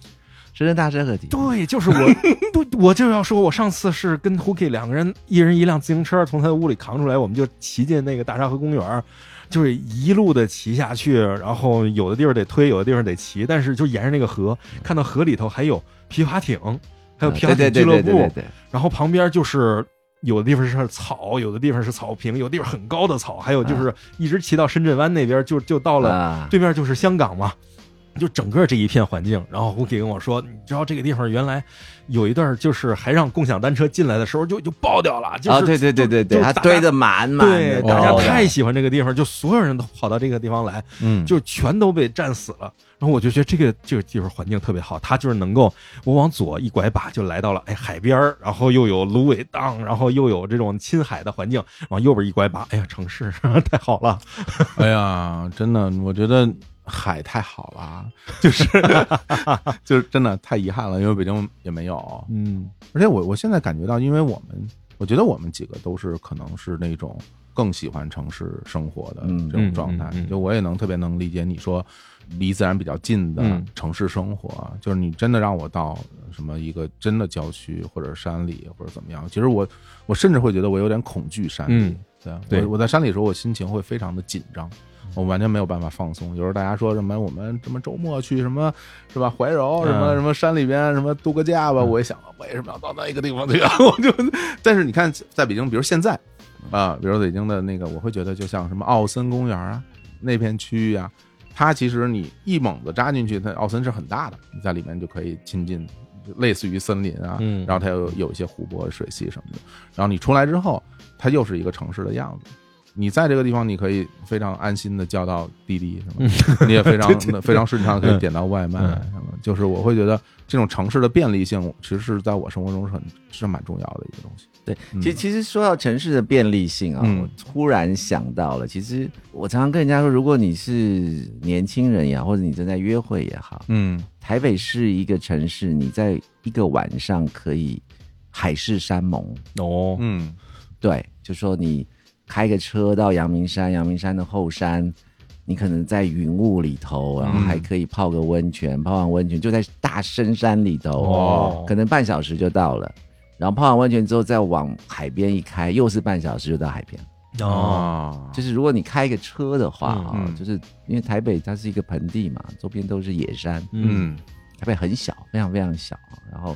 [SPEAKER 4] 深圳大沙河挺好的，
[SPEAKER 3] 对，就是我，对，我就要说，我上次是跟胡 K 两个人，一人一辆自行车，从他的屋里扛出来，我们就骑进那个大沙河公园儿，就是一路的骑下去，然后有的地方得推，有的地方得骑，但是就沿着那个河，看到河里头还有皮划艇，还有皮划
[SPEAKER 4] 啊对
[SPEAKER 3] 艇俱
[SPEAKER 4] 对
[SPEAKER 3] 乐
[SPEAKER 4] 对对对
[SPEAKER 3] 部
[SPEAKER 4] 对，对，
[SPEAKER 3] 然后旁边就是。有的地方是草，有的地方是草坪，有的地方很高的草，还有
[SPEAKER 4] 啊
[SPEAKER 3] 就是一直骑到深圳湾那边，就就到
[SPEAKER 4] 好
[SPEAKER 3] 了
[SPEAKER 4] 了，
[SPEAKER 3] 对面就是香港嘛，就整个这一片环境。然后胡 k 跟我说，你知道这个地方原来有一段就是还让共享单车进来的时候就就爆掉了，就是、
[SPEAKER 4] 啊，对对对对对，
[SPEAKER 3] 就
[SPEAKER 4] 它
[SPEAKER 3] 大家
[SPEAKER 4] 堆的满满
[SPEAKER 3] 对
[SPEAKER 4] 的，
[SPEAKER 3] 大家
[SPEAKER 4] 高的
[SPEAKER 3] 太喜欢这个地方，就所有人都跑到这个地方来，
[SPEAKER 2] 嗯
[SPEAKER 3] 就全都被占死了。然后我就觉得这个这个地方环境特别好，它就是能够我往左一拐把就来到了哎海边儿，然后又有芦苇荡，然后又有这种亲海的环境，往右边一拐把，哎呀城市 太好了，
[SPEAKER 2] 哎呀，真的，我觉得海太好了啊，就是 就是真的太遗憾了，因为北京也没有。
[SPEAKER 3] 嗯
[SPEAKER 2] 而且我我现在感觉到，因为我们，我觉得我们几个都是可能是那种更喜欢城市生活的
[SPEAKER 4] 嗯
[SPEAKER 2] 这种状态。
[SPEAKER 3] 嗯嗯嗯
[SPEAKER 2] 就我也能特别能理解你说离自然比较近的
[SPEAKER 3] 嗯
[SPEAKER 2] 城市生活啊，就是你真的让我到什么一个真的郊区或者山里或者怎么样，其实我我甚至会觉得我有点恐惧山里。
[SPEAKER 3] 嗯
[SPEAKER 2] 对，啊
[SPEAKER 3] 对嗯
[SPEAKER 2] 我我在山里的时候，我心情会非常的紧张。我完全没有办法放松。有时候大家说什么我们什么周末去什么是吧怀柔什么
[SPEAKER 3] 嗯
[SPEAKER 2] 什么山里边什么度个假吧，我也想为什么要到那一个地方去啊？ 我就，但是你看在北京，比如现在
[SPEAKER 3] 嗯
[SPEAKER 2] 啊，比如北京的那个，我会觉得就像什么奥森公园啊那片区域啊，它其实你一猛子扎进去，它奥森是很大的，你在里面就可以亲近。类似于森林啊，
[SPEAKER 3] 嗯
[SPEAKER 2] 然后它有有一些湖泊、水系什么的，然后你出来之后，它又是一个城市的样子。你在这个地方，你可以非常安心的叫到滴滴什么的，你也 非常非常顺畅地可以点到外卖
[SPEAKER 3] 嗯
[SPEAKER 2] 什么的。就是我会觉得这种城市的便利性，其实是在我生活中是很是蛮重要的一个东西。
[SPEAKER 4] 对，
[SPEAKER 2] 嗯
[SPEAKER 4] 其实其实说到城市的便利性啊，
[SPEAKER 2] 嗯
[SPEAKER 4] 我突然想到了，其实我常常跟人家说，如果你是年轻人呀，或者你正在约会也好，
[SPEAKER 2] 嗯
[SPEAKER 4] 台北是一个城市，你在一个晚上可以海誓山盟，
[SPEAKER 3] 哦
[SPEAKER 2] 嗯
[SPEAKER 4] 对，就说你开个车到阳明山，阳明山的后山，你可能在云雾里头，然后还可以泡个温泉，泡完温泉就在大深山里头，
[SPEAKER 3] 哦
[SPEAKER 4] 可能半小时就到了。然后泡完温泉之后再往海边一开，又是半小时就到海边。
[SPEAKER 3] 啊
[SPEAKER 2] 哦，
[SPEAKER 4] 就是如果你开一个车的话啊、
[SPEAKER 2] 嗯嗯
[SPEAKER 4] 就是因为台北它是一个盆地嘛，周边都是野山，
[SPEAKER 2] 嗯
[SPEAKER 4] 台北很小，非常非常小。然后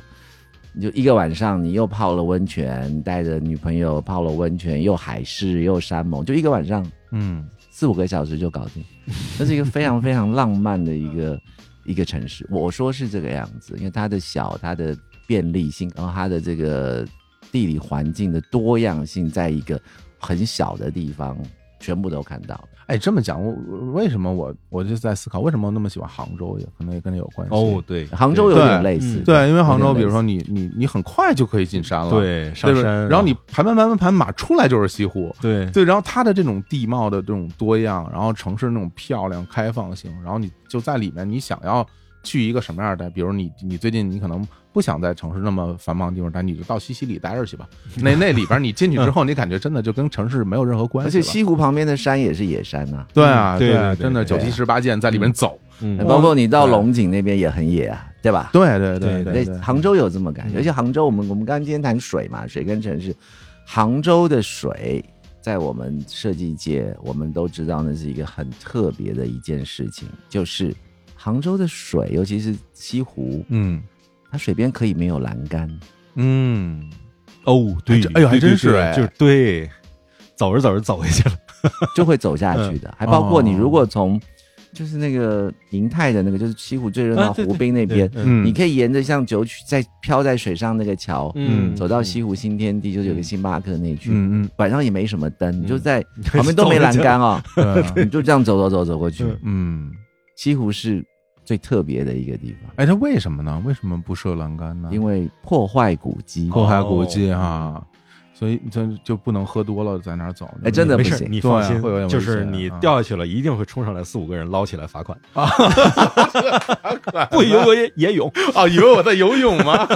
[SPEAKER 4] 你就一个晚上，你又泡了温泉，带着女朋友泡了温泉，又海市又山盟，就一个晚上
[SPEAKER 2] 嗯
[SPEAKER 4] 四五个小时就搞定。 这是一个非常非常浪漫的一个 一个城市。我说是这个样子，因为它的小，它的便利性，然后它的这个地理环境的多样性，在一个很小的地方全部都看到了。
[SPEAKER 2] 哎，这么讲，我我为什么我我就在思考，为什么我那么喜欢杭州，也可能也跟这有关系。
[SPEAKER 3] 哦，，对，
[SPEAKER 4] 杭州有点
[SPEAKER 2] 对
[SPEAKER 4] 类似
[SPEAKER 3] 嗯，
[SPEAKER 2] 对，因为杭州，
[SPEAKER 4] 有
[SPEAKER 2] 比
[SPEAKER 4] 点
[SPEAKER 2] 如
[SPEAKER 4] 类似
[SPEAKER 2] 说你你你很快就可以进山了，
[SPEAKER 3] 对
[SPEAKER 2] 对
[SPEAKER 3] 上
[SPEAKER 2] 吧，
[SPEAKER 3] 山，
[SPEAKER 2] 然后你盘盘盘盘盘，马出来就是西湖。
[SPEAKER 3] 对
[SPEAKER 2] 对，然后它的这种地貌的这种多样，然后城市那种漂亮、开放性，然后你就在里面，你想要去一个什么样的？比如你，你最近你可能不想在城市那么繁忙的地方待，你就到西西里待着去吧。那那里边你进去之 后，你感觉真的就跟城市没有任何关
[SPEAKER 4] 而
[SPEAKER 2] 系
[SPEAKER 4] 且
[SPEAKER 2] 了。
[SPEAKER 4] 西湖旁边的山也是野山呐、
[SPEAKER 2] 对啊，
[SPEAKER 3] 嗯对
[SPEAKER 2] 啊，
[SPEAKER 3] 对对
[SPEAKER 2] 真的
[SPEAKER 3] 对
[SPEAKER 2] 九七十八剑在里面走，
[SPEAKER 3] 嗯
[SPEAKER 4] 包括你到
[SPEAKER 2] 对
[SPEAKER 4] 龙井那边也很野啊，对吧？
[SPEAKER 2] 对对
[SPEAKER 3] 对
[SPEAKER 2] 对对，
[SPEAKER 4] 杭州有这么感
[SPEAKER 2] 嗯
[SPEAKER 4] 觉，而且杭州我们我们刚刚今天谈水嘛，水跟城市，杭州的水在我们设计界，我们都知道那是一个很特别的一件事情，就是杭州的水，尤其是西湖，
[SPEAKER 2] 嗯
[SPEAKER 4] 它水边可以没有栏杆，
[SPEAKER 2] 嗯，
[SPEAKER 3] 哦，对
[SPEAKER 2] 还，真哎呦还
[SPEAKER 3] 对对
[SPEAKER 2] 真是
[SPEAKER 3] 对
[SPEAKER 2] 哎
[SPEAKER 3] 就是对，走着走着走回去了，
[SPEAKER 4] 就会走下去
[SPEAKER 3] 嗯
[SPEAKER 4] 的。还包括你
[SPEAKER 2] 哦
[SPEAKER 4] 如果从就是那个银泰的那个，就是西湖最热闹
[SPEAKER 3] 啊对
[SPEAKER 4] 湖滨那边，
[SPEAKER 3] 对
[SPEAKER 2] 嗯
[SPEAKER 4] 你可以沿着像九曲在飘在水上那个桥，
[SPEAKER 2] 嗯
[SPEAKER 4] 走到西湖新天地，就是有个星巴克那区。
[SPEAKER 2] 嗯嗯
[SPEAKER 4] 晚上也没什么灯，
[SPEAKER 3] 嗯
[SPEAKER 4] 你 就在
[SPEAKER 3] 就
[SPEAKER 4] 旁边都没栏 杆啊、
[SPEAKER 2] 对啊，
[SPEAKER 4] 你就这样走走走走过去。
[SPEAKER 3] 嗯
[SPEAKER 2] 嗯，
[SPEAKER 4] 西湖是最特别的一个地方，
[SPEAKER 2] 哎，它为什么呢？为什么不设栏杆
[SPEAKER 3] 嗯
[SPEAKER 2] 呢？
[SPEAKER 4] 因为破坏古迹。
[SPEAKER 2] 后海古迹哈，所以这就不能喝多了在那儿走。
[SPEAKER 4] 哎真的
[SPEAKER 3] 没
[SPEAKER 4] 不
[SPEAKER 3] 事，
[SPEAKER 4] 行
[SPEAKER 3] 你
[SPEAKER 2] 对啊
[SPEAKER 3] 放心
[SPEAKER 2] 会有点，
[SPEAKER 3] 就
[SPEAKER 2] 危
[SPEAKER 3] 是
[SPEAKER 2] 险
[SPEAKER 3] 你
[SPEAKER 2] 啊
[SPEAKER 3] 掉下去了，一定会冲上来四五个人捞起来罚款，
[SPEAKER 2] 啊
[SPEAKER 3] 不游也也泳，
[SPEAKER 2] 哦，以为我在游泳吗？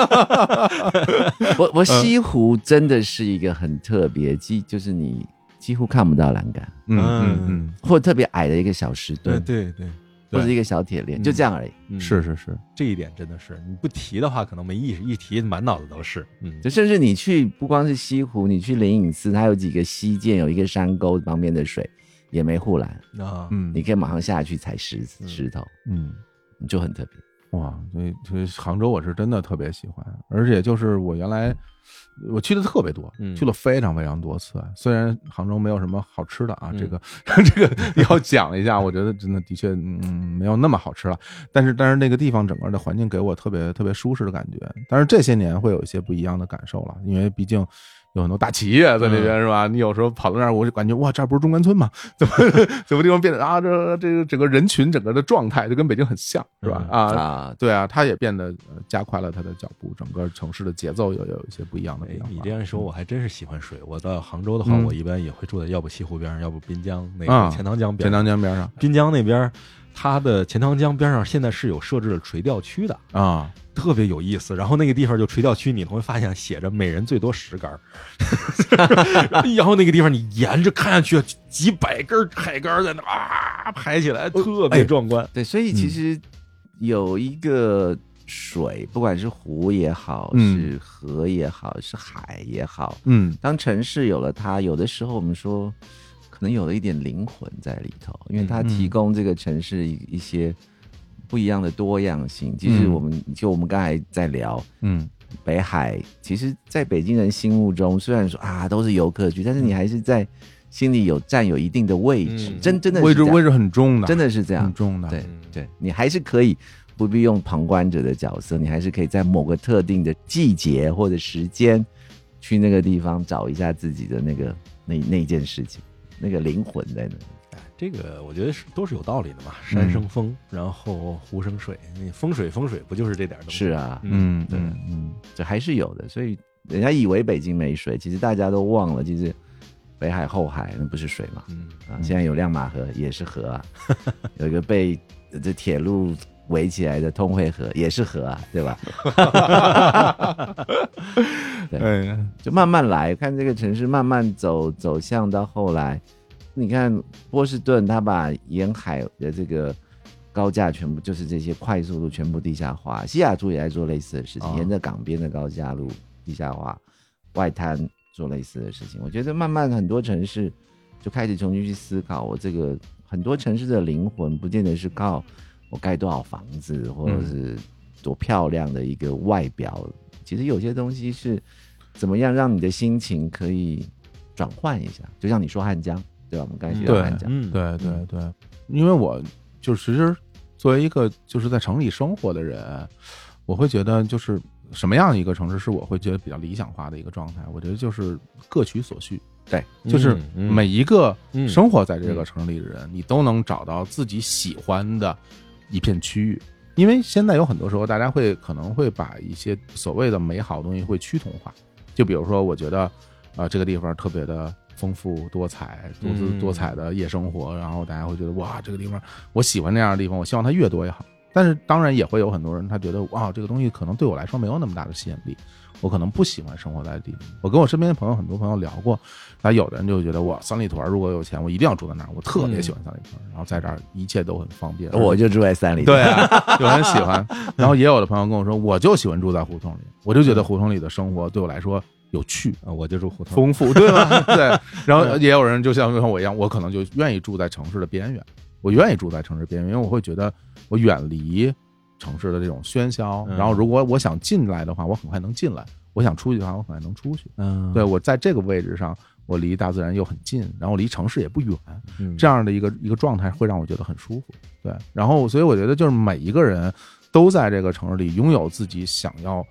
[SPEAKER 4] 我
[SPEAKER 3] 嗯
[SPEAKER 4] 我西湖真的是一个很特别，几就是你几乎看不到栏杆，
[SPEAKER 2] 嗯嗯
[SPEAKER 4] 或特别矮的一个小石墩，
[SPEAKER 3] 对对，
[SPEAKER 2] 对
[SPEAKER 4] 或者一个小铁链，
[SPEAKER 3] 嗯
[SPEAKER 4] 就这样而已。
[SPEAKER 3] 嗯
[SPEAKER 2] 嗯，是是是，
[SPEAKER 3] 这一点真的是，你不提的话可能没意识，一提满脑子都是，嗯，
[SPEAKER 4] 就甚至你去不光是西湖，你去灵隐寺，它有几个溪涧，有一个山沟旁边的水也没护栏，
[SPEAKER 3] 啊，
[SPEAKER 2] 嗯
[SPEAKER 4] 你可以马上下去踩石子
[SPEAKER 3] 嗯
[SPEAKER 4] 石头，
[SPEAKER 2] 嗯。
[SPEAKER 4] 就很特别。
[SPEAKER 2] 哇，所以所以杭州我是真的特别喜欢，而且就是我原来我去的特别多，
[SPEAKER 3] 嗯
[SPEAKER 2] 去了非常非常多次。啊虽然杭州没有什么好吃的啊，
[SPEAKER 3] 嗯
[SPEAKER 2] 这个 这个要讲一下，我觉得真的的确嗯没有那么好吃了，但是但是那个地方整个的环境给我特别特别舒适的感觉。但是这些年会有一些不一样的感受了，因为毕竟。有很多大企业在那
[SPEAKER 3] 嗯
[SPEAKER 2] 边、是吧？你有时候跑到那儿，我就感觉哇，这儿不是中关村吗？ 怎么怎么地方变得啊？这这个整个人群整个的状态就跟北京很像是吧？
[SPEAKER 3] 嗯
[SPEAKER 2] 啊，
[SPEAKER 4] 啊，
[SPEAKER 2] 对啊，他也变得呃加快了他的脚步，整个城市的节奏有有一些不一样的
[SPEAKER 3] 哎
[SPEAKER 2] 变化。
[SPEAKER 3] 你这样一说，我还真是喜欢水。我到杭州的话，
[SPEAKER 2] 嗯
[SPEAKER 3] 我一般也会住在要不西湖边上，要不滨江那
[SPEAKER 2] 啊
[SPEAKER 3] 个钱塘江边
[SPEAKER 2] 钱
[SPEAKER 3] 上。
[SPEAKER 2] 塘江边上
[SPEAKER 3] 滨江那边儿，它的钱塘江边上现在是有设置了垂钓区的，
[SPEAKER 2] 啊，
[SPEAKER 3] 特别有意思。然后那个地方就垂钓区，你会发现写着每人最多十 杆儿，然后那个地方你沿着看下去，几百根海杆儿在那啊排起来，特别壮观。
[SPEAKER 4] 对，所
[SPEAKER 2] 嗯
[SPEAKER 4] 以其实有一个水，不管是湖也好，
[SPEAKER 2] 嗯
[SPEAKER 4] 是河也好，是海也好，
[SPEAKER 2] 嗯
[SPEAKER 4] 当城市有了它，有的时候我们说可能有了一点灵魂在里头，因为它
[SPEAKER 2] 嗯嗯
[SPEAKER 4] 提供这个城市一一些不一样的多样性。其实
[SPEAKER 2] 嗯
[SPEAKER 4] 我们就我们刚才在聊
[SPEAKER 2] 嗯
[SPEAKER 4] 北海，其实在北京人心目中，虽然说啊都是游客区，但是
[SPEAKER 2] 嗯
[SPEAKER 4] 你还是在心里有占有一定的位置，
[SPEAKER 3] 嗯
[SPEAKER 4] 真真的是
[SPEAKER 2] 位置
[SPEAKER 4] 这样
[SPEAKER 2] 位置很重的，
[SPEAKER 4] 真的是这样
[SPEAKER 2] 很。重的。
[SPEAKER 4] 对
[SPEAKER 3] 嗯
[SPEAKER 4] 对，你还是可以不必用旁观者的角色，你还是可以在某个特定的季节或者时间去那个地方找一下自己的那个那那件事情，那个灵魂在那里。
[SPEAKER 3] 哎这个我觉得是都是有道理的嘛，山生风，然后湖生水，你风水风水不就是这点东西？
[SPEAKER 4] 是啊，
[SPEAKER 2] 嗯，
[SPEAKER 4] 对
[SPEAKER 2] 嗯，
[SPEAKER 4] 嗯，这还是有的。所以人家以为北京没水，其实大家都忘了，其实北海后海那不是水嘛？
[SPEAKER 3] 嗯，
[SPEAKER 4] 啊，现在有亮马河也是河 啊，有一个被呃这铁路围起来的通惠河也是河啊，对吧？
[SPEAKER 2] 哎呀，
[SPEAKER 4] 就慢慢来，看这个城市慢慢走走向到后来，你看波士顿，它把沿海的这个高架全部就是这些快速路全部地下化，西雅图也在做类似的事情，
[SPEAKER 3] 啊
[SPEAKER 4] 沿着港边的高架路地下化、外滩做类似的事情。我觉得慢慢很多城市就开始重新去思考，我这个很多城市的灵魂，不见得是靠我盖多少房子，或者是多漂亮的一个外表。其实有些东西是怎么样让你的心情可以转换一下，就像你说汉江，对吧？我们刚才提到
[SPEAKER 2] 对
[SPEAKER 4] 汉江，
[SPEAKER 3] 嗯，
[SPEAKER 2] 对对对，因为我就是其实作为一个就是在城里生活的人，我会觉得就是什么样一个城市是我会觉得比较理想化的一个状态？我觉得就是各取所需，
[SPEAKER 4] 对，
[SPEAKER 2] 就是
[SPEAKER 3] 嗯
[SPEAKER 2] 每一个
[SPEAKER 3] 嗯
[SPEAKER 2] 生活在这个城市里的人，你都能找到自己喜欢的一片区域。因为现在有很多时候，大家会可能会把一些所谓的美好的东西会趋同化，就比如说，我觉得，呃，这个地方特别的丰富多彩，多姿
[SPEAKER 3] 嗯
[SPEAKER 2] 多彩的夜生活，然后大家会觉得哇，这个地方我喜欢那样的地方，我希望它越多越好。但是当然也会有很多人，他觉得哇，这个东西可能对我来说没有那么大的吸引力，我可能不喜欢生活在这里。我跟我身边的朋友，很多朋友聊过，那有的人就觉得哇，三里屯如果有钱，我一定要住在那儿，我特别喜欢三里屯，然后在这儿一切都很方便。
[SPEAKER 4] 我就住在山里，
[SPEAKER 2] 对 啊，有人喜欢。然后也有的朋友跟我说，我就喜欢住在胡同里，我就觉得胡同里的生活对我来说有趣。
[SPEAKER 3] 啊，我就住胡同，
[SPEAKER 2] 丰富，对 吧？对。然后也有人就像像我一样，我可能就愿意住在城市的边缘，我愿意住在城市边缘，因为我会觉得我远离城市的这种喧嚣。
[SPEAKER 3] 嗯
[SPEAKER 2] 然后如果我想进来的话，我很快能进来；我想出去的话，我很快能出去。
[SPEAKER 3] 嗯，
[SPEAKER 2] 对我在这个位置上，我离大自然又很近，然后离城市也不远，
[SPEAKER 3] 嗯，
[SPEAKER 2] 这样的一个一个状态会让我觉得很舒服。对，然后所以我觉得就是每一个人都在这个城市里拥有自己想要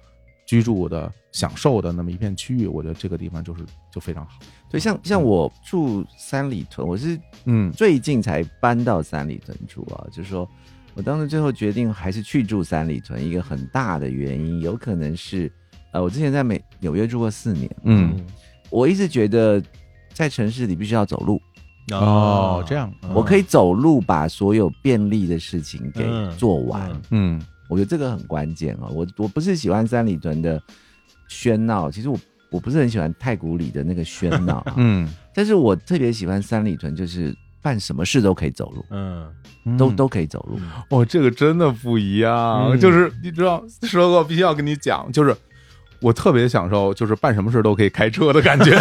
[SPEAKER 2] 居住的、享受的那么一片区域，我觉得这个地方就是就非常好。
[SPEAKER 4] 对，像像我住三里屯，我是
[SPEAKER 2] 嗯
[SPEAKER 4] 最近才搬到三里屯住啊，就是说我当时最后决定还是去住三里屯，一个很大的原因有可能是，呃，我之前在美纽约住过四年，
[SPEAKER 2] 嗯，
[SPEAKER 4] 我一直觉得在城市里必须要走路，
[SPEAKER 2] 哦，这，样
[SPEAKER 4] 我可
[SPEAKER 2] 以
[SPEAKER 4] 以走路把所有便利的事情给
[SPEAKER 3] 嗯
[SPEAKER 4] 做完，
[SPEAKER 3] 嗯
[SPEAKER 2] 嗯，
[SPEAKER 4] 我觉得这个很关键哦。我我不是喜欢三里屯的喧闹，其实我我不是很喜欢太古里的那个喧闹、啊
[SPEAKER 2] 嗯，
[SPEAKER 4] 但是我特别喜欢三里屯，就是办什么事都可以走路。
[SPEAKER 3] 嗯，
[SPEAKER 2] 嗯
[SPEAKER 4] 都都可以走路，
[SPEAKER 2] 哦，这个真的不一样。
[SPEAKER 3] 嗯
[SPEAKER 2] 就是你知道，说过必须要跟你讲，就是我特别享受，就是办什么事都可以开车的感觉。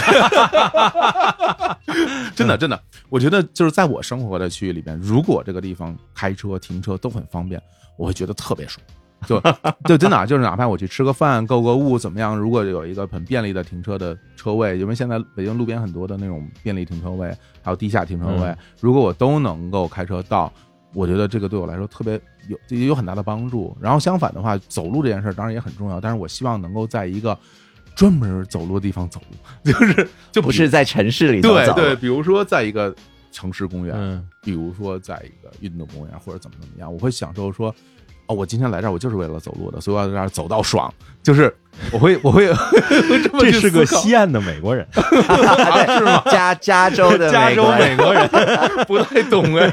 [SPEAKER 2] 真的，真的，我觉得就是在我生活的区域里边，如果这个地方开车、停车都很方便，我会觉得特别爽。就就真的啊就是，哪怕我去吃个饭、购个物怎么样，如果有一个很便利的停车的车位，因为现在北京路边很多的那种便利停车位，还有地下停车位
[SPEAKER 3] 嗯，
[SPEAKER 2] 如果我都能够开车到，我觉得这个对我来说特别有也有很大的帮助。然后相反的话，走路这件事儿当然也很重要，但是我希望能够在一个专门走路的地方走路， 就是就
[SPEAKER 4] 不是在城市里头
[SPEAKER 2] 对
[SPEAKER 4] 走。
[SPEAKER 2] 对，比如说在一个城市公园，
[SPEAKER 3] 嗯
[SPEAKER 2] 比如说在一个运动公园或者怎么怎么样，我会享受说，哦，我今天来这儿我就是为了走路的，所以我要在这儿走到爽，就是我会我会会这么
[SPEAKER 3] 这
[SPEAKER 2] 去
[SPEAKER 3] 是个
[SPEAKER 2] 思考
[SPEAKER 3] 西岸的美国人，
[SPEAKER 2] 啊
[SPEAKER 4] 对，是吗？加加州的
[SPEAKER 3] 加
[SPEAKER 4] 美
[SPEAKER 3] 州
[SPEAKER 4] 国人
[SPEAKER 3] 美国人，
[SPEAKER 2] 不太懂 哎，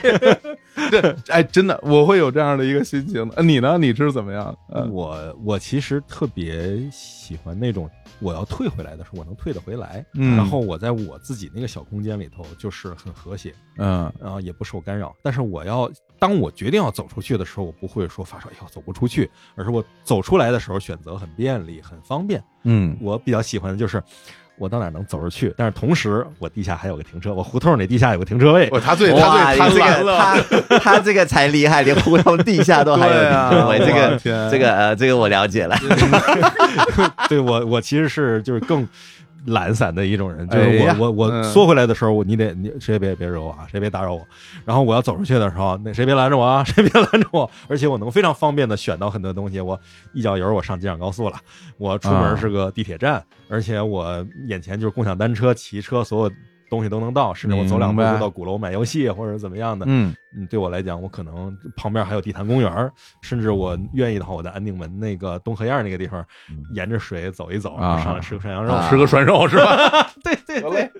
[SPEAKER 2] 这哎真的我会有这样的一个心情的。呃你呢？你是怎么样？嗯
[SPEAKER 3] 我我其实特别喜欢那种我要退回来的时候，我能退得回来，
[SPEAKER 2] 嗯
[SPEAKER 3] 然后我在我自己那个小空间里头就是很和谐，
[SPEAKER 2] 嗯
[SPEAKER 3] 然后也不受干扰。但是我要当我决定要走出去的时候，我不会说发烧要走不出去，而是我走出来的时候选择很便利、很方便。
[SPEAKER 2] 嗯
[SPEAKER 3] 我比较喜欢的就是我到哪儿能走着去，但是同时我地下还有个停车，我胡同里地下有个停车位。
[SPEAKER 2] 哦我他最
[SPEAKER 4] 哇，
[SPEAKER 2] 他最贪
[SPEAKER 4] 你这
[SPEAKER 2] 婪
[SPEAKER 4] 个
[SPEAKER 2] 了，
[SPEAKER 4] 他他这个才厉害，连胡同地下都还有
[SPEAKER 2] 对啊
[SPEAKER 4] 停车位，
[SPEAKER 2] 我
[SPEAKER 4] 这
[SPEAKER 2] 的
[SPEAKER 4] 个
[SPEAKER 2] 天
[SPEAKER 4] 这个呃，这个我了解了。
[SPEAKER 3] 对我，我其实是就是更懒散的一种人，就是
[SPEAKER 2] 哎
[SPEAKER 3] 我、
[SPEAKER 2] 呀
[SPEAKER 3] 我我
[SPEAKER 2] 嗯
[SPEAKER 3] 缩回来的时候，我你得你谁也别别惹我啊，谁别打扰我。然后我要走出去的时候，那谁别拦着我啊，谁别 拦着我。而且我能非常方便的选到很多东西，我一脚油我上京藏高速了，我出
[SPEAKER 2] 啊
[SPEAKER 3] 门是个地铁站，而且我眼前就是共享单车、骑车，所有东西都能到，甚至我走两步
[SPEAKER 2] 明白
[SPEAKER 3] 就到鼓楼买游戏或者怎么样的。
[SPEAKER 2] 嗯
[SPEAKER 3] 嗯，对我来讲，我可能旁边还有地坛公园儿，甚至我愿意的话，我在安定门那个东河沿儿那个地方，沿着水走一走，
[SPEAKER 2] 啊
[SPEAKER 3] 然后上来吃个涮羊肉。
[SPEAKER 4] 嗯啊
[SPEAKER 2] 吃个涮肉是吧？
[SPEAKER 3] 对对对，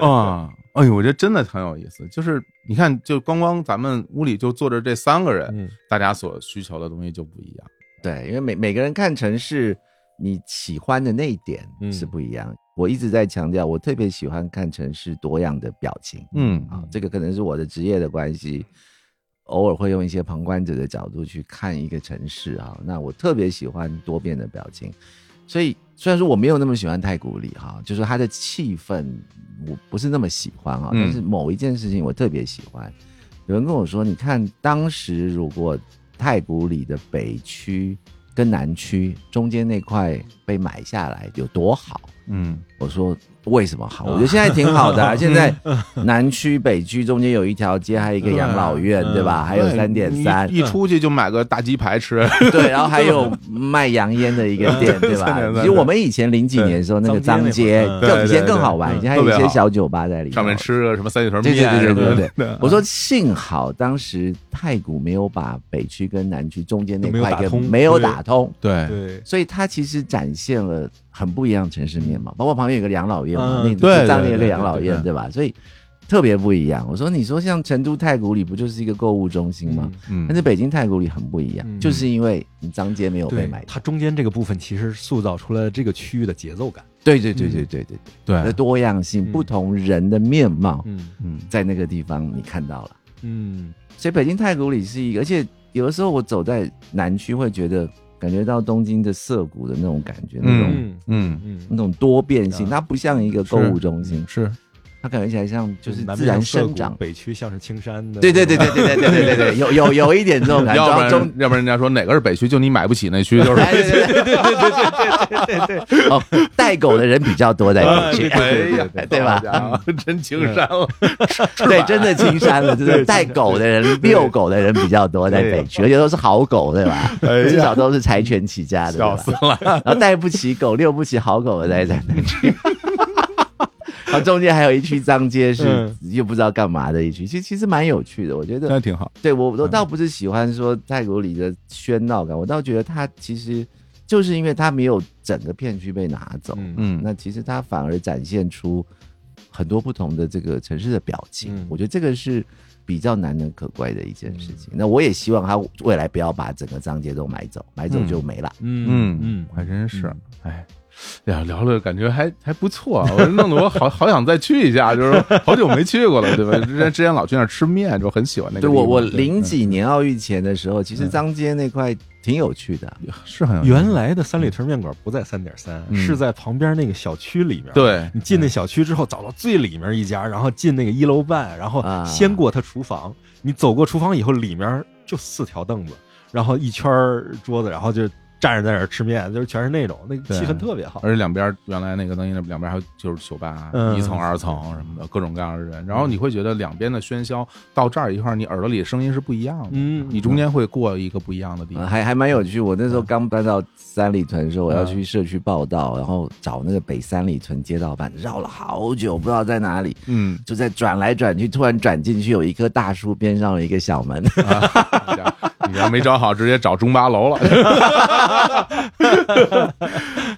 [SPEAKER 2] 啊，哎呦，我觉得真的很有意思。就是你看，就光光咱们屋里就坐着这三个人，
[SPEAKER 3] 嗯
[SPEAKER 2] 大家所需求的东西就不一样。
[SPEAKER 4] 对，因为每每个人看城市，你喜欢的那一点
[SPEAKER 3] 嗯
[SPEAKER 4] 是不一样。我一直在强调，我特别喜欢看城市多样的表情。
[SPEAKER 2] 嗯
[SPEAKER 4] 啊，这个可能是我的职业的关系，偶尔会用一些旁观者的角度去看一个城市啊。那我特别喜欢多变的表情，所以虽然说我没有那么喜欢太古里哈，就是说它的气氛我不是那么喜欢哈，
[SPEAKER 2] 嗯
[SPEAKER 4] 但是某一件事情我特别喜欢。有人跟我说，你看当时如果太古里的北区跟南区中间那块被买下来有多好，
[SPEAKER 2] 嗯
[SPEAKER 4] 我说为什么好？我觉得现在挺好 的、啊。现在
[SPEAKER 3] 嗯
[SPEAKER 4] 南区、北区中间有一条街，还有一个养老院，
[SPEAKER 3] 嗯
[SPEAKER 4] 对吧？还有三点三
[SPEAKER 2] 一，一出去就买个大鸡排吃，
[SPEAKER 4] 对，然后还有卖洋烟的一个 店，对吧
[SPEAKER 2] 3.3？
[SPEAKER 4] 其实我们以前零几年的时候，那个张街
[SPEAKER 2] 儿嗯
[SPEAKER 3] 张街那会
[SPEAKER 4] 更以前更好玩，
[SPEAKER 3] 对对对
[SPEAKER 4] 以前还有一些小酒吧在里头
[SPEAKER 2] 上面。吃个什么三里屯
[SPEAKER 4] 对
[SPEAKER 2] 面啊
[SPEAKER 4] 对对
[SPEAKER 2] 什
[SPEAKER 4] 对
[SPEAKER 2] 么
[SPEAKER 4] 对
[SPEAKER 2] 的。
[SPEAKER 4] 对，我说幸好当时太古没有把北区跟南区中间那
[SPEAKER 3] 没有
[SPEAKER 4] 块
[SPEAKER 3] 打
[SPEAKER 4] 给
[SPEAKER 3] 通
[SPEAKER 4] 没有
[SPEAKER 3] 对
[SPEAKER 4] 打通，
[SPEAKER 2] 对
[SPEAKER 3] 对，
[SPEAKER 4] 所以它其实展现了很不一样的城市面貌，包括旁边有个养老院嘛，
[SPEAKER 3] 嗯
[SPEAKER 4] 那
[SPEAKER 2] 对
[SPEAKER 4] 那当年有
[SPEAKER 3] 对
[SPEAKER 4] 个
[SPEAKER 3] 对
[SPEAKER 4] 养老院
[SPEAKER 3] 对
[SPEAKER 4] 对吧？所以特别不一样。我说，你说像成都太古里不就是一个购物中心吗？
[SPEAKER 2] 嗯
[SPEAKER 4] 但是北京太古里很不一样，
[SPEAKER 3] 嗯
[SPEAKER 4] 就是因为你张街没有被
[SPEAKER 3] 对
[SPEAKER 4] 买，
[SPEAKER 3] 它中间这个部分其实塑造出了这个区域的节奏感。
[SPEAKER 4] 对对对对对对，它的
[SPEAKER 2] 对，
[SPEAKER 4] 多样性、
[SPEAKER 3] 嗯
[SPEAKER 4] 不同人的面貌，
[SPEAKER 3] 嗯
[SPEAKER 2] 嗯
[SPEAKER 4] 在那个地方你看到了。
[SPEAKER 3] 嗯
[SPEAKER 4] 所以北京太古里是一个，而且有的时候我走在南区会觉得感觉到东京的涩谷的那种感觉，那种
[SPEAKER 3] 嗯
[SPEAKER 2] 嗯，
[SPEAKER 3] 嗯，
[SPEAKER 4] 那种多变性，
[SPEAKER 3] 啊
[SPEAKER 4] 它不像一个购物中心，
[SPEAKER 2] 是
[SPEAKER 4] 它感觉起来像就是
[SPEAKER 3] 南
[SPEAKER 4] 自
[SPEAKER 3] 面像
[SPEAKER 4] 然
[SPEAKER 3] 涩
[SPEAKER 4] 生
[SPEAKER 3] 谷
[SPEAKER 4] 长。
[SPEAKER 3] 北区像是青山的。
[SPEAKER 4] 对对对对对对对对对对，有有有一点这种感觉。
[SPEAKER 2] 要不然
[SPEAKER 4] 然后中
[SPEAKER 2] 要不然人家说哪个是北区，就你买不起那区，就是
[SPEAKER 4] 哎对对对对对对对对对哦，带狗的人比较多在
[SPEAKER 2] 哎
[SPEAKER 4] 北区，
[SPEAKER 2] 呀，
[SPEAKER 4] 对吧
[SPEAKER 2] 好家伙？真情商了，
[SPEAKER 4] 对，真的青山了，真的带狗的人、遛狗的人比较多在北区，而且都是好狗，对吧？
[SPEAKER 2] 哎呀
[SPEAKER 4] 至少都是柴犬起家的，对
[SPEAKER 2] 笑
[SPEAKER 4] 吧
[SPEAKER 2] 死？了。
[SPEAKER 4] 然后带不起狗、遛不起好狗的在在那区，然后中间还有一区脏街是
[SPEAKER 3] 嗯
[SPEAKER 4] 又不知道干嘛的一区，其实其实蛮有趣的，我觉得。
[SPEAKER 2] 挺好，
[SPEAKER 4] 对我我倒不是喜欢说泰国里的喧闹感，我倒觉得它其实就是因为它没有整个片区被拿走，
[SPEAKER 3] 嗯
[SPEAKER 2] 嗯，
[SPEAKER 4] 那其实它反而展现出很多不同的这个城市的表情，
[SPEAKER 3] 嗯
[SPEAKER 4] 我觉得这个是比较难能可贵的一件事情。那我也希望它未来不要把整个张街都买走，买走就没了。
[SPEAKER 3] 嗯
[SPEAKER 2] 嗯
[SPEAKER 3] 嗯，
[SPEAKER 2] 还真是，哎。哎呀，聊了感觉还还不错，我弄得我好好想再去一下，就是说好久没去过了，对吧？之前之前老去那儿吃面，就很喜欢那个
[SPEAKER 4] 对嗯
[SPEAKER 2] 地方。
[SPEAKER 4] 我我
[SPEAKER 2] 对
[SPEAKER 4] 零几年奥运前的时候，其实张街那块挺有趣的，啊
[SPEAKER 2] 嗯是很有
[SPEAKER 3] 原来的三里屯面馆不在三点三，
[SPEAKER 2] 嗯
[SPEAKER 3] 是在旁边那个小区里面。。
[SPEAKER 2] 对
[SPEAKER 3] 你进那小区之后，找到最里面一家，然后进那个一楼半，然后
[SPEAKER 4] 啊
[SPEAKER 3] 先过他厨房。你走过厨房以后，里面就四条凳子，然后一圈儿桌子，然后就站着在那儿吃面，就是全是那种，那个
[SPEAKER 2] 对
[SPEAKER 3] 气氛特别好。
[SPEAKER 2] 而且两边儿原来那个灯音那两边儿还有就是酒吧，
[SPEAKER 3] 嗯
[SPEAKER 2] 一层二层什么的，各种各样的人。然后你会觉得两边的喧嚣到这儿一块儿，你耳朵里声音是不一样的，
[SPEAKER 3] 嗯
[SPEAKER 2] 你中间会过一个不一样的地
[SPEAKER 4] 呃
[SPEAKER 2] 方。
[SPEAKER 4] 还还蛮有趣。我那时候刚搬到三里屯的时候，我
[SPEAKER 2] 嗯
[SPEAKER 4] 要去社区报道，然后找那个北三里屯街道办，绕了好久，不知道在哪里。
[SPEAKER 2] 嗯，
[SPEAKER 4] 就在转来转去，突然转进去有一棵大树边上有一个小门，
[SPEAKER 2] 啊你要没找好，直接找中八楼了。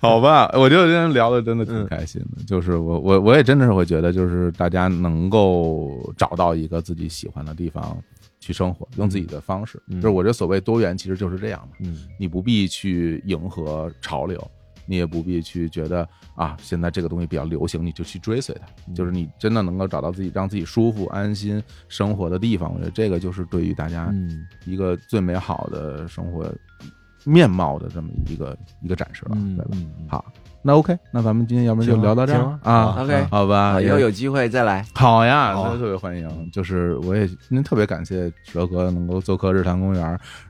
[SPEAKER 2] 好吧，我觉得今天聊的真的挺开心
[SPEAKER 3] 嗯
[SPEAKER 2] 的，就是我我我也真的是会觉得，就是大家能够找到一个自己喜欢的地方去生活，用自己的方式，
[SPEAKER 3] 嗯
[SPEAKER 2] 就是我这所谓多元，其实就是这样嘛。
[SPEAKER 3] 嗯
[SPEAKER 2] 你不必去迎合潮流，你也不必去觉得啊，现在这个东西比较流行，你就去追随它。就是你真的能够找到自己让自己舒服、安心生活的地方，我觉得这个就是对于大家
[SPEAKER 3] 嗯
[SPEAKER 2] 一个最美好的生活面貌的这么一个一个展示了，
[SPEAKER 3] 嗯
[SPEAKER 2] 对吧？
[SPEAKER 3] 嗯
[SPEAKER 2] 好，那 OK，那咱们今天要不然就
[SPEAKER 3] 行啊
[SPEAKER 2] 聊到这
[SPEAKER 3] 行
[SPEAKER 2] 儿
[SPEAKER 3] 啊
[SPEAKER 2] 啊
[SPEAKER 3] 好
[SPEAKER 4] ，OK
[SPEAKER 2] 好吧，
[SPEAKER 4] 以后有机会 再来。
[SPEAKER 2] 好呀，
[SPEAKER 3] 好啊
[SPEAKER 2] 特别欢迎。就是我也今天特别感谢哲哥能够做客日坛公园，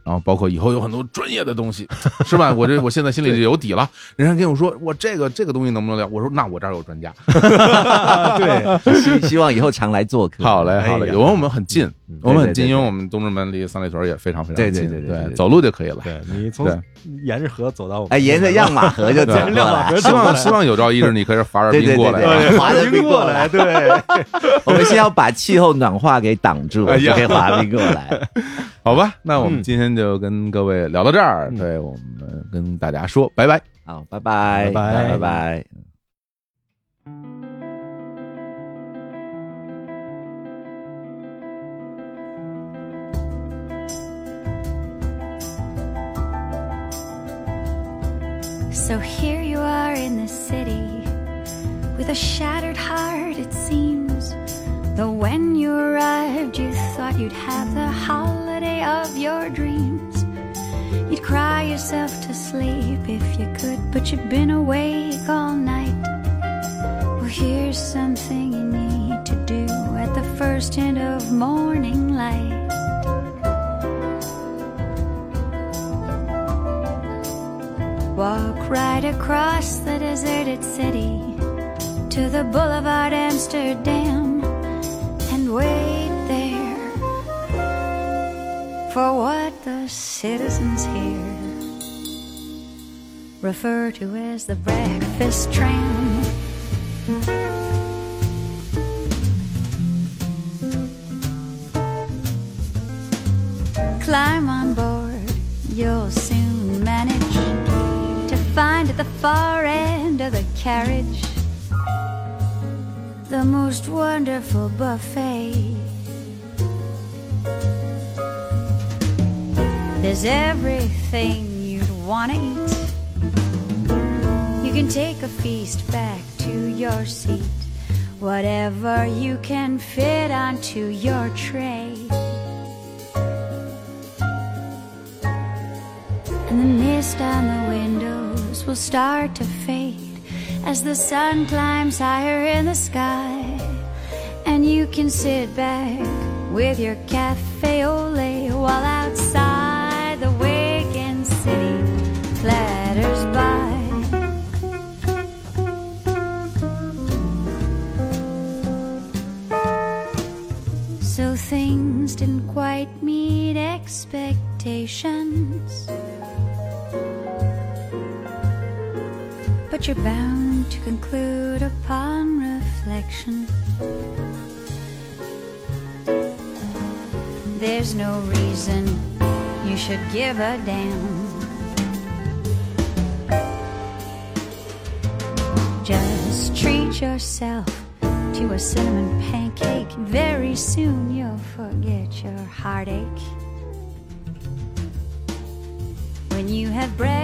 [SPEAKER 2] 然后包括以后有很多专业的东西，是吧？我这我现在心里就有底了。人家跟我说，我这个这个东西能不能聊？我说那我这儿有专家。
[SPEAKER 3] 啊，对，
[SPEAKER 4] 希希望以后常来做客。
[SPEAKER 2] 好嘞，好
[SPEAKER 3] 哎
[SPEAKER 2] 嘞，
[SPEAKER 3] 呀
[SPEAKER 2] 有我们很近
[SPEAKER 3] 嗯，
[SPEAKER 2] 我们很
[SPEAKER 4] 对对对
[SPEAKER 2] 近，
[SPEAKER 4] 对
[SPEAKER 2] 因为我们东直门离三里屯也非常非常
[SPEAKER 4] 对
[SPEAKER 2] 近，
[SPEAKER 4] 对对对对对对
[SPEAKER 2] 走路就可以了。
[SPEAKER 3] 对你从
[SPEAKER 2] 对
[SPEAKER 3] 沿着河走到我们
[SPEAKER 4] 哎，沿着样马河就走
[SPEAKER 3] 沿着
[SPEAKER 4] 过
[SPEAKER 3] 亮马
[SPEAKER 4] 来
[SPEAKER 3] 河，
[SPEAKER 2] 希
[SPEAKER 3] 走过
[SPEAKER 2] 望
[SPEAKER 3] 来
[SPEAKER 2] 希望有朝一日你可以法尔
[SPEAKER 4] 对对
[SPEAKER 2] 滨过
[SPEAKER 4] 对
[SPEAKER 2] 来
[SPEAKER 4] 对
[SPEAKER 2] 啊。
[SPEAKER 4] 对， 滑着
[SPEAKER 3] 冰
[SPEAKER 4] 冰
[SPEAKER 3] 过
[SPEAKER 4] 过
[SPEAKER 3] 来，
[SPEAKER 4] 来。
[SPEAKER 3] 对，
[SPEAKER 4] 我们先要把气候暖化给挡 住，
[SPEAKER 2] 哎
[SPEAKER 4] 就
[SPEAKER 2] 呀
[SPEAKER 4] 可以滑 冰过
[SPEAKER 2] 哎
[SPEAKER 4] 来。
[SPEAKER 2] 好吧，那我们
[SPEAKER 3] 嗯
[SPEAKER 2] 今天就跟各位聊到这儿，
[SPEAKER 3] 嗯
[SPEAKER 2] 对我们跟大家说拜拜。
[SPEAKER 4] 好，拜拜，
[SPEAKER 3] 拜拜
[SPEAKER 4] 拜拜。
[SPEAKER 5] So here you are in the city with a shattered heart, it seems. Though when you arrived, you thought you'd have the holiday of your dreams. You'd cry yourself to sleep if you could, but that you've been awake all night. Well, here's something you need to do at the first hint of morning light. Walk right across the deserted city to the Boulevard Amsterdam and wait there for what the citizens here refer to as the breakfast tram. Climb on board, you'll soon manage to find at the far end of the carriage the most wonderful buffet. There's everything you'd want to eat. You can take a feast back to your seat. Whatever you can fit onto your tray. And the mist on the windows will start to fade as the sun climbs higher in the sky. And you can sit back with your cafe au lait while outside the waking city clatters by. So things didn't quite meet expectations. But you're bound to conclude upon reflection. There's no reason you should give a damn. Just treat yourself to a cinnamon pancake. Very soon you'll forget your heartache. When you have bread Ah,